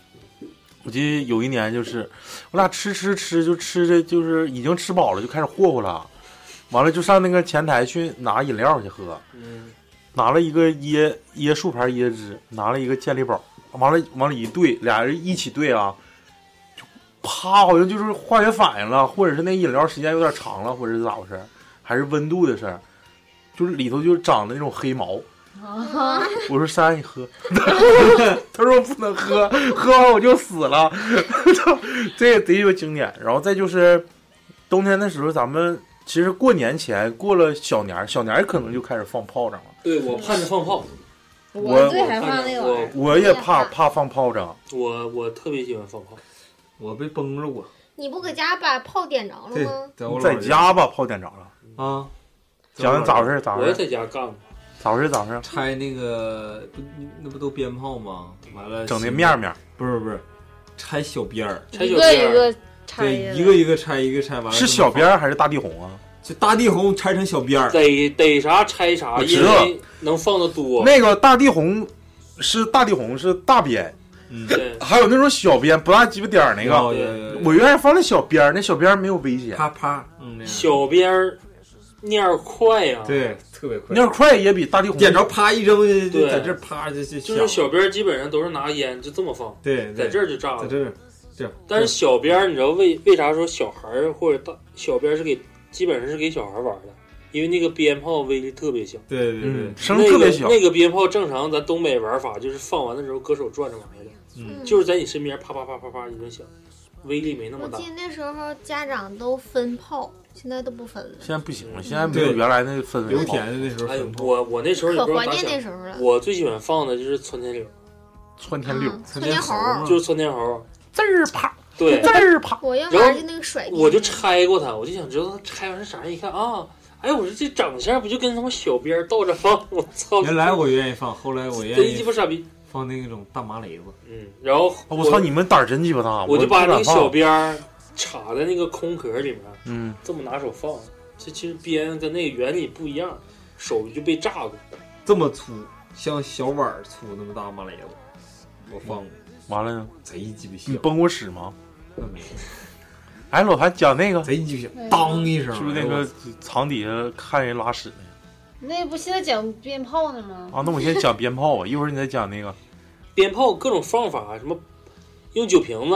[SPEAKER 4] 我记得有一年就是，我俩吃吃吃就吃的就是已经吃饱了，就开始霍霍了，完了就上那个前台去拿饮料去喝，
[SPEAKER 3] 嗯，
[SPEAKER 4] 拿了一个椰椰树牌椰汁，拿了一个健力宝，完了往里一兑，俩人一起兑啊，就啪，好像就是化学反应了，或者是那饮料时间有点长了，或者是咋回事，还是温度的事儿，就是里头就长的那种黑毛。我说珊珊，你喝。 他说我不能喝，喝完我就死了。 这也贼有经典。然后再就是冬天的时候，咱们其实过年前过了小年儿，小年儿可能就开始放炮仗了。
[SPEAKER 3] 对我盼着放炮，
[SPEAKER 4] 我
[SPEAKER 7] 最害怕那玩意儿。
[SPEAKER 4] 我也怕怕放炮仗，
[SPEAKER 3] 我我特别喜欢放炮，
[SPEAKER 1] 我被崩着过，
[SPEAKER 5] 你不搁家把炮点着了
[SPEAKER 1] 对
[SPEAKER 5] 吗？，
[SPEAKER 1] 在我
[SPEAKER 4] 在
[SPEAKER 1] 老
[SPEAKER 4] 家吧炮点着了。
[SPEAKER 1] 啊，
[SPEAKER 4] 讲讲咋回事？咋
[SPEAKER 3] 我
[SPEAKER 4] 回
[SPEAKER 3] 也
[SPEAKER 4] 事？
[SPEAKER 3] 在家干过。
[SPEAKER 4] 咋回事？咋回事？
[SPEAKER 1] 拆那个不那不都鞭炮吗？完了
[SPEAKER 4] 整那
[SPEAKER 1] 新
[SPEAKER 4] 面面，
[SPEAKER 1] 不是不是，拆小鞭儿，
[SPEAKER 3] 拆
[SPEAKER 2] 一
[SPEAKER 3] 小
[SPEAKER 2] 个
[SPEAKER 3] 鞭
[SPEAKER 2] 一
[SPEAKER 3] 儿，
[SPEAKER 2] 个拆
[SPEAKER 1] 对，一个一个拆，一个拆完了
[SPEAKER 4] 是小鞭儿还是大地红啊？
[SPEAKER 1] 就大地红拆成小鞭儿，
[SPEAKER 3] 逮逮啥拆啥，
[SPEAKER 4] 我
[SPEAKER 3] 因
[SPEAKER 4] 知道
[SPEAKER 3] 为能放的多。
[SPEAKER 4] 那个大地红是大地红是大鞭，
[SPEAKER 1] 嗯，
[SPEAKER 3] 对，哦
[SPEAKER 4] 还有那种小鞭不大鸡巴点儿那
[SPEAKER 1] 然后
[SPEAKER 4] 个。我愿意放那小鞭儿，那小鞭儿没有危险，
[SPEAKER 1] 啪啪，嗯，那样
[SPEAKER 3] 小鞭儿蔫儿快呀、
[SPEAKER 1] 对，特别快
[SPEAKER 4] 那，样快也比大地红
[SPEAKER 1] 点着啪一扔就就
[SPEAKER 3] 对
[SPEAKER 1] 在这儿啪就就
[SPEAKER 3] 就是
[SPEAKER 1] 响
[SPEAKER 3] 小鞭儿基本上都是拿烟就这么放，
[SPEAKER 1] 对，
[SPEAKER 3] 在这
[SPEAKER 1] 儿
[SPEAKER 3] 儿就炸
[SPEAKER 1] 在
[SPEAKER 3] 了。
[SPEAKER 1] 这儿这儿，
[SPEAKER 3] 但是小鞭儿，你知道为为啥说小孩儿或者大小鞭儿是给基本上是给小孩儿玩的，因为那个鞭炮威力特别小，
[SPEAKER 1] 对对对
[SPEAKER 4] 嗯，，声儿特别小
[SPEAKER 3] 那个。。那个鞭炮正常咱东北玩法就是放完的时候搁手转着玩的，
[SPEAKER 1] 嗯
[SPEAKER 3] 就是在你身边啪啪啪啪啪一顿响，威力没那
[SPEAKER 5] 我
[SPEAKER 3] 么大
[SPEAKER 5] 记。得那时候家长都分炮，现在都不分了，
[SPEAKER 4] 现在不行了，现在没有
[SPEAKER 1] 对
[SPEAKER 4] 原来那氛围
[SPEAKER 1] 刘
[SPEAKER 4] 了。
[SPEAKER 1] 田的那时候
[SPEAKER 3] 哎
[SPEAKER 1] 分，炮，
[SPEAKER 3] 我我那时候也
[SPEAKER 5] 可
[SPEAKER 3] 不知道
[SPEAKER 5] 怀
[SPEAKER 3] 咋
[SPEAKER 5] 念那
[SPEAKER 3] 想，
[SPEAKER 5] 时候了。
[SPEAKER 3] 我最喜欢放的就是窜天柳，
[SPEAKER 4] 哦窜天
[SPEAKER 5] 嗯
[SPEAKER 4] 六，
[SPEAKER 5] 窜天猴儿，
[SPEAKER 1] 嘛
[SPEAKER 3] 就是窜天猴，
[SPEAKER 4] 滋儿啪，
[SPEAKER 3] 对
[SPEAKER 4] 滋，儿啪，
[SPEAKER 5] 我要
[SPEAKER 3] 然
[SPEAKER 5] 玩
[SPEAKER 3] 后
[SPEAKER 5] 就那个甩鞭，
[SPEAKER 3] 我就拆过它，我就想知道它拆完是啥样。一看啊，哎，我说这长相不就跟他妈小鞭儿倒着放？我操！
[SPEAKER 1] 原来我愿意放，后来我愿
[SPEAKER 3] 贼鸡
[SPEAKER 1] 意
[SPEAKER 3] 巴傻逼。
[SPEAKER 1] 放那种大麻雷子，
[SPEAKER 3] 嗯，然后
[SPEAKER 4] 哦我操，你们胆儿真鸡巴大！
[SPEAKER 3] 我就
[SPEAKER 4] 不
[SPEAKER 3] 把那
[SPEAKER 4] 敢
[SPEAKER 3] 个
[SPEAKER 4] 放
[SPEAKER 3] 小，鞭儿插在那个空壳里面，
[SPEAKER 4] 嗯，
[SPEAKER 3] 这么拿手放。这其实鞭跟那个原理不一样，手就被炸过。
[SPEAKER 1] 这么粗，像小碗儿粗那么大麻雷子，我放过，
[SPEAKER 4] 完了呢，
[SPEAKER 1] 贼鸡巴响
[SPEAKER 4] 你，崩过屎吗？
[SPEAKER 1] 那没有，
[SPEAKER 4] 哎，老韩讲那个
[SPEAKER 1] 贼鸡
[SPEAKER 5] 哎
[SPEAKER 1] 巴响，当一声，
[SPEAKER 4] 是不是那
[SPEAKER 1] 哎
[SPEAKER 4] 个
[SPEAKER 1] 呦
[SPEAKER 4] 床底下看人拉屎那
[SPEAKER 7] 那不现在讲鞭炮呢吗？
[SPEAKER 4] 个啊？那我先讲鞭炮啊，一会儿你再讲那个
[SPEAKER 3] 鞭炮各种放法，什么用酒瓶子，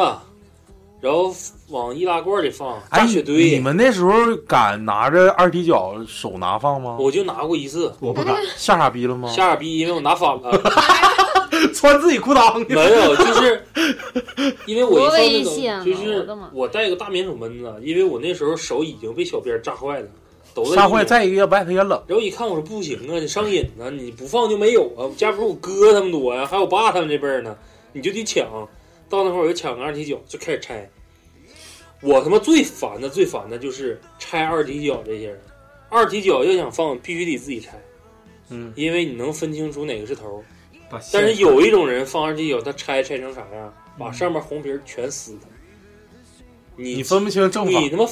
[SPEAKER 3] 然后往易拉罐里放，
[SPEAKER 4] 哎
[SPEAKER 3] 炸雪
[SPEAKER 4] 你
[SPEAKER 3] 堆。
[SPEAKER 4] 们那时候敢拿着二踢脚手拿放吗？
[SPEAKER 3] 我就拿过一次，
[SPEAKER 1] 我不敢，
[SPEAKER 4] 吓傻逼了吗？
[SPEAKER 3] 吓傻逼，因为我拿反了。
[SPEAKER 4] 穿自己裤裆去
[SPEAKER 3] 没有，就是因为我一放
[SPEAKER 2] 多
[SPEAKER 3] 那
[SPEAKER 2] 危险
[SPEAKER 3] 种，
[SPEAKER 2] 啊
[SPEAKER 3] 就
[SPEAKER 2] 我
[SPEAKER 3] 是
[SPEAKER 2] 的妈
[SPEAKER 3] 我带个大棉手闷子，因为我那时候手已经被小鞭炸坏了，都 在
[SPEAKER 4] 吓
[SPEAKER 3] 里面
[SPEAKER 4] 坏，再一个外头也冷，
[SPEAKER 3] 然后一看我说不行啊，你上瘾呢、你不放就没有啊。家不是我哥他们多呀、还有我爸他们这辈儿呢，你就得抢。到那会儿我就抢个二踢脚，就开始拆。我他妈最烦的最烦的就是拆二踢脚这些人，二踢脚要想放必须得自己拆，
[SPEAKER 4] 嗯，
[SPEAKER 3] 因为你能分清楚哪个是头儿。
[SPEAKER 1] 把
[SPEAKER 3] 但是
[SPEAKER 1] 线
[SPEAKER 3] 有一种人放二踢脚，他拆拆成啥样，把上面红皮儿全撕它。你
[SPEAKER 4] 嗯你分不清正
[SPEAKER 3] 你
[SPEAKER 4] 反。
[SPEAKER 3] 他妈，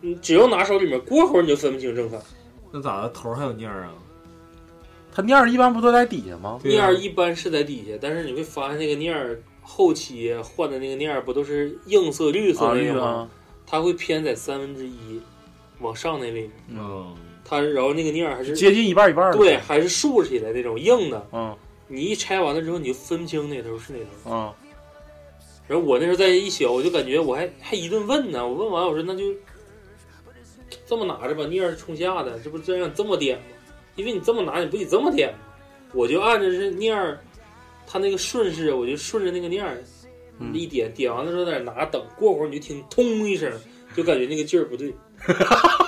[SPEAKER 3] 你只要拿手里面，过会儿你就分不清正反。
[SPEAKER 1] 那咋的头儿还有蔫儿啊？
[SPEAKER 4] 他那样一般不都在底下吗？
[SPEAKER 1] 对
[SPEAKER 3] 念
[SPEAKER 1] 啊
[SPEAKER 3] 儿一般是在底下，但是你会发现那个念儿后期换的那个念儿不都是映色绿色
[SPEAKER 4] 啊，
[SPEAKER 3] 那
[SPEAKER 4] 绿
[SPEAKER 3] 个吗？
[SPEAKER 4] 啊，
[SPEAKER 3] 它会偏在三分之一往上那位置，
[SPEAKER 1] 嗯，
[SPEAKER 3] 它然后那个念儿还是
[SPEAKER 4] 接近一半儿一半儿了。
[SPEAKER 3] 对，还是竖起来那种硬的。
[SPEAKER 4] 嗯
[SPEAKER 3] 你一拆完了之后，你就分不清哪头是哪头。
[SPEAKER 4] 嗯，
[SPEAKER 3] 然后我那时候在一宿，我就感觉我还还一顿问呢。我问完，我说那就这么拿着吧，捏着冲下的，这不这样这么点吗？因为你这么拿，你不得这么点吗？我就按着这捏儿，它那个顺势，我就顺着那个捏儿
[SPEAKER 4] 嗯
[SPEAKER 3] 一点，点完了之后在那儿拿等，过会儿你就听通一声，就感觉那个劲儿 不对，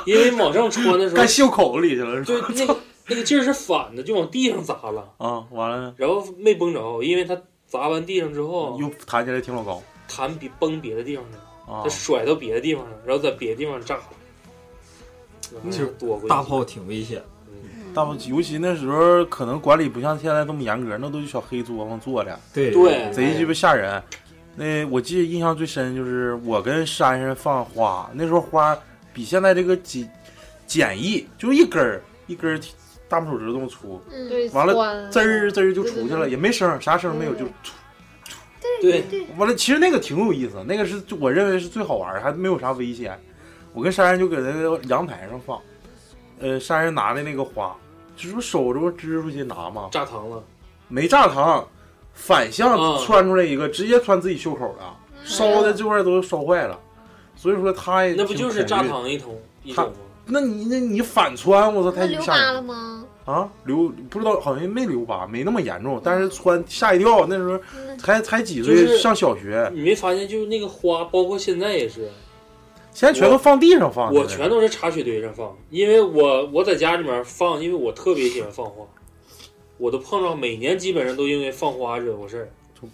[SPEAKER 3] 因为往上穿的时候
[SPEAKER 4] 干，袖口里去了是吧？
[SPEAKER 3] 对那个那个劲儿是反的，就往地上砸了，
[SPEAKER 4] 啊，完了呢，
[SPEAKER 3] 然后没崩着，因为它砸完地上之后，
[SPEAKER 4] 又弹起来挺老高
[SPEAKER 3] 弹比崩别的地方去了。
[SPEAKER 4] 啊
[SPEAKER 3] 他。甩到别的地方了，然后在别的地方炸了。嗯
[SPEAKER 1] 其
[SPEAKER 3] 是
[SPEAKER 1] 实
[SPEAKER 3] 躲过一
[SPEAKER 1] 大
[SPEAKER 3] 劫，
[SPEAKER 1] 炮挺危险，
[SPEAKER 4] 大部尤其那时候可能管理不像现在这么严格，那都是小黑作坊做的，
[SPEAKER 1] 对
[SPEAKER 3] 对
[SPEAKER 4] 贼鸡巴吓人。那我记得印象最深就是我跟珊珊放花，那时候花比现在这个简简易，就一根儿一根儿大拇手指头这么粗，
[SPEAKER 5] 嗯，
[SPEAKER 7] 对，
[SPEAKER 4] 完了
[SPEAKER 7] 酸
[SPEAKER 4] 滋儿滋儿就
[SPEAKER 7] 对对
[SPEAKER 4] 出去
[SPEAKER 7] 嗯对
[SPEAKER 4] 了，也没声儿，啥声儿没有，
[SPEAKER 7] 嗯
[SPEAKER 4] 就
[SPEAKER 3] 对，
[SPEAKER 4] 完了，其实那个挺有意思，那个是我认为是最好玩儿，还没有啥危险。我跟珊珊就搁那个阳台上放，呃，珊珊拿的那个花，就是不手这不支出去拿吗？
[SPEAKER 3] 哎炸膛了，
[SPEAKER 4] 没炸膛，反向
[SPEAKER 3] 啊
[SPEAKER 4] 窜出来一个，直接穿自己袖口了，
[SPEAKER 5] 嗯
[SPEAKER 4] 烧的这块儿都烧坏了。所以说他也
[SPEAKER 3] 那不就是
[SPEAKER 4] 挺恐
[SPEAKER 3] 炸
[SPEAKER 4] 惧？
[SPEAKER 3] 膛一桶一种吗？
[SPEAKER 4] 那你那你反穿，我操，
[SPEAKER 5] 那
[SPEAKER 4] 太
[SPEAKER 5] 留
[SPEAKER 4] 吓
[SPEAKER 5] 疤
[SPEAKER 4] 人
[SPEAKER 5] 了吗？
[SPEAKER 4] 啊！留不知道好像没留疤，没那么严重，但是穿吓一跳。那时候
[SPEAKER 5] 嗯
[SPEAKER 4] 才才几岁，
[SPEAKER 3] 就是
[SPEAKER 4] 上小学，
[SPEAKER 3] 你没发现就是那个花，包括现在也是，
[SPEAKER 4] 现在全都放地上放的。
[SPEAKER 3] 我全都是茶水堆上放，因为我我在家里面放，因为我特别喜欢放花，我都碰着每年基本上都因为放花惹过事儿，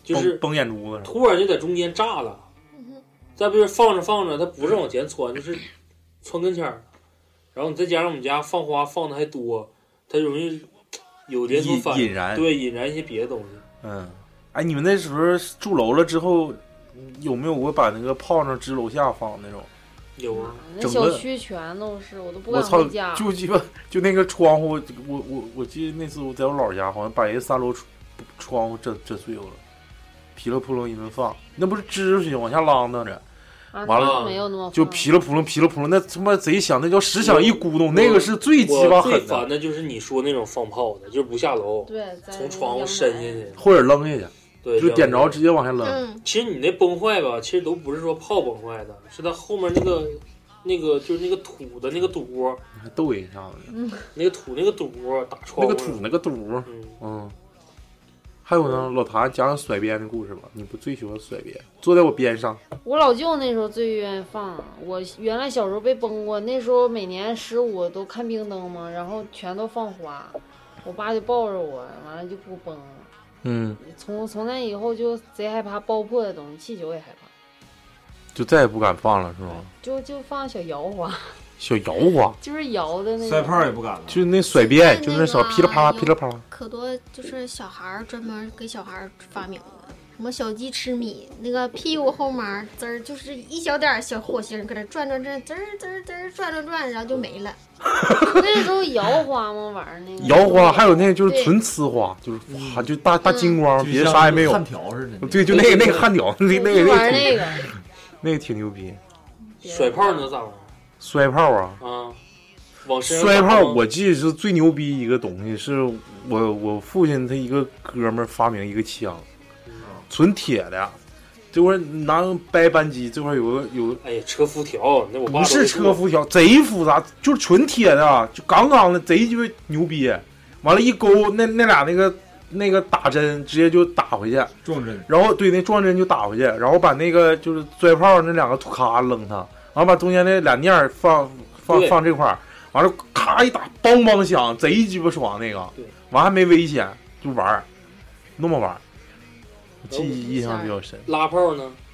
[SPEAKER 3] 就是
[SPEAKER 4] 崩崩眼珠子上。
[SPEAKER 3] 突然就在中间炸了，
[SPEAKER 5] 嗯
[SPEAKER 3] 再不就是放着放着，它不是往前窜，就是窜跟前儿，然后你再加上我们家放花放的还多，它容易有连锁
[SPEAKER 4] 引
[SPEAKER 3] 反
[SPEAKER 4] 引燃
[SPEAKER 3] 对引燃一些别的东西，
[SPEAKER 4] 嗯，哎，你们那时候住楼了之后，有没有过把那个炮仗支楼下放那种？
[SPEAKER 3] 有啊，
[SPEAKER 2] 那
[SPEAKER 4] 整
[SPEAKER 2] 小
[SPEAKER 4] 个
[SPEAKER 2] 区全都是，我都不
[SPEAKER 4] 我
[SPEAKER 2] 敢
[SPEAKER 4] 操
[SPEAKER 2] 回家，。
[SPEAKER 4] 就鸡巴就那个窗户，我我我记得那次我在我姥家，好像把一个三楼窗窗户震震碎了，噼里扑棱一顿放，那不是支出去往下啷当着，
[SPEAKER 2] 啊
[SPEAKER 4] 完
[SPEAKER 3] 了
[SPEAKER 2] 没有那么
[SPEAKER 4] 就
[SPEAKER 2] 放
[SPEAKER 4] 噼里扑棱噼里扑棱，那他妈贼响，那叫十响一咕咚，那个是最鸡巴
[SPEAKER 3] 我最
[SPEAKER 4] 狠的
[SPEAKER 3] 烦，的就是你说那种放炮的，就是不下楼，
[SPEAKER 2] 对，在
[SPEAKER 3] 从窗户
[SPEAKER 2] 阳
[SPEAKER 3] 伸
[SPEAKER 2] 台
[SPEAKER 3] 下去，
[SPEAKER 4] 或者扔下去，
[SPEAKER 3] 对，
[SPEAKER 4] 就点
[SPEAKER 3] 然后
[SPEAKER 4] 着直接往下扔。
[SPEAKER 5] 嗯，
[SPEAKER 3] 其实你那崩坏吧，其实都不是说炮崩坏的，是它后面那个那个就是那个土的那个堵，
[SPEAKER 4] 还逗人啥的，
[SPEAKER 2] 嗯
[SPEAKER 3] 那个土那个堵打
[SPEAKER 4] 那
[SPEAKER 3] 窗户
[SPEAKER 4] 个
[SPEAKER 3] 了
[SPEAKER 4] 土那个堵，
[SPEAKER 3] 嗯，
[SPEAKER 4] 嗯。还有呢，老谭讲讲甩鞭的故事吧。你不最喜欢甩鞭？坐在我边上，
[SPEAKER 2] 我老舅那时候最愿意放，我原来小时候被崩过，那时候每年十五都看冰灯嘛，然后全都放花，我爸就抱着我，完了就给我崩了。
[SPEAKER 4] 嗯，
[SPEAKER 2] 从从那以后就贼害怕爆破的东西，气球也害怕，
[SPEAKER 4] 就再也不敢放了，是吗？
[SPEAKER 2] 就就放小摇花，
[SPEAKER 4] 小摇花，
[SPEAKER 2] 就是摇的那
[SPEAKER 1] 摔炮也
[SPEAKER 2] 种。
[SPEAKER 1] 不敢了。
[SPEAKER 4] 就是那甩鞭，就是那小
[SPEAKER 5] 那个
[SPEAKER 4] 噼里啪啦、
[SPEAKER 5] 有
[SPEAKER 4] 噼里啪啦。
[SPEAKER 5] 可多就是小孩儿专门给小孩儿发明的，什么小鸡吃米，那个屁股后面儿滋儿就是一小点儿小火星，搁那转转转，滋儿滋儿滋儿转转转，然后就没了。
[SPEAKER 2] 那时候摇花嘛，玩儿那个
[SPEAKER 4] 摇花，还有那个就是
[SPEAKER 5] 对
[SPEAKER 4] 纯呲花，就是哗，就大大金光，
[SPEAKER 1] 就
[SPEAKER 4] 别的
[SPEAKER 1] 像
[SPEAKER 4] 啥也没有
[SPEAKER 1] 焊。条似的。
[SPEAKER 4] 嗯对，就那个那个焊屌，那那个
[SPEAKER 2] 就玩儿
[SPEAKER 4] 那个
[SPEAKER 2] 那个
[SPEAKER 4] 那个挺牛逼。
[SPEAKER 3] 甩炮你能咋玩
[SPEAKER 4] 摔炮啊，
[SPEAKER 3] 啊？往身上
[SPEAKER 4] 摔
[SPEAKER 3] 打
[SPEAKER 4] 炮，
[SPEAKER 3] 吗
[SPEAKER 4] 我记得是最牛逼一个东西，是我我父亲他一个哥们儿发明一个枪，纯铁的，这块儿拿掰扳机，这块儿有个有个
[SPEAKER 3] 哎呀，车辐条，那我爸
[SPEAKER 4] 不是车辐条，贼复杂，就是纯铁的，啊就杠杠的，贼鸡巴牛逼。完了，一勾那那俩那个那个打针，直接就打回去，
[SPEAKER 1] 撞针，
[SPEAKER 4] 然后对那撞针就打回去，然后把那个就是摔炮那两个土咔扔它，然后把中间那俩念儿放放
[SPEAKER 3] 对
[SPEAKER 4] 放这块儿，完了咔一打，梆梆响，贼鸡巴爽那个
[SPEAKER 3] 对，
[SPEAKER 4] 完还没危险，就玩儿，那么玩儿。我记忆印象
[SPEAKER 2] 吓
[SPEAKER 4] 比
[SPEAKER 2] 人
[SPEAKER 4] 较深，
[SPEAKER 3] 拉炮呢？哎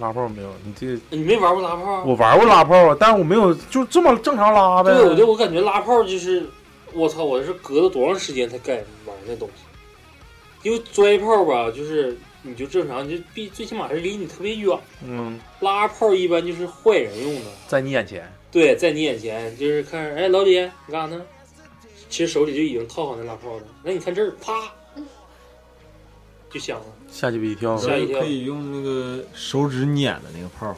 [SPEAKER 4] 拉炮没有？你这
[SPEAKER 3] 你没玩过拉炮？
[SPEAKER 4] 我玩过拉炮啊，但是我没有就这么正常拉呗。
[SPEAKER 3] 对，我就我感觉拉炮就是，我操，我是隔了多长时间才敢玩那东西，因为摔炮吧，就是你就正常，你就必最起码是离你特别远。
[SPEAKER 4] 嗯，
[SPEAKER 3] 拉炮一般就是坏人用的，
[SPEAKER 4] 在你眼前，
[SPEAKER 3] 对，在你眼前就是看，哎，老李，你干啥呢？其实手里就已经套好那拉炮了。那你看这儿，啪，就响了。
[SPEAKER 4] 吓鸡巴一跳。
[SPEAKER 3] 吓一跳
[SPEAKER 1] 可以用那个手指捻的那个炮，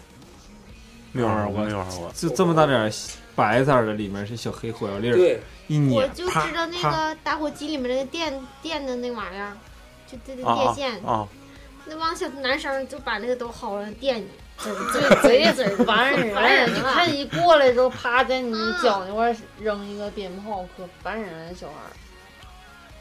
[SPEAKER 4] 没玩过，
[SPEAKER 1] 嗯
[SPEAKER 4] 没玩过。
[SPEAKER 1] 就这么大点儿白色儿的，里面是小黑火药粒儿，
[SPEAKER 3] 对，
[SPEAKER 1] 一
[SPEAKER 5] 我
[SPEAKER 1] 捻，
[SPEAKER 5] 就
[SPEAKER 1] 啪
[SPEAKER 5] 知道那
[SPEAKER 1] 啪，
[SPEAKER 5] 个打火机里面那个电电的那玩意儿，就这个
[SPEAKER 4] 啊
[SPEAKER 5] 电线，
[SPEAKER 4] 啊！
[SPEAKER 5] 那帮小男生就把那个都薅了电你，
[SPEAKER 2] 对，贼贼 烦人
[SPEAKER 5] 烦人
[SPEAKER 2] 了。你
[SPEAKER 5] 了
[SPEAKER 2] 看一过来之后，啪在你脚那块儿扔一个鞭炮，可烦人了，小孩儿。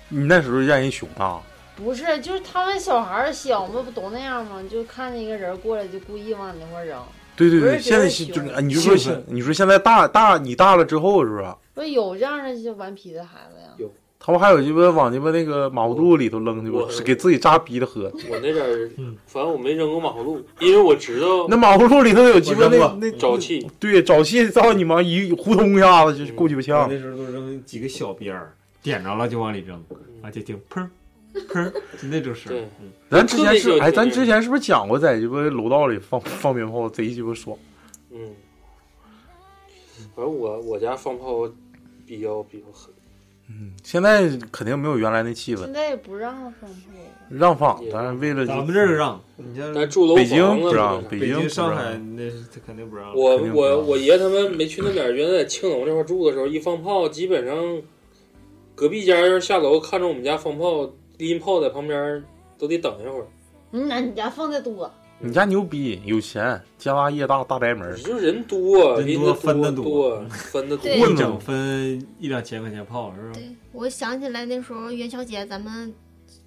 [SPEAKER 4] 你那时候让人熊啊？
[SPEAKER 2] 不是，就是他们小孩儿小嘛，不都那样吗？就看见一个人过来，就故意往你那块儿扔。
[SPEAKER 4] 对对
[SPEAKER 2] 不是
[SPEAKER 4] 对，
[SPEAKER 2] 觉
[SPEAKER 4] 现在
[SPEAKER 2] 得
[SPEAKER 4] 是就是
[SPEAKER 2] 熊
[SPEAKER 4] 哎你就说
[SPEAKER 1] 兴
[SPEAKER 4] 现你说现在大大你大了之后是不是？
[SPEAKER 2] 不是有这样的就顽皮的孩子呀？
[SPEAKER 4] 他们还有鸡巴往鸡巴那个马葫芦里头扔去
[SPEAKER 3] 我
[SPEAKER 4] 吧，是给自己扎逼的喝。
[SPEAKER 3] 我那阵儿，反正我没扔过马葫芦，因为我知道
[SPEAKER 4] 嗯那马葫芦里头有鸡巴
[SPEAKER 1] 我
[SPEAKER 4] 那
[SPEAKER 1] 扔过
[SPEAKER 4] 那
[SPEAKER 3] 沼，气。
[SPEAKER 4] 对沼气到你妈一呼通一下子就过去不
[SPEAKER 1] 我
[SPEAKER 4] 呛
[SPEAKER 1] 那。时候都扔几个小鞭儿，点着了就往里扔，啊就听砰砰，就那种声
[SPEAKER 3] 嗯对
[SPEAKER 1] 儿。嗯
[SPEAKER 4] 咱之前
[SPEAKER 3] 特别
[SPEAKER 4] 是
[SPEAKER 3] 有
[SPEAKER 4] 哎，
[SPEAKER 3] 劲儿
[SPEAKER 4] 咱之前是不是讲过在鸡巴楼道里放放鞭炮贼鸡巴爽？
[SPEAKER 3] 嗯，反正我我家放炮比较比较狠，
[SPEAKER 4] 嗯，现在肯定没有原来那气氛
[SPEAKER 2] 现，在也不让放炮。
[SPEAKER 4] 让放，但是为了
[SPEAKER 6] 咱们这儿让，你像
[SPEAKER 3] 咱住楼
[SPEAKER 4] 北京
[SPEAKER 3] 房
[SPEAKER 4] 不
[SPEAKER 3] 了
[SPEAKER 4] 让，
[SPEAKER 3] 嘛。
[SPEAKER 4] 北
[SPEAKER 6] 北
[SPEAKER 4] 京不
[SPEAKER 6] 上
[SPEAKER 4] 让
[SPEAKER 6] 海那是他肯定不让。
[SPEAKER 3] 啊我
[SPEAKER 4] 肯定不
[SPEAKER 3] 我
[SPEAKER 4] 让
[SPEAKER 3] 我爷他们没去那点儿，原来在青龙这块住的时候，一放炮，基本上隔壁家要是下楼看着我们家放炮，低音炮在旁边都得等一会儿。
[SPEAKER 2] 嗯，那你家放的多，
[SPEAKER 4] 你家牛逼，有钱，家大业大，大宅门儿，
[SPEAKER 3] 就是人多，
[SPEAKER 6] 人
[SPEAKER 3] 人
[SPEAKER 6] 多
[SPEAKER 3] 多
[SPEAKER 6] 分得多
[SPEAKER 3] 多，分的多。
[SPEAKER 5] 对
[SPEAKER 6] 一整分一两千块钱炮是吧？
[SPEAKER 5] 对，我想起来那时候元宵节咱们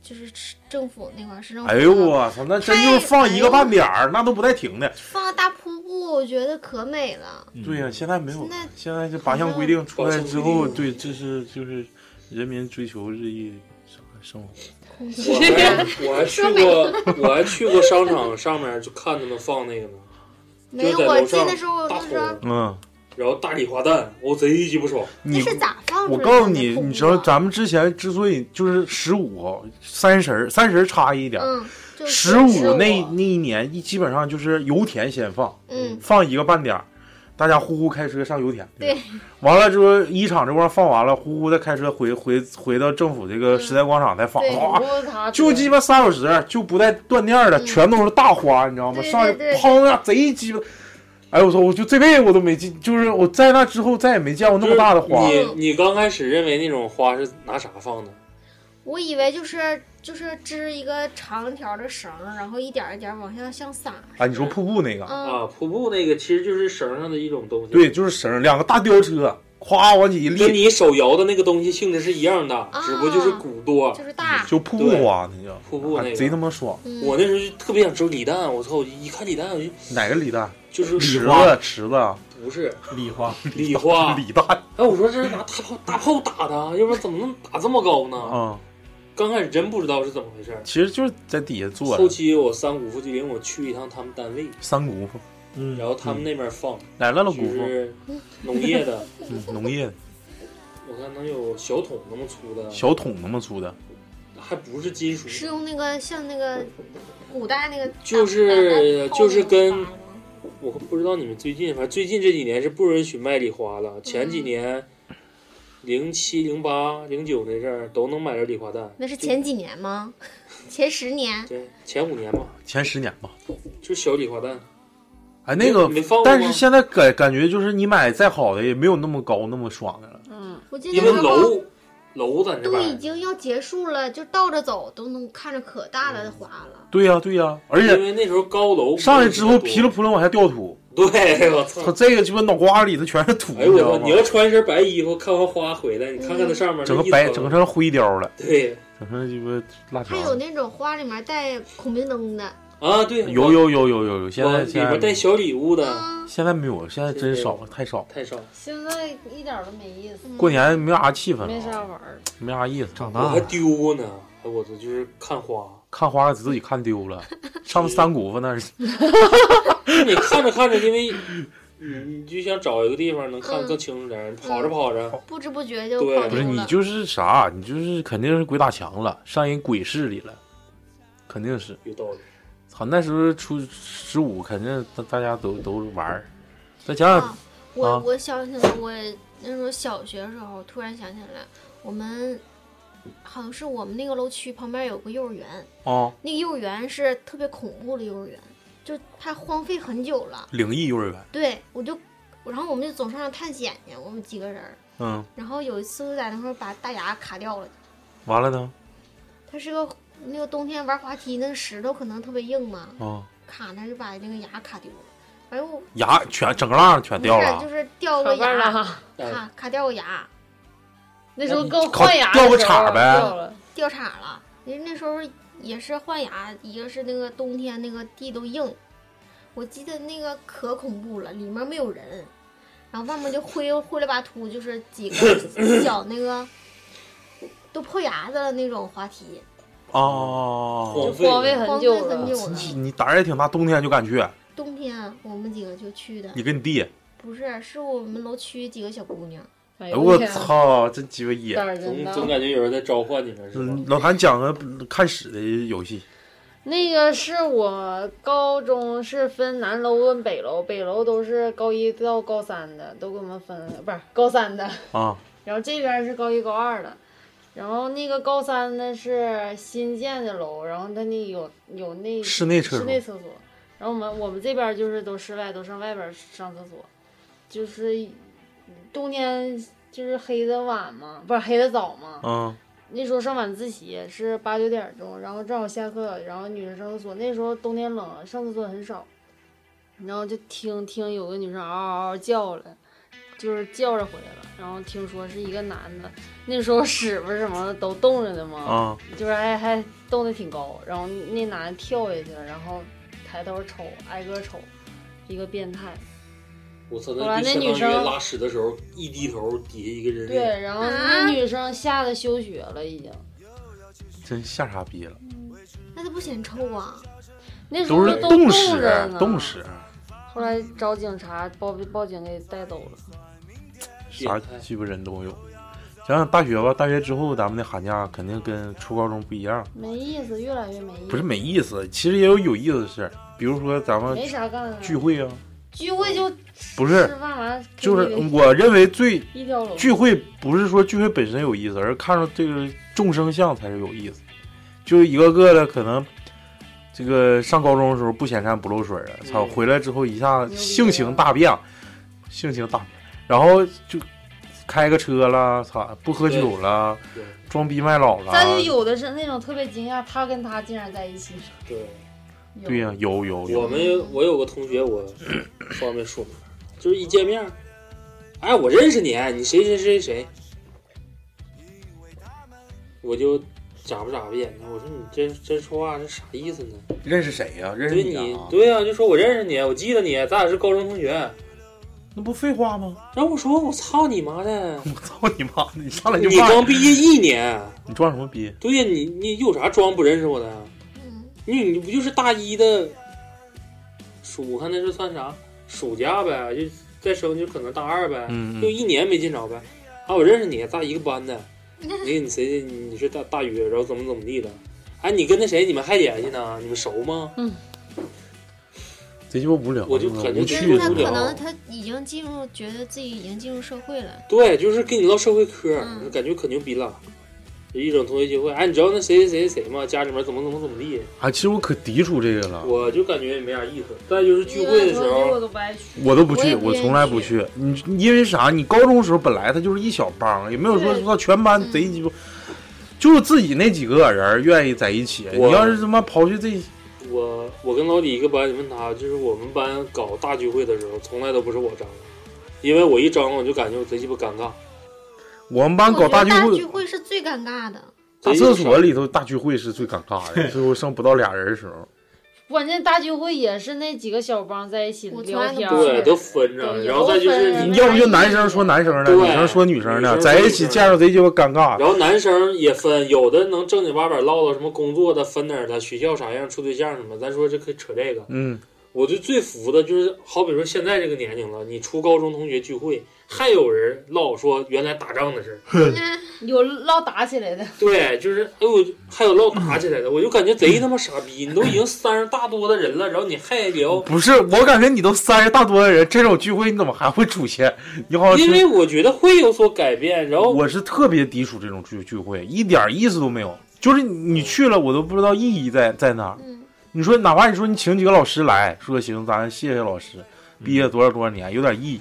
[SPEAKER 5] 就是吃政府那块儿市政府，
[SPEAKER 4] 哎呦我操，那真就是放一个半点儿，那都不带停的。
[SPEAKER 5] 放大瀑布，我觉得可美了。
[SPEAKER 6] 嗯
[SPEAKER 4] 对呀、现在没有
[SPEAKER 5] 现在，
[SPEAKER 4] 现在这八项规定出来之后，
[SPEAKER 3] 好像
[SPEAKER 4] 对，这是就是人民追求日益啥生活。
[SPEAKER 5] 空气
[SPEAKER 3] 我还我还去过，我还去过商场上面就看他们放那个呢，
[SPEAKER 5] 没有，
[SPEAKER 3] 就在
[SPEAKER 5] 我
[SPEAKER 3] 楼
[SPEAKER 5] 进
[SPEAKER 3] 上
[SPEAKER 5] 的时候
[SPEAKER 3] 大
[SPEAKER 5] 那时候
[SPEAKER 3] 桶，
[SPEAKER 4] 嗯，
[SPEAKER 3] 然后大礼花弹，我贼鸡巴爽。
[SPEAKER 5] 那
[SPEAKER 4] 你
[SPEAKER 5] 是咋放出
[SPEAKER 4] 我
[SPEAKER 5] 来的？
[SPEAKER 4] 告诉
[SPEAKER 5] 那
[SPEAKER 4] 你，
[SPEAKER 5] 瀑布
[SPEAKER 4] 你知道
[SPEAKER 5] 啊
[SPEAKER 4] 咱们之前之所以就是十五号、三十儿、三十儿差一点儿，
[SPEAKER 5] 嗯，就
[SPEAKER 4] 十
[SPEAKER 5] 15
[SPEAKER 4] 五那那一年一基本上就是油田先放，
[SPEAKER 5] 嗯
[SPEAKER 4] 放一个半点儿，大家呼呼开车上油田。
[SPEAKER 5] 对，
[SPEAKER 4] 完了之后一厂这块儿放完了，呼呼再开车回回回到政府这个时代广场再放，
[SPEAKER 5] 嗯对
[SPEAKER 4] 哇、
[SPEAKER 2] 我他
[SPEAKER 4] 就鸡巴仨小时，就不带断电儿的，
[SPEAKER 5] 嗯
[SPEAKER 4] 全都是大花，你知道吗？
[SPEAKER 5] 对对
[SPEAKER 4] 上去
[SPEAKER 5] 对
[SPEAKER 4] 砰呀，贼鸡巴！哎，我操！我就这辈子我都没见，就是我在那之后再也没见过那么大的花。
[SPEAKER 5] 嗯
[SPEAKER 3] 你你刚开始认为那种花是拿啥放的？
[SPEAKER 5] 我以为就是就是织一个长条的绳儿，然后一点儿一点儿往下像撒。
[SPEAKER 4] 啊，你说瀑布那个，
[SPEAKER 5] 嗯，
[SPEAKER 3] 啊，瀑布那个其实就是绳上的一种东西，
[SPEAKER 4] 对，，就是绳儿，两个大吊车，咵往起一
[SPEAKER 3] 跟
[SPEAKER 4] 立，
[SPEAKER 3] 你手摇的那个东西性质是一样的，只不过就是鼓多。
[SPEAKER 5] 啊嗯就是大。
[SPEAKER 4] 就瀑布花那叫
[SPEAKER 3] 瀑布
[SPEAKER 4] 啊
[SPEAKER 3] 那个
[SPEAKER 4] 贼他妈爽！
[SPEAKER 5] 嗯
[SPEAKER 3] 我那时候就特别想吃李诞，我操！我一看李诞，我就
[SPEAKER 4] 哪个李诞？
[SPEAKER 3] 就是
[SPEAKER 4] 池
[SPEAKER 3] 花
[SPEAKER 4] 子，池子，啊
[SPEAKER 3] 不是
[SPEAKER 6] 礼花，
[SPEAKER 3] 礼花。
[SPEAKER 4] 李诞
[SPEAKER 3] 哎，我说这是拿大炮大炮打的，要不然怎么能打这么高呢？
[SPEAKER 4] 啊，
[SPEAKER 3] 刚开始真不知道是怎么回事儿。
[SPEAKER 4] 其实就是在底下坐
[SPEAKER 3] 后
[SPEAKER 4] 着，
[SPEAKER 3] 期我三姑父就领我去一趟他们单位，
[SPEAKER 4] 三姑父，
[SPEAKER 6] 嗯
[SPEAKER 3] 然，后他们那边放
[SPEAKER 4] 哪来了
[SPEAKER 3] 就
[SPEAKER 4] 姑父？
[SPEAKER 3] 是农业的，
[SPEAKER 4] 嗯农业的
[SPEAKER 3] 我看能有小桶那么粗的，
[SPEAKER 4] 小桶那么粗的，
[SPEAKER 3] 还不是金属，
[SPEAKER 5] 是用那个像那个古代那个打，
[SPEAKER 3] 就是
[SPEAKER 5] 打
[SPEAKER 3] 就是跟
[SPEAKER 5] 打炮那种打吗
[SPEAKER 3] 我不知道你们最近，反正最近这几年是不允许卖礼花了。前
[SPEAKER 5] 嗯
[SPEAKER 3] 几年，零七、零八、零九那阵儿都能买着礼花弹。
[SPEAKER 5] 那是前几年吗？前十年
[SPEAKER 3] 对前五年吧，
[SPEAKER 4] 前十年吧。
[SPEAKER 3] 就是小礼花弹。
[SPEAKER 4] 哎，那个
[SPEAKER 3] 没没放过吗啊
[SPEAKER 4] 但是现在感感觉就是你买再好的也没有那么高那么爽的了。
[SPEAKER 2] 嗯，
[SPEAKER 5] 我记得
[SPEAKER 3] 因为
[SPEAKER 5] 那时候
[SPEAKER 3] 楼楼在那
[SPEAKER 5] 都已
[SPEAKER 3] 边，
[SPEAKER 5] 经要结束了，就倒着走都能看着可大
[SPEAKER 3] 嗯
[SPEAKER 5] 的花了。
[SPEAKER 4] 对呀、对呀、而
[SPEAKER 3] 因
[SPEAKER 4] 且
[SPEAKER 3] 为那时候高楼
[SPEAKER 4] 上来之后
[SPEAKER 3] 不
[SPEAKER 4] 噼
[SPEAKER 3] 是
[SPEAKER 4] 里
[SPEAKER 3] 很
[SPEAKER 4] 扑棱往下掉土，
[SPEAKER 3] 多。对，我操
[SPEAKER 4] 他！这个鸡巴脑瓜里头全是土，
[SPEAKER 3] 嗯哎呦
[SPEAKER 4] 你知
[SPEAKER 3] 我
[SPEAKER 4] 道
[SPEAKER 3] 操！
[SPEAKER 4] 吗
[SPEAKER 3] 你？要穿一身白衣服，看完花回来，你看
[SPEAKER 5] 嗯
[SPEAKER 3] 看那上面
[SPEAKER 4] 整
[SPEAKER 3] 那
[SPEAKER 4] 个
[SPEAKER 3] 一
[SPEAKER 4] 白
[SPEAKER 3] 层
[SPEAKER 4] 整成灰雕了，
[SPEAKER 3] 对
[SPEAKER 4] 整成鸡巴辣条
[SPEAKER 5] 还。有那种花里面带孔明灯的，
[SPEAKER 3] 啊对，
[SPEAKER 4] 有有有有有有，现
[SPEAKER 3] 往
[SPEAKER 4] 在
[SPEAKER 3] 里
[SPEAKER 4] 现
[SPEAKER 3] 边带
[SPEAKER 4] 在
[SPEAKER 3] 小礼物的
[SPEAKER 5] 嗯，
[SPEAKER 4] 现在没有，现在真少，太少。
[SPEAKER 3] 太少。
[SPEAKER 2] 现在一点都没意思，
[SPEAKER 4] 过年没啥气氛
[SPEAKER 2] 没啥
[SPEAKER 4] 了，
[SPEAKER 2] 玩儿。
[SPEAKER 4] 没啥意思。
[SPEAKER 6] 长
[SPEAKER 3] 我
[SPEAKER 6] 大
[SPEAKER 3] 还
[SPEAKER 6] 了，
[SPEAKER 3] 丢过呢，哎我操！就是看花。
[SPEAKER 4] 看花自己看 丢了，上三姑父那儿
[SPEAKER 3] 你看着看着，因为你你就想找一个地方
[SPEAKER 2] 嗯
[SPEAKER 3] 能看更清楚点儿，跑着跑着，
[SPEAKER 5] 不知不觉就
[SPEAKER 3] 对
[SPEAKER 5] 跑
[SPEAKER 4] 不
[SPEAKER 5] 丢
[SPEAKER 4] 是你
[SPEAKER 5] 了。
[SPEAKER 4] 就是啥，你就是肯定是鬼打墙了，上人鬼市里了，肯定是。
[SPEAKER 3] 有道理。
[SPEAKER 4] 操，那时候初十五肯定大大家都都玩儿。再想想
[SPEAKER 5] 啊，我、
[SPEAKER 4] 啊
[SPEAKER 5] 我想起来，我那时候小学的时候，突然想起来，我们好像是我们那个楼区旁边有个幼儿园，
[SPEAKER 4] 啊，
[SPEAKER 5] 那个幼儿园是特别恐怖的幼儿园，就它荒废很久了。
[SPEAKER 4] 灵异幼儿园，
[SPEAKER 5] 对我就，然后我们就总上那探险去，我们几个人儿。
[SPEAKER 4] 嗯，
[SPEAKER 5] 然后有一次我在那块儿把大牙卡掉了，
[SPEAKER 4] 完了呢，
[SPEAKER 5] 它是个那个冬天玩滑梯那个石头可能特别硬嘛，
[SPEAKER 4] 啊，
[SPEAKER 5] 卡那儿就把那个牙卡丢了。哎我
[SPEAKER 4] 牙全整个浪全
[SPEAKER 5] 不
[SPEAKER 4] 掉
[SPEAKER 5] 是就
[SPEAKER 4] 了，
[SPEAKER 5] 是掉个
[SPEAKER 2] 好办
[SPEAKER 5] 牙，
[SPEAKER 2] 了，
[SPEAKER 3] 哎，
[SPEAKER 5] 卡卡掉个牙。
[SPEAKER 2] 那时候刚换牙的时
[SPEAKER 4] 掉
[SPEAKER 2] 候
[SPEAKER 4] 个叉呗
[SPEAKER 2] 掉了
[SPEAKER 5] 掉茬了。人那时候也是换牙，一个是那个冬天那个地都硬，我记得那个可恐怖了，里面没有人，然后外面就灰灰了吧秃，就是几个小那个都破牙子了那种滑梯，
[SPEAKER 4] 啊，
[SPEAKER 3] 荒
[SPEAKER 2] 荒
[SPEAKER 3] 废
[SPEAKER 2] 废
[SPEAKER 3] 了。
[SPEAKER 2] 很
[SPEAKER 5] 荒
[SPEAKER 2] 久
[SPEAKER 5] 废很
[SPEAKER 2] 了。
[SPEAKER 5] 久了。
[SPEAKER 4] 你你胆儿也挺大，冬天就敢去，
[SPEAKER 5] 冬天我们几个就去的，
[SPEAKER 4] 你跟你弟，
[SPEAKER 5] 不是，是我们楼区几个小姑娘，
[SPEAKER 2] 哎
[SPEAKER 4] 哎
[SPEAKER 2] 呦
[SPEAKER 4] 我
[SPEAKER 2] 天啊，
[SPEAKER 4] 操，真鸡巴野
[SPEAKER 2] 胆！儿真
[SPEAKER 3] 总
[SPEAKER 2] 大。
[SPEAKER 3] 总感觉有人在召唤你们，是吧
[SPEAKER 4] 嗯，？老谭讲个看屎的游戏，
[SPEAKER 2] 那个是我高中是分南楼跟北楼，北楼都是高一到高三的，都给我们分了，不是高三的。
[SPEAKER 4] 啊，
[SPEAKER 2] 然后这边是高一高二的，然后那个高三的是新建的楼，然后它那有有那
[SPEAKER 4] 室内厕所
[SPEAKER 2] 室内厕所，然后我们我们这边就是都室外，都上外边上厕所，就是冬天就是黑的晚嘛，不是黑的早嘛，
[SPEAKER 4] 嗯，
[SPEAKER 2] 那时候上晚自习是八九点钟，然后正好下课，然后女生上厕所。那时候冬天冷，上厕所很少，然后就听听有个女生嗷嗷嗷叫了，就是叫着回来了。然后听说是一个男的，那时候屎不是什么的都冻着的嘛，
[SPEAKER 4] 啊
[SPEAKER 2] 就是还还冻得挺高。然后那男的跳下去了，然后抬头瞅，挨个瞅，一个变态。
[SPEAKER 3] 我操，
[SPEAKER 2] 后来
[SPEAKER 3] 那
[SPEAKER 2] 那
[SPEAKER 3] 就
[SPEAKER 2] 女
[SPEAKER 3] 相
[SPEAKER 2] 生
[SPEAKER 3] 当于拉屎的时候一低头，底下一个人脸，
[SPEAKER 2] 对，然后那女生吓得休学了，已经。
[SPEAKER 4] 真吓傻逼了，
[SPEAKER 5] 那他不显臭啊？
[SPEAKER 2] 那时
[SPEAKER 4] 都
[SPEAKER 2] 候
[SPEAKER 4] 是
[SPEAKER 2] 都
[SPEAKER 4] 冻
[SPEAKER 2] 着
[SPEAKER 4] 屎
[SPEAKER 2] 呢，
[SPEAKER 4] 冻屎，
[SPEAKER 2] 后来找警察报报警给带走了。
[SPEAKER 4] 啥
[SPEAKER 3] 变态
[SPEAKER 4] 鸡巴人都有。想想大学吧，大学之后咱们的寒假肯定跟初高中不一样，
[SPEAKER 2] 没意思，越来越没意思。
[SPEAKER 4] 不是没意思，其实也有有意思的事儿，比如说咱们
[SPEAKER 2] 没啥干的，
[SPEAKER 4] 聚会啊，
[SPEAKER 2] 聚会就
[SPEAKER 4] 不是
[SPEAKER 2] 吃饭完
[SPEAKER 4] 就是
[SPEAKER 2] 给你
[SPEAKER 4] 我认为最
[SPEAKER 2] 一条龙。
[SPEAKER 4] 聚会不是说聚会本身有意思，而是看着这个众生相才是有意思。就是一个个的，可能这个上高中的时候不显山不漏水啊，操、
[SPEAKER 3] 嗯
[SPEAKER 4] 回来之后一下
[SPEAKER 2] 逼啊
[SPEAKER 4] 性情大变，性情大变，然后就开个车啦，操，不喝酒啦
[SPEAKER 3] 对对，
[SPEAKER 4] 装逼卖老啦
[SPEAKER 2] 再，就有的是那种特别惊讶，他跟他竟然在一起。
[SPEAKER 3] 对。
[SPEAKER 2] 有
[SPEAKER 4] 对呀、有有
[SPEAKER 3] 我
[SPEAKER 4] 有，
[SPEAKER 3] 们有我有个同学，我不方便说名，就是一见面儿，哎，我认识你，你谁谁谁谁，我就眨巴眨巴眼睛，我说你这这说话是啥意思呢？
[SPEAKER 4] 认识谁呀、认识
[SPEAKER 3] 对
[SPEAKER 4] 啊
[SPEAKER 3] 你，对呀、就说我认识你，我记得你，咱俩是高中同学。
[SPEAKER 4] 那不废话吗？
[SPEAKER 3] 然后我说我操你 妈的，
[SPEAKER 4] 我操你妈！你上来就
[SPEAKER 3] 你
[SPEAKER 4] 骂，
[SPEAKER 3] 刚毕业一年，
[SPEAKER 4] 你装什么逼？
[SPEAKER 3] 对呀，你你有啥装不认识我的？
[SPEAKER 5] 嗯，
[SPEAKER 3] 你你不就是大一的暑，我看那是算啥暑假呗，就再生就可能大二呗，
[SPEAKER 4] 嗯嗯，
[SPEAKER 3] 就一年没见着呗。啊，我认识你，咱俩一个班的，你你谁你是大大宇，然后怎么怎么地的。哎，你跟那谁，你们还联系呢？你们熟吗？
[SPEAKER 4] 贼鸡巴无聊，
[SPEAKER 3] 我就感觉
[SPEAKER 4] 无
[SPEAKER 5] 但
[SPEAKER 4] 趣
[SPEAKER 5] 是
[SPEAKER 3] 去
[SPEAKER 5] 他
[SPEAKER 3] 无
[SPEAKER 5] 可
[SPEAKER 3] 聊
[SPEAKER 5] 能他已经进入，觉得自己已经进入社会了。
[SPEAKER 3] 对，就是跟你唠社会嗑，
[SPEAKER 5] 嗯
[SPEAKER 3] 感觉可牛逼了。有一种同学聚会，哎，你知道那谁谁谁谁吗？家里面怎么怎么怎么地，
[SPEAKER 4] 啊，其实我可抵触这个了。
[SPEAKER 3] 我就感觉没啥意思。再就是聚会的时
[SPEAKER 2] 我
[SPEAKER 3] 候，
[SPEAKER 2] 都不爱去。
[SPEAKER 4] 我都不去，
[SPEAKER 2] 也
[SPEAKER 4] 我
[SPEAKER 2] 愿
[SPEAKER 4] 从来不去。你因为啥？你高中时候本来他就是一小帮，也没有说
[SPEAKER 2] 对
[SPEAKER 4] 说全班
[SPEAKER 5] 嗯
[SPEAKER 4] 贼鸡巴，就是自己那几个人愿意在一起。
[SPEAKER 3] 我
[SPEAKER 4] 你要是他妈刨去这，
[SPEAKER 3] 我我跟老李一个班，你问他，就是我们班搞大聚会的时候，从来都不是我张罗，因为我一张罗我就感觉我贼鸡巴尴尬。
[SPEAKER 4] 我们班
[SPEAKER 5] 我觉
[SPEAKER 4] 搞
[SPEAKER 5] 得
[SPEAKER 4] 大聚
[SPEAKER 5] 大聚
[SPEAKER 4] 会，
[SPEAKER 5] 会是最尴尬的。
[SPEAKER 4] 大
[SPEAKER 3] 贼鸡
[SPEAKER 4] 厕
[SPEAKER 3] 巴
[SPEAKER 4] 所
[SPEAKER 3] 少
[SPEAKER 4] 里头大聚会是最尴尬 的，最后剩不到俩人的时候。
[SPEAKER 2] 关键大聚会也是那几个小帮在一起
[SPEAKER 5] 我
[SPEAKER 2] 聊天
[SPEAKER 5] 从来
[SPEAKER 3] 对，
[SPEAKER 2] 儿，
[SPEAKER 3] 都分着，
[SPEAKER 2] 对
[SPEAKER 3] 然后再就
[SPEAKER 2] 有
[SPEAKER 3] 是
[SPEAKER 2] 的分人
[SPEAKER 3] 你
[SPEAKER 4] 要不就男生说男生的，
[SPEAKER 3] 对
[SPEAKER 4] 女生说女生
[SPEAKER 3] 女生
[SPEAKER 4] 的，
[SPEAKER 3] 说
[SPEAKER 4] 在一
[SPEAKER 3] 女
[SPEAKER 4] 起
[SPEAKER 3] 生
[SPEAKER 4] 见着贼鸡巴尴尬。
[SPEAKER 3] 然后男生也分，有的能正经八百唠叨什么工作的、分哪儿的、学校啥样、处对象什么，咱说这可以扯这个。
[SPEAKER 4] 嗯，
[SPEAKER 3] 我就最服的就是，好比说现在这个年龄了，你初高中同学聚会，还有人唠说原来打仗的事儿，
[SPEAKER 2] 有唠打起来的。
[SPEAKER 3] 对，就是哎呦，还有唠打起来的，我就感觉贼他妈傻逼！你都已经三十大多的人了，然后你还聊，
[SPEAKER 4] 不是，我感觉你都三十大多的人，这种聚会你怎么还会出现？你好像
[SPEAKER 3] 因
[SPEAKER 4] 挺
[SPEAKER 3] 为我觉得会有所改变。然后
[SPEAKER 4] 我是特别抵触这种聚聚会，一点儿意思都没有。就是
[SPEAKER 3] 嗯
[SPEAKER 4] 你去了，我都不知道意义在在哪儿。
[SPEAKER 5] 嗯，
[SPEAKER 4] 你说，哪怕你说你请几个老师来说行，咱谢谢老师，
[SPEAKER 3] 嗯
[SPEAKER 4] 毕业多少多少年，有点意义。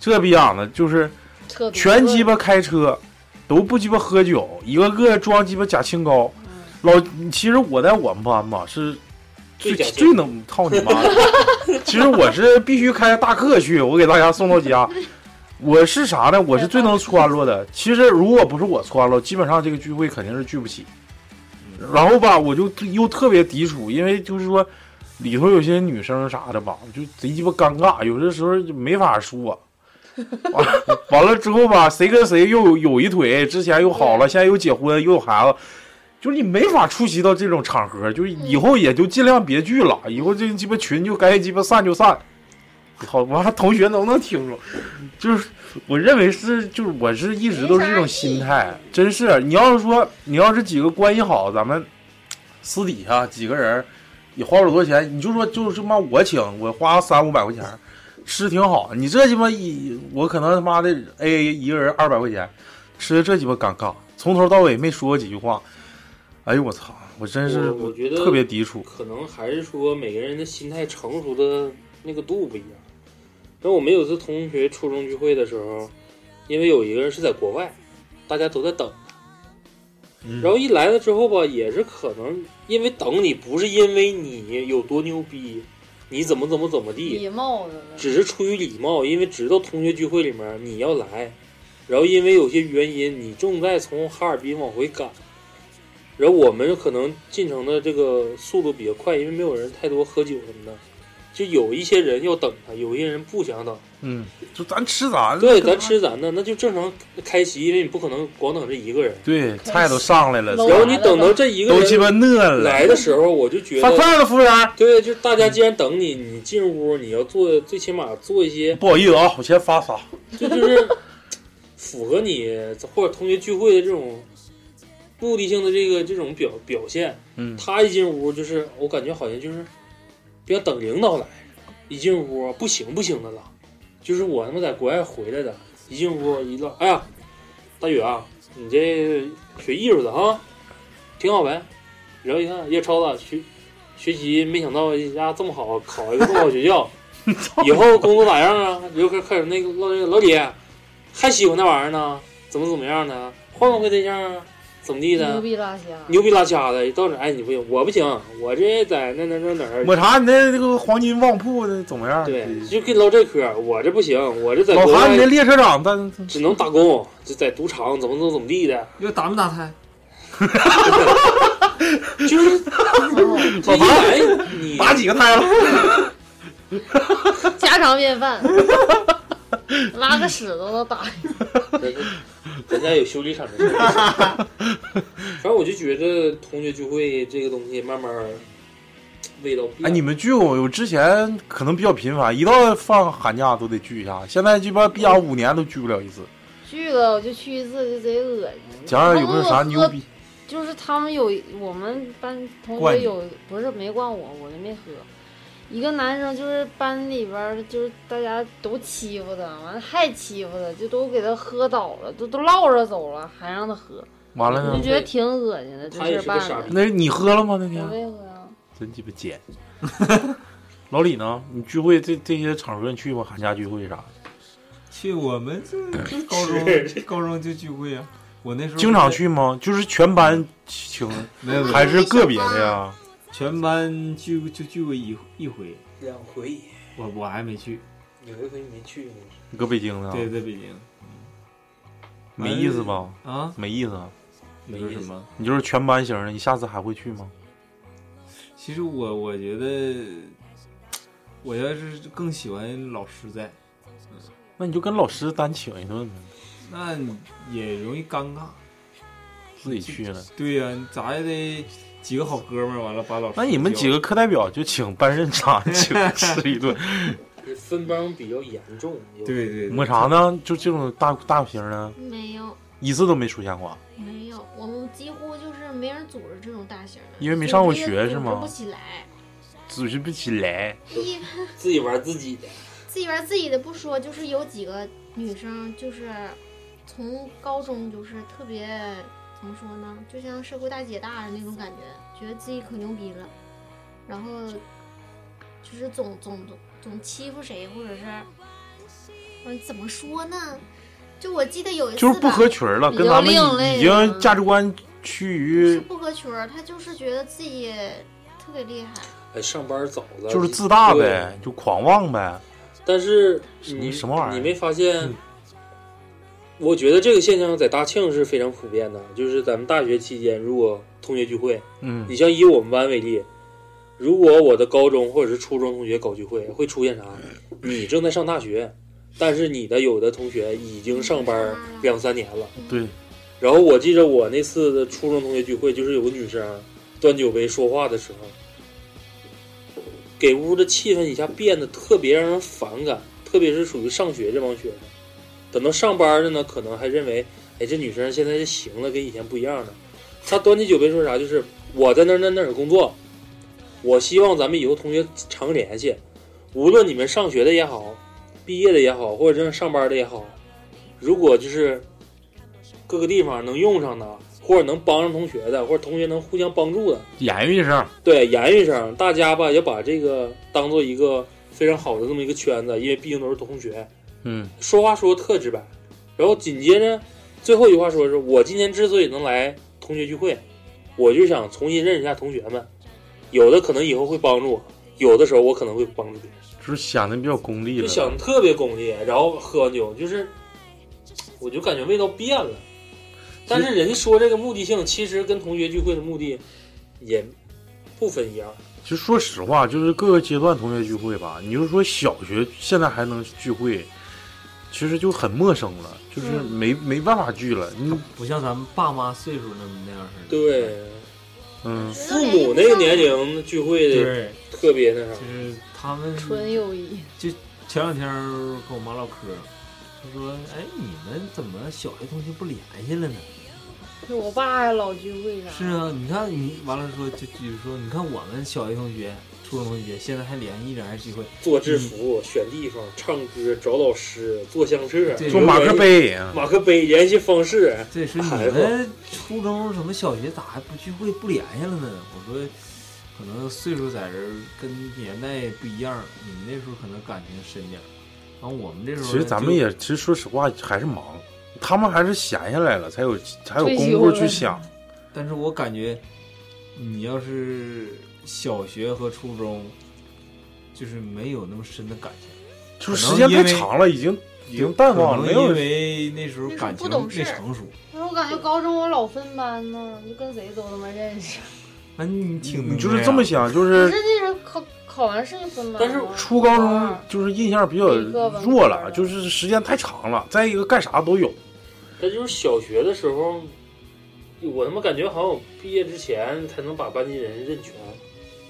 [SPEAKER 4] 这逼样的就是
[SPEAKER 2] 扯犊子
[SPEAKER 4] 全鸡巴开车，都不鸡巴喝酒，一个个装鸡巴假清高。老，其实我在我们班吧是最
[SPEAKER 3] 最假清
[SPEAKER 4] 最能操你 妈的。其实我是必须开大客去，我给大家送到家。我是啥呢？我是最能穿落的。其实如果不是我穿落，基本上这个聚会肯定是聚不起。然后吧，我就又特别抵触，因为就是说里头有些女生啥的吧，就贼鸡巴尴尬，有的时候就没法说。完了完了之后吧，谁跟谁又有有一腿，之前又好了，现在又结婚又有孩子，就是你没法出席到这种场合，就是以后也就尽量别聚了，以后这鸡巴群就该鸡巴散就散。好，完了，同学能不能听着？就是我认为是，就是我是一直都是这种心态，真是。你要是说你要是几个关系好，咱们私底下几个人也花不了多少钱，你就说就是妈我请，我花三五百块钱吃挺好，你这鸡巴一我可能他妈的 A 一个人二百块钱，吃的这鸡巴尴尬，从头到尾没说过几句话。哎呦我操，我真是
[SPEAKER 3] 我我觉得
[SPEAKER 4] 特别抵触。
[SPEAKER 3] 可能还是说每个人的心态成熟的那个度不一样。那我们有一次同学初中聚会的时候，因为有一个人是在国外，大家都在等他。然后一来了之后吧，也是可能因为等你，不是因为你有多牛逼，你怎么怎么怎么地，
[SPEAKER 2] 礼貌的
[SPEAKER 3] 只是出于礼貌，因为知道同学聚会里面你要来，然后因为有些原因你正在从哈尔滨往回赶，然后我们可能进城的这个速度比较快，因为没有人太多喝酒什么的，就有一些人要等他，有一些人不想等。
[SPEAKER 4] 嗯，就咱吃咱
[SPEAKER 3] 对，
[SPEAKER 4] 跟
[SPEAKER 3] 咱
[SPEAKER 4] 他
[SPEAKER 3] 吃咱的，那就正常开席，因为你不可能光等这一个人。
[SPEAKER 4] 对菜都上来了，
[SPEAKER 2] 都
[SPEAKER 3] 然后你等到这一个
[SPEAKER 4] 都鸡
[SPEAKER 3] 人
[SPEAKER 4] 巴饿了。
[SPEAKER 3] 来的时候，我就觉
[SPEAKER 4] 发
[SPEAKER 3] 得，
[SPEAKER 4] 筷子，服务员。
[SPEAKER 3] 对，就是大家既然等你，你进屋你要做，最起码做一些
[SPEAKER 4] 不好意思啊，我先发仨。
[SPEAKER 3] 这就是符合你或者同学聚会的这种目的性的这个这种表表现。
[SPEAKER 4] 嗯
[SPEAKER 3] 他一进屋就是，我感觉好像就是，不要等领导来，一进屋不行不行的了，就是我他妈在国外回来的，一进屋一唠，哎呀，大宇啊，你这学艺术的啊，挺好呗。然后一看叶超子学学习，没想到一家这么好，考一个这么好学校，以后工作咋样啊？就开开始那个老老姐，还喜欢那玩意儿呢？怎么怎么样呢？换不换个对象啊？怎么地的？
[SPEAKER 2] 牛逼拉瞎，
[SPEAKER 3] 牛逼拉瞎的，到哪哎你不行，我不行，我这在那那那哪儿，
[SPEAKER 4] 抹茶，你那那个黄金旺铺的怎么样？
[SPEAKER 3] 对，就给你唠这嗑，我这不行，我这在
[SPEAKER 4] 老
[SPEAKER 3] 国
[SPEAKER 4] 韩，你那
[SPEAKER 3] 外
[SPEAKER 4] 列车长，但
[SPEAKER 3] 只能打工，就在赌场怎么怎么怎么地的，
[SPEAKER 1] 又打没打胎？
[SPEAKER 3] 就是这一来你
[SPEAKER 4] 打几个胎了？
[SPEAKER 10] 家常便饭，拉个屎都能打。
[SPEAKER 3] 人家有修理厂的事儿。 反正我就觉得同学聚会这个东西慢慢儿味道变了。
[SPEAKER 4] 哎，你们聚过？我之前可能比较频繁，一到放寒假都得聚一下。现在鸡巴闭眼五年都聚不了一次。
[SPEAKER 2] 去了我就去一次就贼恶心。
[SPEAKER 4] 讲讲有没有啥牛逼？
[SPEAKER 2] 就是他们有我们班同
[SPEAKER 4] 惯
[SPEAKER 2] 学
[SPEAKER 4] 你
[SPEAKER 2] 有不是没灌我，我就没喝。一个男生就是班里边儿就是大家都欺负他，完了还欺负他，就都给他喝倒了，都都落着走了，还让他喝，
[SPEAKER 4] 完了
[SPEAKER 2] 就
[SPEAKER 4] 呢？
[SPEAKER 2] 觉得挺恶心的。这
[SPEAKER 3] 他也
[SPEAKER 2] 事儿
[SPEAKER 3] 是个
[SPEAKER 2] 办
[SPEAKER 3] 傻逼
[SPEAKER 2] 的，
[SPEAKER 4] 那你喝了吗？那
[SPEAKER 2] 我
[SPEAKER 4] 天
[SPEAKER 2] 没喝啊。
[SPEAKER 4] 真鸡巴贱。老李呢？你聚会这这些场合你去过寒假聚会啥？
[SPEAKER 1] 去我们这这高中
[SPEAKER 3] 是
[SPEAKER 1] 高中就聚会啊，我那时候
[SPEAKER 4] 经常，去吗？就是全班请，
[SPEAKER 1] 没有没有，
[SPEAKER 4] 还是个别的呀？
[SPEAKER 1] 全班聚就聚过一一回，
[SPEAKER 3] 两回，
[SPEAKER 1] 我我还没去，
[SPEAKER 3] 有一回没去呢，
[SPEAKER 4] 你搁北京呢？
[SPEAKER 1] 对，在北京
[SPEAKER 4] 没意思吧？
[SPEAKER 1] 啊，
[SPEAKER 4] 没意思啊。
[SPEAKER 1] 没
[SPEAKER 3] 没意
[SPEAKER 1] 有
[SPEAKER 3] 思
[SPEAKER 1] 什么。
[SPEAKER 4] 你就是全班型的，你下次还会去吗？
[SPEAKER 1] 其实我我觉得，我要是更喜欢老师在，
[SPEAKER 4] 那你就跟老师单请一顿呗，
[SPEAKER 1] 那也容易尴尬。
[SPEAKER 4] 自己去了。
[SPEAKER 1] 对呀、你咋也得几个好哥们儿，完了把老师。
[SPEAKER 4] 那你们几？个课代表就请班任长请吃一顿，
[SPEAKER 3] 分帮比较严重。有
[SPEAKER 1] 对对
[SPEAKER 4] 抹
[SPEAKER 1] 对，
[SPEAKER 4] 茶呢？就这种大大型的，
[SPEAKER 5] 没有
[SPEAKER 4] 一次都没出现过，
[SPEAKER 5] 没有，我们几乎就是没人组织这种大型的，
[SPEAKER 4] 因为没上过
[SPEAKER 5] 组织
[SPEAKER 4] 学是
[SPEAKER 5] 组织
[SPEAKER 4] 吗
[SPEAKER 5] 不起来，
[SPEAKER 4] 组织不起来。
[SPEAKER 5] 一
[SPEAKER 3] 自己玩自己的，
[SPEAKER 5] 自己玩自己的不说，就是有几个女生就是从高中就是特别怎么说呢，就像社会大姐大的那种感觉，觉得自己可牛逼了，然后就是总总总总欺负谁，或者是嗯怎么说呢？就我记得有一次
[SPEAKER 4] 就是不
[SPEAKER 5] 吧
[SPEAKER 4] 合群了，
[SPEAKER 2] 比
[SPEAKER 4] 跟
[SPEAKER 2] 较
[SPEAKER 4] 咱们
[SPEAKER 2] 另类
[SPEAKER 4] 已已经价值观趋
[SPEAKER 5] 不是
[SPEAKER 4] 于
[SPEAKER 5] 不合群儿，他就是觉得自己特别厉害。
[SPEAKER 3] 哎，上班早了，
[SPEAKER 4] 就是自大呗，就狂妄呗。
[SPEAKER 3] 但是
[SPEAKER 4] 什么
[SPEAKER 3] 你
[SPEAKER 4] 什么玩意儿嗯
[SPEAKER 3] 你没发现？我觉得这个现象在大庆是非常普遍的，就是咱们大学期间，如果同学聚会，
[SPEAKER 4] 嗯
[SPEAKER 3] 你，像以我们班为例，如果我的高中或者是初中同学搞聚会，会出现啥？你正在上大学，但是你的有的同学已经上班两三年了。
[SPEAKER 4] 对，
[SPEAKER 3] 然后我记着我那次的初中同学聚会，就是有个女生端酒杯说话的时候，给屋的气氛一下变得特别让人反感，特别是属于上学这帮学生。等到上班的呢，可能还认为，哎，这女生现在是行了，跟以前不一样了。她端起酒杯说啥？就是我在那儿那儿那儿工作，我希望咱们以后同学常联系，无论你们上学的也好，毕业的也好，或者正上班的也好，如果就是各个地方能用上的，或者能帮上同学的，或者同学能互相帮助的，
[SPEAKER 4] 言语上
[SPEAKER 3] 对，言语上大家吧也把这个当做一个非常好的这么一个圈子，因为毕竟都是同学，
[SPEAKER 4] 嗯，
[SPEAKER 3] 说话说得特直白，然后紧接着最后一句话说是我今天之所以能来同学聚会，我就想重新认识一下同学们，有的可能以后会帮助我，有的时候我可能会帮助别人。
[SPEAKER 4] 就是想的比较功利
[SPEAKER 3] 就
[SPEAKER 4] 了，
[SPEAKER 3] 想得特别功利，然后喝完酒就是，我就感觉味道变了。但是人家说这个目的性，其实跟同学聚会的目的也不分一样。
[SPEAKER 4] 其实说实话，就是各个阶段同学聚会吧，你就说小学现在还能聚会，其实就很陌生了，就是没、没办法聚了。你
[SPEAKER 1] 不像咱们爸妈岁数那么那样似的。
[SPEAKER 3] 对，
[SPEAKER 4] 嗯，
[SPEAKER 3] 父母那个年龄聚会的
[SPEAKER 1] 对，
[SPEAKER 3] 特别那啥
[SPEAKER 1] 就，是他们
[SPEAKER 2] 纯友谊，
[SPEAKER 1] 前两天儿跟我妈唠嗑，她说：“哎，你们怎么小学同学不联系了呢
[SPEAKER 2] 我爸还老聚会啥？”
[SPEAKER 1] 是啊，你看你完了说，就比如说，你看我们小学同学、初中同学现在还联系，依然还聚会。
[SPEAKER 3] 做制服、选地方、唱歌、找老师、做相册、
[SPEAKER 1] 对
[SPEAKER 4] 做马克、杯啊，
[SPEAKER 3] 马克杯联系方式，
[SPEAKER 1] 对，说你
[SPEAKER 3] 孩子
[SPEAKER 1] 们初中什么小学咋还不聚会不联系了呢？我说，可能岁数在这儿跟年代不一样，你们那时候可能感情深点儿，然后我们这时候
[SPEAKER 4] 其实
[SPEAKER 1] 呢
[SPEAKER 4] 咱
[SPEAKER 1] 就
[SPEAKER 4] 们也，其实说实话还是忙，他们还是闲下来了，才有才有
[SPEAKER 2] 退
[SPEAKER 4] 功
[SPEAKER 2] 休
[SPEAKER 4] 夫
[SPEAKER 2] 了
[SPEAKER 4] 去想。
[SPEAKER 1] 但是我感觉，你要是小学和初中，就是没有那么深的感情，
[SPEAKER 4] 就是时间太长了，已经已经淡忘了，
[SPEAKER 1] 可
[SPEAKER 4] 没
[SPEAKER 1] 能因
[SPEAKER 4] 有嗯
[SPEAKER 1] 为那时候感情
[SPEAKER 5] 那时候不懂事
[SPEAKER 1] 没成熟。
[SPEAKER 7] 但是我感觉高中我老分班呢，就跟谁都他妈认识。
[SPEAKER 1] 那你挺啊
[SPEAKER 4] 你就是这么想，就
[SPEAKER 7] 可
[SPEAKER 4] 是
[SPEAKER 7] 是那时候考考完试就分班了，
[SPEAKER 3] 但是
[SPEAKER 4] 初高
[SPEAKER 2] 啊
[SPEAKER 4] 中就是印象比较
[SPEAKER 7] 嗯一个吧
[SPEAKER 4] 弱了，就是时间太长了。再一个干啥都有，
[SPEAKER 3] 这就是小学的时候，我他妈感觉好像我毕业之前才能把班级人认全。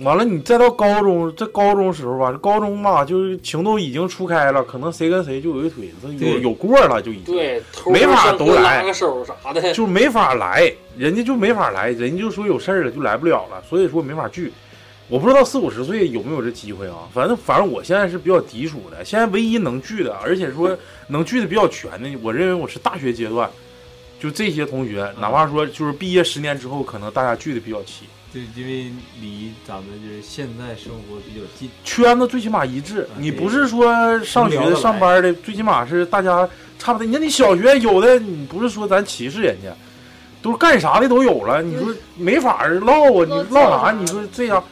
[SPEAKER 4] 完了你再到高中，这高中时候吧，这高中吧就是情都已经初开了，可能谁跟谁就有一腿，这有
[SPEAKER 1] 对
[SPEAKER 4] 有过了就已经。
[SPEAKER 3] 对，偷
[SPEAKER 4] 没
[SPEAKER 3] 着
[SPEAKER 4] 法
[SPEAKER 3] 上
[SPEAKER 4] 都
[SPEAKER 3] 课
[SPEAKER 4] 来
[SPEAKER 3] 拉个手啥 的，
[SPEAKER 4] 就没法来，人家就没法来，人家就说有事儿了，就来不了了，所以说没法聚。我不知道四五十岁有没有这机会啊，反正反正我现在是比较抵触的。现在唯一能聚的，而且说能聚的比较全的，我认为我是大学阶段，就这些同学，哪怕说就是毕业十年之后，可能大家聚的比较齐，
[SPEAKER 1] 对，因为离咱们就是现在生活比较近，
[SPEAKER 4] 圈子最起码一致
[SPEAKER 1] 啊。
[SPEAKER 4] 你
[SPEAKER 1] 对
[SPEAKER 4] 不是说上学
[SPEAKER 1] 能聊
[SPEAKER 4] 的、
[SPEAKER 1] 得来
[SPEAKER 4] 上班的，最起码是大家差不多。你看你小学有的，你不是说咱歧视人家，都是干啥的都有了。你说没法儿唠啊，
[SPEAKER 7] 唠
[SPEAKER 4] 你唠啥？
[SPEAKER 7] 唠啥
[SPEAKER 4] 你说这家
[SPEAKER 1] 不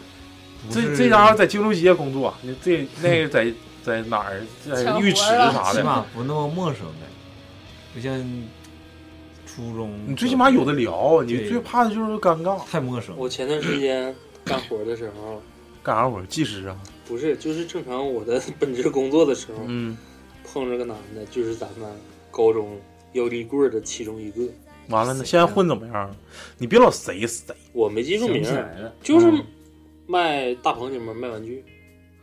[SPEAKER 4] 这
[SPEAKER 1] 是
[SPEAKER 4] 这家伙在金融街工作，你这那个在在哪儿，在
[SPEAKER 7] 抢
[SPEAKER 4] 浴
[SPEAKER 7] 活
[SPEAKER 4] 池
[SPEAKER 7] 了
[SPEAKER 4] 啥
[SPEAKER 1] 起
[SPEAKER 4] 的，
[SPEAKER 1] 码不那么陌生的，不像初中，
[SPEAKER 4] 你最起码有的聊。你
[SPEAKER 1] 对
[SPEAKER 4] 最怕的就是尴尬，
[SPEAKER 1] 太陌生了。
[SPEAKER 3] 我前段时间干活的时候，
[SPEAKER 4] 干啥活儿？技师啊，
[SPEAKER 3] 不是就是正常我的 本职工作的时候，
[SPEAKER 4] 嗯，
[SPEAKER 3] 碰着个男的，就是咱们高中腰力棍儿的其中一个，
[SPEAKER 4] 完了呢，现在混怎么样了？你别老谁谁，
[SPEAKER 3] 我没记住名儿，
[SPEAKER 1] 了，
[SPEAKER 3] 就是
[SPEAKER 4] 嗯
[SPEAKER 3] 卖大棚里面卖玩具，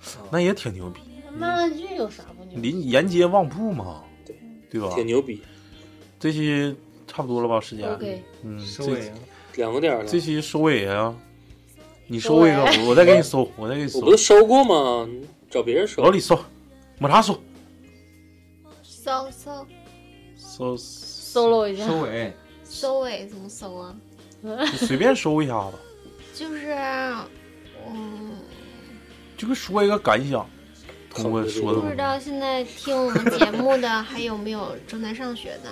[SPEAKER 1] 啊
[SPEAKER 4] 那也挺牛逼，
[SPEAKER 7] 慢慢剧有啥不牛？
[SPEAKER 4] 临沿街旺铺嘛，
[SPEAKER 3] 对
[SPEAKER 4] 对吧？
[SPEAKER 3] 挺牛逼，
[SPEAKER 4] 这期差不多了吧？时间
[SPEAKER 7] OK
[SPEAKER 4] 嗯，
[SPEAKER 1] 收尾
[SPEAKER 4] 这
[SPEAKER 1] 啊
[SPEAKER 3] 两个点儿了
[SPEAKER 4] 这。期收尾啊，你
[SPEAKER 7] 收
[SPEAKER 4] 收尾吧，
[SPEAKER 7] 尾
[SPEAKER 4] 我我再给你 收，我再给你收
[SPEAKER 3] 我，不是收过吗？你找别人收
[SPEAKER 4] 老。李收，抹茶收，
[SPEAKER 5] 搜搜
[SPEAKER 4] 收
[SPEAKER 2] solo 一下，
[SPEAKER 1] 收尾，
[SPEAKER 5] 搜尾怎么搜啊？
[SPEAKER 4] 随便收一下子，
[SPEAKER 5] 就是，嗯，
[SPEAKER 4] 就跟说一个感想，通过说的
[SPEAKER 5] 不知道现在听我们节目的还有没有正在上学的？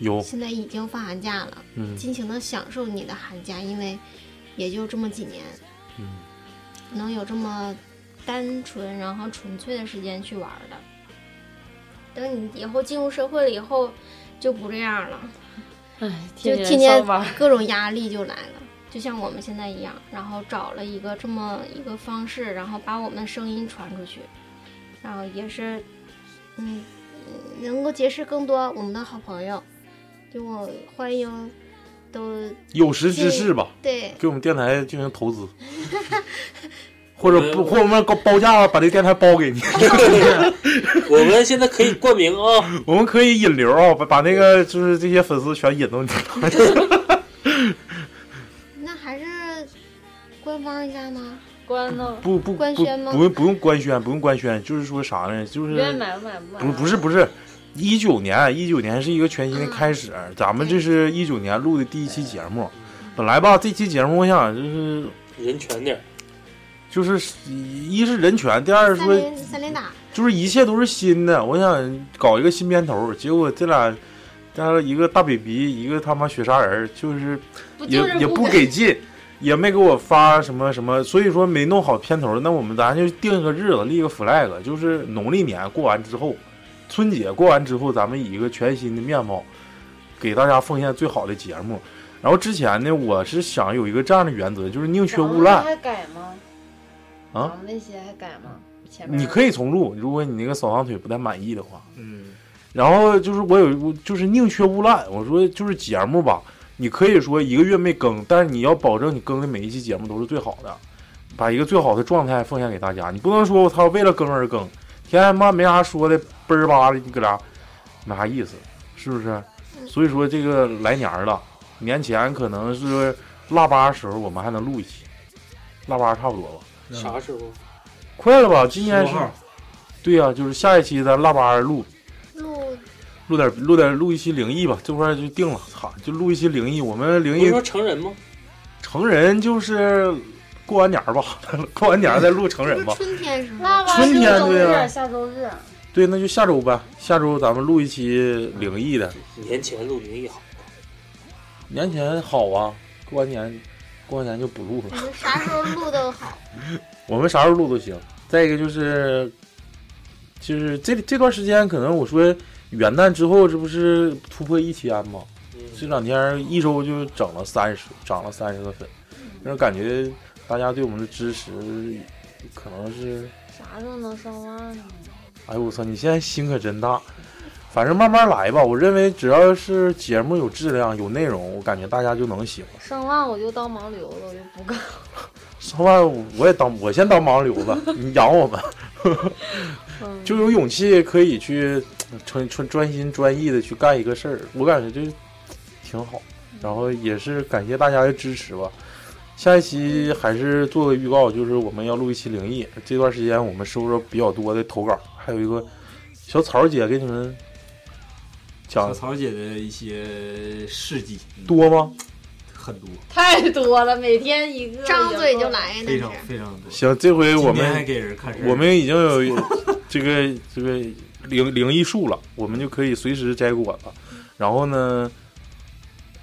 [SPEAKER 4] 有，
[SPEAKER 5] 现在已经放寒假了，
[SPEAKER 4] 嗯
[SPEAKER 5] 尽情的享受你的寒假，因为也就这么几年，
[SPEAKER 4] 嗯，
[SPEAKER 5] 能有这么单纯然后纯粹的时间去玩儿的。等你以后进入社会了以后，就不这样了。
[SPEAKER 2] 哎，
[SPEAKER 5] 就
[SPEAKER 2] 天
[SPEAKER 5] 天天
[SPEAKER 2] 上班儿，
[SPEAKER 5] 各种压力就来了，就像我们现在一样，然后找了一个这么一个方式，然后把我们的声音传出去，然后也是，嗯，嗯能够结识更多我们的好朋友，就我欢迎都
[SPEAKER 4] 有识之士 吧，
[SPEAKER 5] 对
[SPEAKER 4] 给我们电台进行投 资，或者不，
[SPEAKER 3] 我们
[SPEAKER 4] 或者我们高报价把这电台包给你，
[SPEAKER 3] 我们现在可以冠名啊！
[SPEAKER 4] 我们可以引流啊，把把那个就是这些粉丝全引到你那里。
[SPEAKER 5] 那还是官方一下吗？
[SPEAKER 2] 关了，
[SPEAKER 4] 不不
[SPEAKER 5] 官宣吗
[SPEAKER 4] 不不用不用官宣，不用官宣，就是说啥呢？就是
[SPEAKER 2] 嗯愿意买不买不买，
[SPEAKER 4] 嗯不不是不是，一九年，一九年是一个全新的开始，咱们这是一九年录的第一期节目。本来吧，这期节目我想就是
[SPEAKER 3] 人全点儿，
[SPEAKER 4] 就是一是人权，第二是
[SPEAKER 5] 三
[SPEAKER 4] 说
[SPEAKER 5] 连三连打，
[SPEAKER 4] 就是一切都是新的，我想搞一个新片头，结果这俩，加上一个大北鼻，一个他妈雪杀人儿，就是
[SPEAKER 2] 不
[SPEAKER 4] 也
[SPEAKER 2] 就是
[SPEAKER 4] 也不给劲，也没给我发什么什么，所以说没弄好片头。那我们咱就定一个日子，立一个 flag，就是农历年过完之后，春节过完之后，咱们以一个全新的面貌，给大家奉献最好的节目。然后之前呢，我是想有一个这样的原则，就是宁缺
[SPEAKER 2] 咱
[SPEAKER 4] 毋
[SPEAKER 2] 们那
[SPEAKER 4] 滥。
[SPEAKER 2] 还改吗？
[SPEAKER 4] 啊
[SPEAKER 2] 咱们那些还改吗？前面
[SPEAKER 4] 你可以重录，如果你那个扫堂腿不太满意的话。
[SPEAKER 1] 嗯，
[SPEAKER 4] 然后就是我有我就是宁缺毋滥，我说就是节目吧，你可以说一个月没更，但是你要保证你更的每一期节目都是最好的，把一个最好的状态奉献给大家。你不能说我操为了更而更，天天妈没啥说的，嘣儿吧的你搁俩没啥意思，是不是？所以说这个来年儿了，年前可能是腊八时候我们还能录一期，腊八差不多吧，
[SPEAKER 3] 啥时候？
[SPEAKER 4] 快了吧？今年
[SPEAKER 1] 15
[SPEAKER 4] 是
[SPEAKER 1] 号，
[SPEAKER 4] 对呀、就是下一期咱腊八录。
[SPEAKER 5] 录
[SPEAKER 4] 录点录点录一期灵异吧，这块儿就定了，操，就录一期灵异。我们灵
[SPEAKER 3] 不是
[SPEAKER 4] 异
[SPEAKER 3] 说成人吗？
[SPEAKER 4] 成人就是过完年儿吧， 过完年儿再录成
[SPEAKER 5] 不
[SPEAKER 4] 人
[SPEAKER 5] 是
[SPEAKER 4] 吧。
[SPEAKER 5] 春天是吗？
[SPEAKER 2] 腊八
[SPEAKER 4] 春天
[SPEAKER 2] 周
[SPEAKER 4] 对啊
[SPEAKER 2] 日，下周日。
[SPEAKER 4] 对，那就下周呗，下周咱们录一期灵异的。
[SPEAKER 3] 年前录灵异好，
[SPEAKER 4] 年前好啊，过完年，过完年就不录了。
[SPEAKER 5] 你们啥时候录都好，
[SPEAKER 4] 我们啥时候录都行。再一个就是，就是这这段时间可能我说元旦之后，这不是突破一千吗？这
[SPEAKER 3] 嗯，
[SPEAKER 4] 两天一周就整了三十，涨了三十个粉，就是感觉大家对我们的支持，可能是，
[SPEAKER 2] 啥时候能上万呢？
[SPEAKER 4] 哎呦我操，你现在心可真大。反正慢慢来吧，我认为只要是节目有质量、有内容，我感觉大家就能喜欢。
[SPEAKER 2] 上万我就当盲流了，我就不干。
[SPEAKER 4] 上万我也当，我先当盲流子，你养我们，
[SPEAKER 2] 嗯
[SPEAKER 4] 就有勇气可以去专专专心专意的去干一个事儿，我感觉就挺好。然后也是感谢大家的支持吧。下一期还是做个预告，就是我们要录一期灵异。这段时间我们收着比较多的投稿，还有一个小草姐给你们
[SPEAKER 1] 小
[SPEAKER 4] 讲
[SPEAKER 1] 曹姐的一些事迹嗯
[SPEAKER 4] 多吗？
[SPEAKER 1] 很多，
[SPEAKER 2] 太多了，每天一个，
[SPEAKER 5] 张嘴就。来那
[SPEAKER 1] 非
[SPEAKER 5] 是
[SPEAKER 1] 常。非常多。
[SPEAKER 4] 行，这回我
[SPEAKER 1] 今天还
[SPEAKER 4] 们
[SPEAKER 1] 给人看事儿
[SPEAKER 4] 我们已经有 这个这个灵灵异术了，我们就可以随时摘果了。然后呢，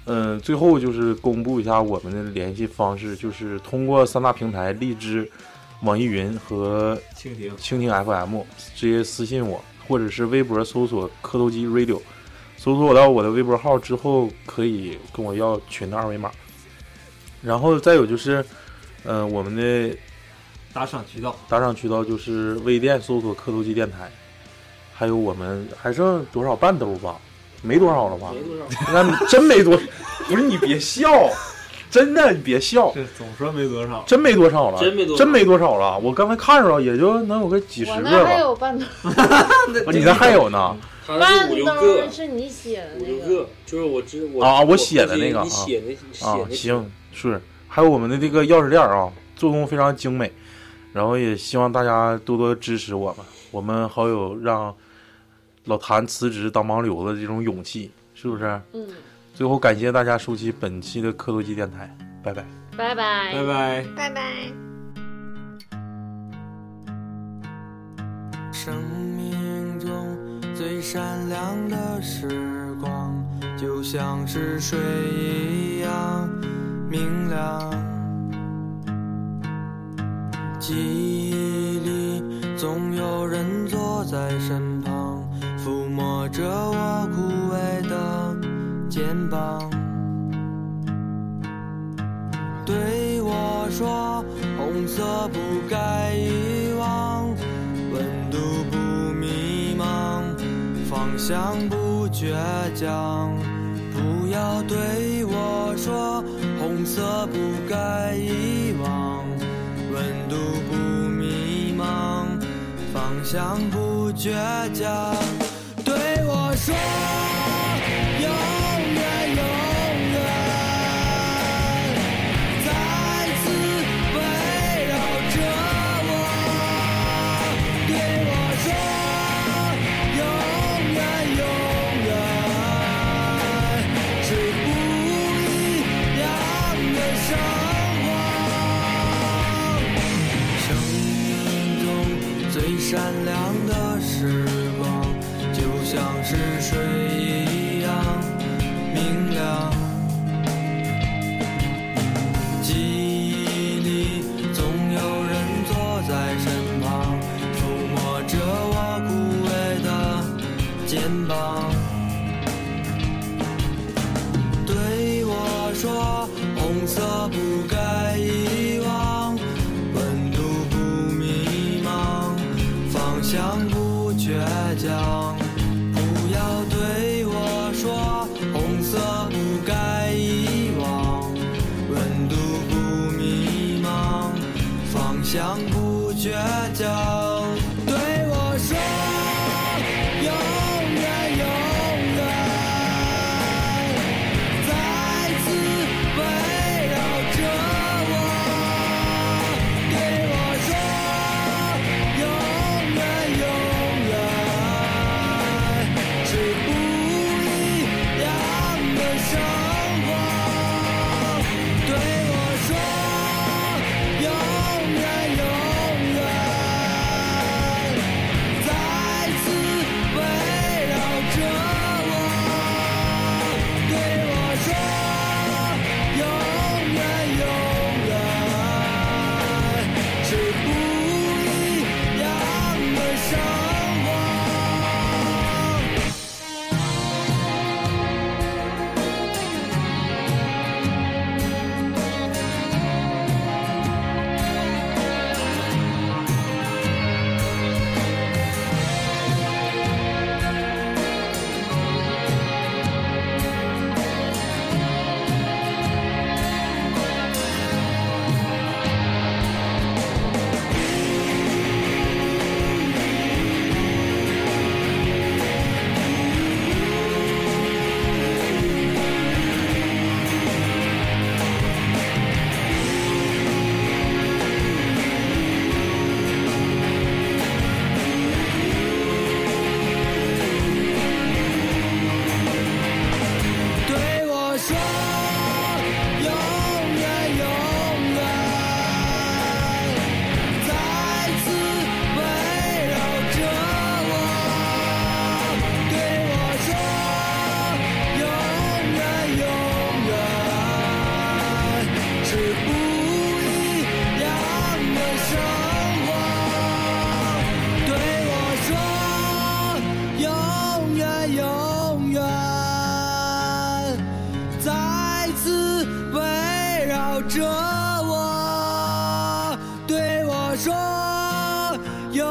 [SPEAKER 4] 嗯，最后就是公布一下我们的联系方式，就是通过三大平台荔枝、网易云和
[SPEAKER 1] 蜻蜓
[SPEAKER 4] 蜻蜓 FM 直接私信我，或者是微博搜索“磕头机 Radio”，搜索到我的微博号之后，可以跟我要群的二维码。然后再有就是，呃，我们的
[SPEAKER 1] 打赏渠道，
[SPEAKER 4] 打赏渠道就是微店搜索“磕头机电台”，还有我们还剩多少半兜吧？没多少了吧？
[SPEAKER 3] 没多少。
[SPEAKER 4] 应该真没 多，不是你别笑，真的你别笑，
[SPEAKER 1] 这总说没多少，
[SPEAKER 4] 真没多少了，
[SPEAKER 3] 真没多少
[SPEAKER 4] 真没多少了。我刚才看着了，也就能有个几十
[SPEAKER 2] 我
[SPEAKER 4] 个
[SPEAKER 2] 那还
[SPEAKER 4] 吧。
[SPEAKER 2] 有半兜，
[SPEAKER 4] 啊你那还有呢？
[SPEAKER 3] 他
[SPEAKER 2] 半
[SPEAKER 3] 是五六 个
[SPEAKER 2] 兜，是你写的
[SPEAKER 3] 五
[SPEAKER 2] 那
[SPEAKER 3] 六
[SPEAKER 2] 个。
[SPEAKER 3] 个，就是我知我
[SPEAKER 4] 啊
[SPEAKER 3] 我
[SPEAKER 4] 我写的那个
[SPEAKER 3] 你写的
[SPEAKER 4] 啊
[SPEAKER 3] 写，的
[SPEAKER 4] 行，是，还有我们的这个钥匙链儿啊，做工非常精美，然后也希望大家多多支持我们，我们好有让老谭辞职当盲流的这种勇气，是不是？
[SPEAKER 2] 嗯，
[SPEAKER 4] 最后感谢大家收听本期的磕头机电台，拜拜。
[SPEAKER 2] 拜拜
[SPEAKER 1] 拜拜。
[SPEAKER 5] 拜拜。
[SPEAKER 6] 生命中最善良的时光，就像是水一样明亮。记忆里总有人坐在身旁，抚摸着我枯萎的肩膀，对我说：“红色不该遗忘。”温度不迷茫，方向不倔强。不要对我说红色不该遗忘，温度不迷茫，方向不倔强。对我说，永远永远，再次围绕着我。对我说，永远永善良的时光，就像是水一样明亮。记忆里总有人坐在身旁，抚摸着我枯萎的肩膀，对我说：“红色不该遗忘，温度不迷茫，方向不倔强。”不要对我说：“红色不该遗忘。”温度不迷茫，方向不倔强。对我说，永远永远，再次围绕着我。对我说，永远永远，是不一样的生活。对我说，永远永远，再次围绕着我。对我说，永远永远，是不一样的生活。对我说，永远永远，再次围绕着我。对我说，永远永远，是不一样的生活。对我说，永远永远，再次围绕着我。对我说，永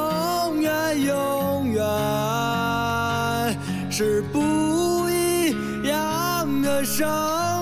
[SPEAKER 6] 远永远，是不一样的生活。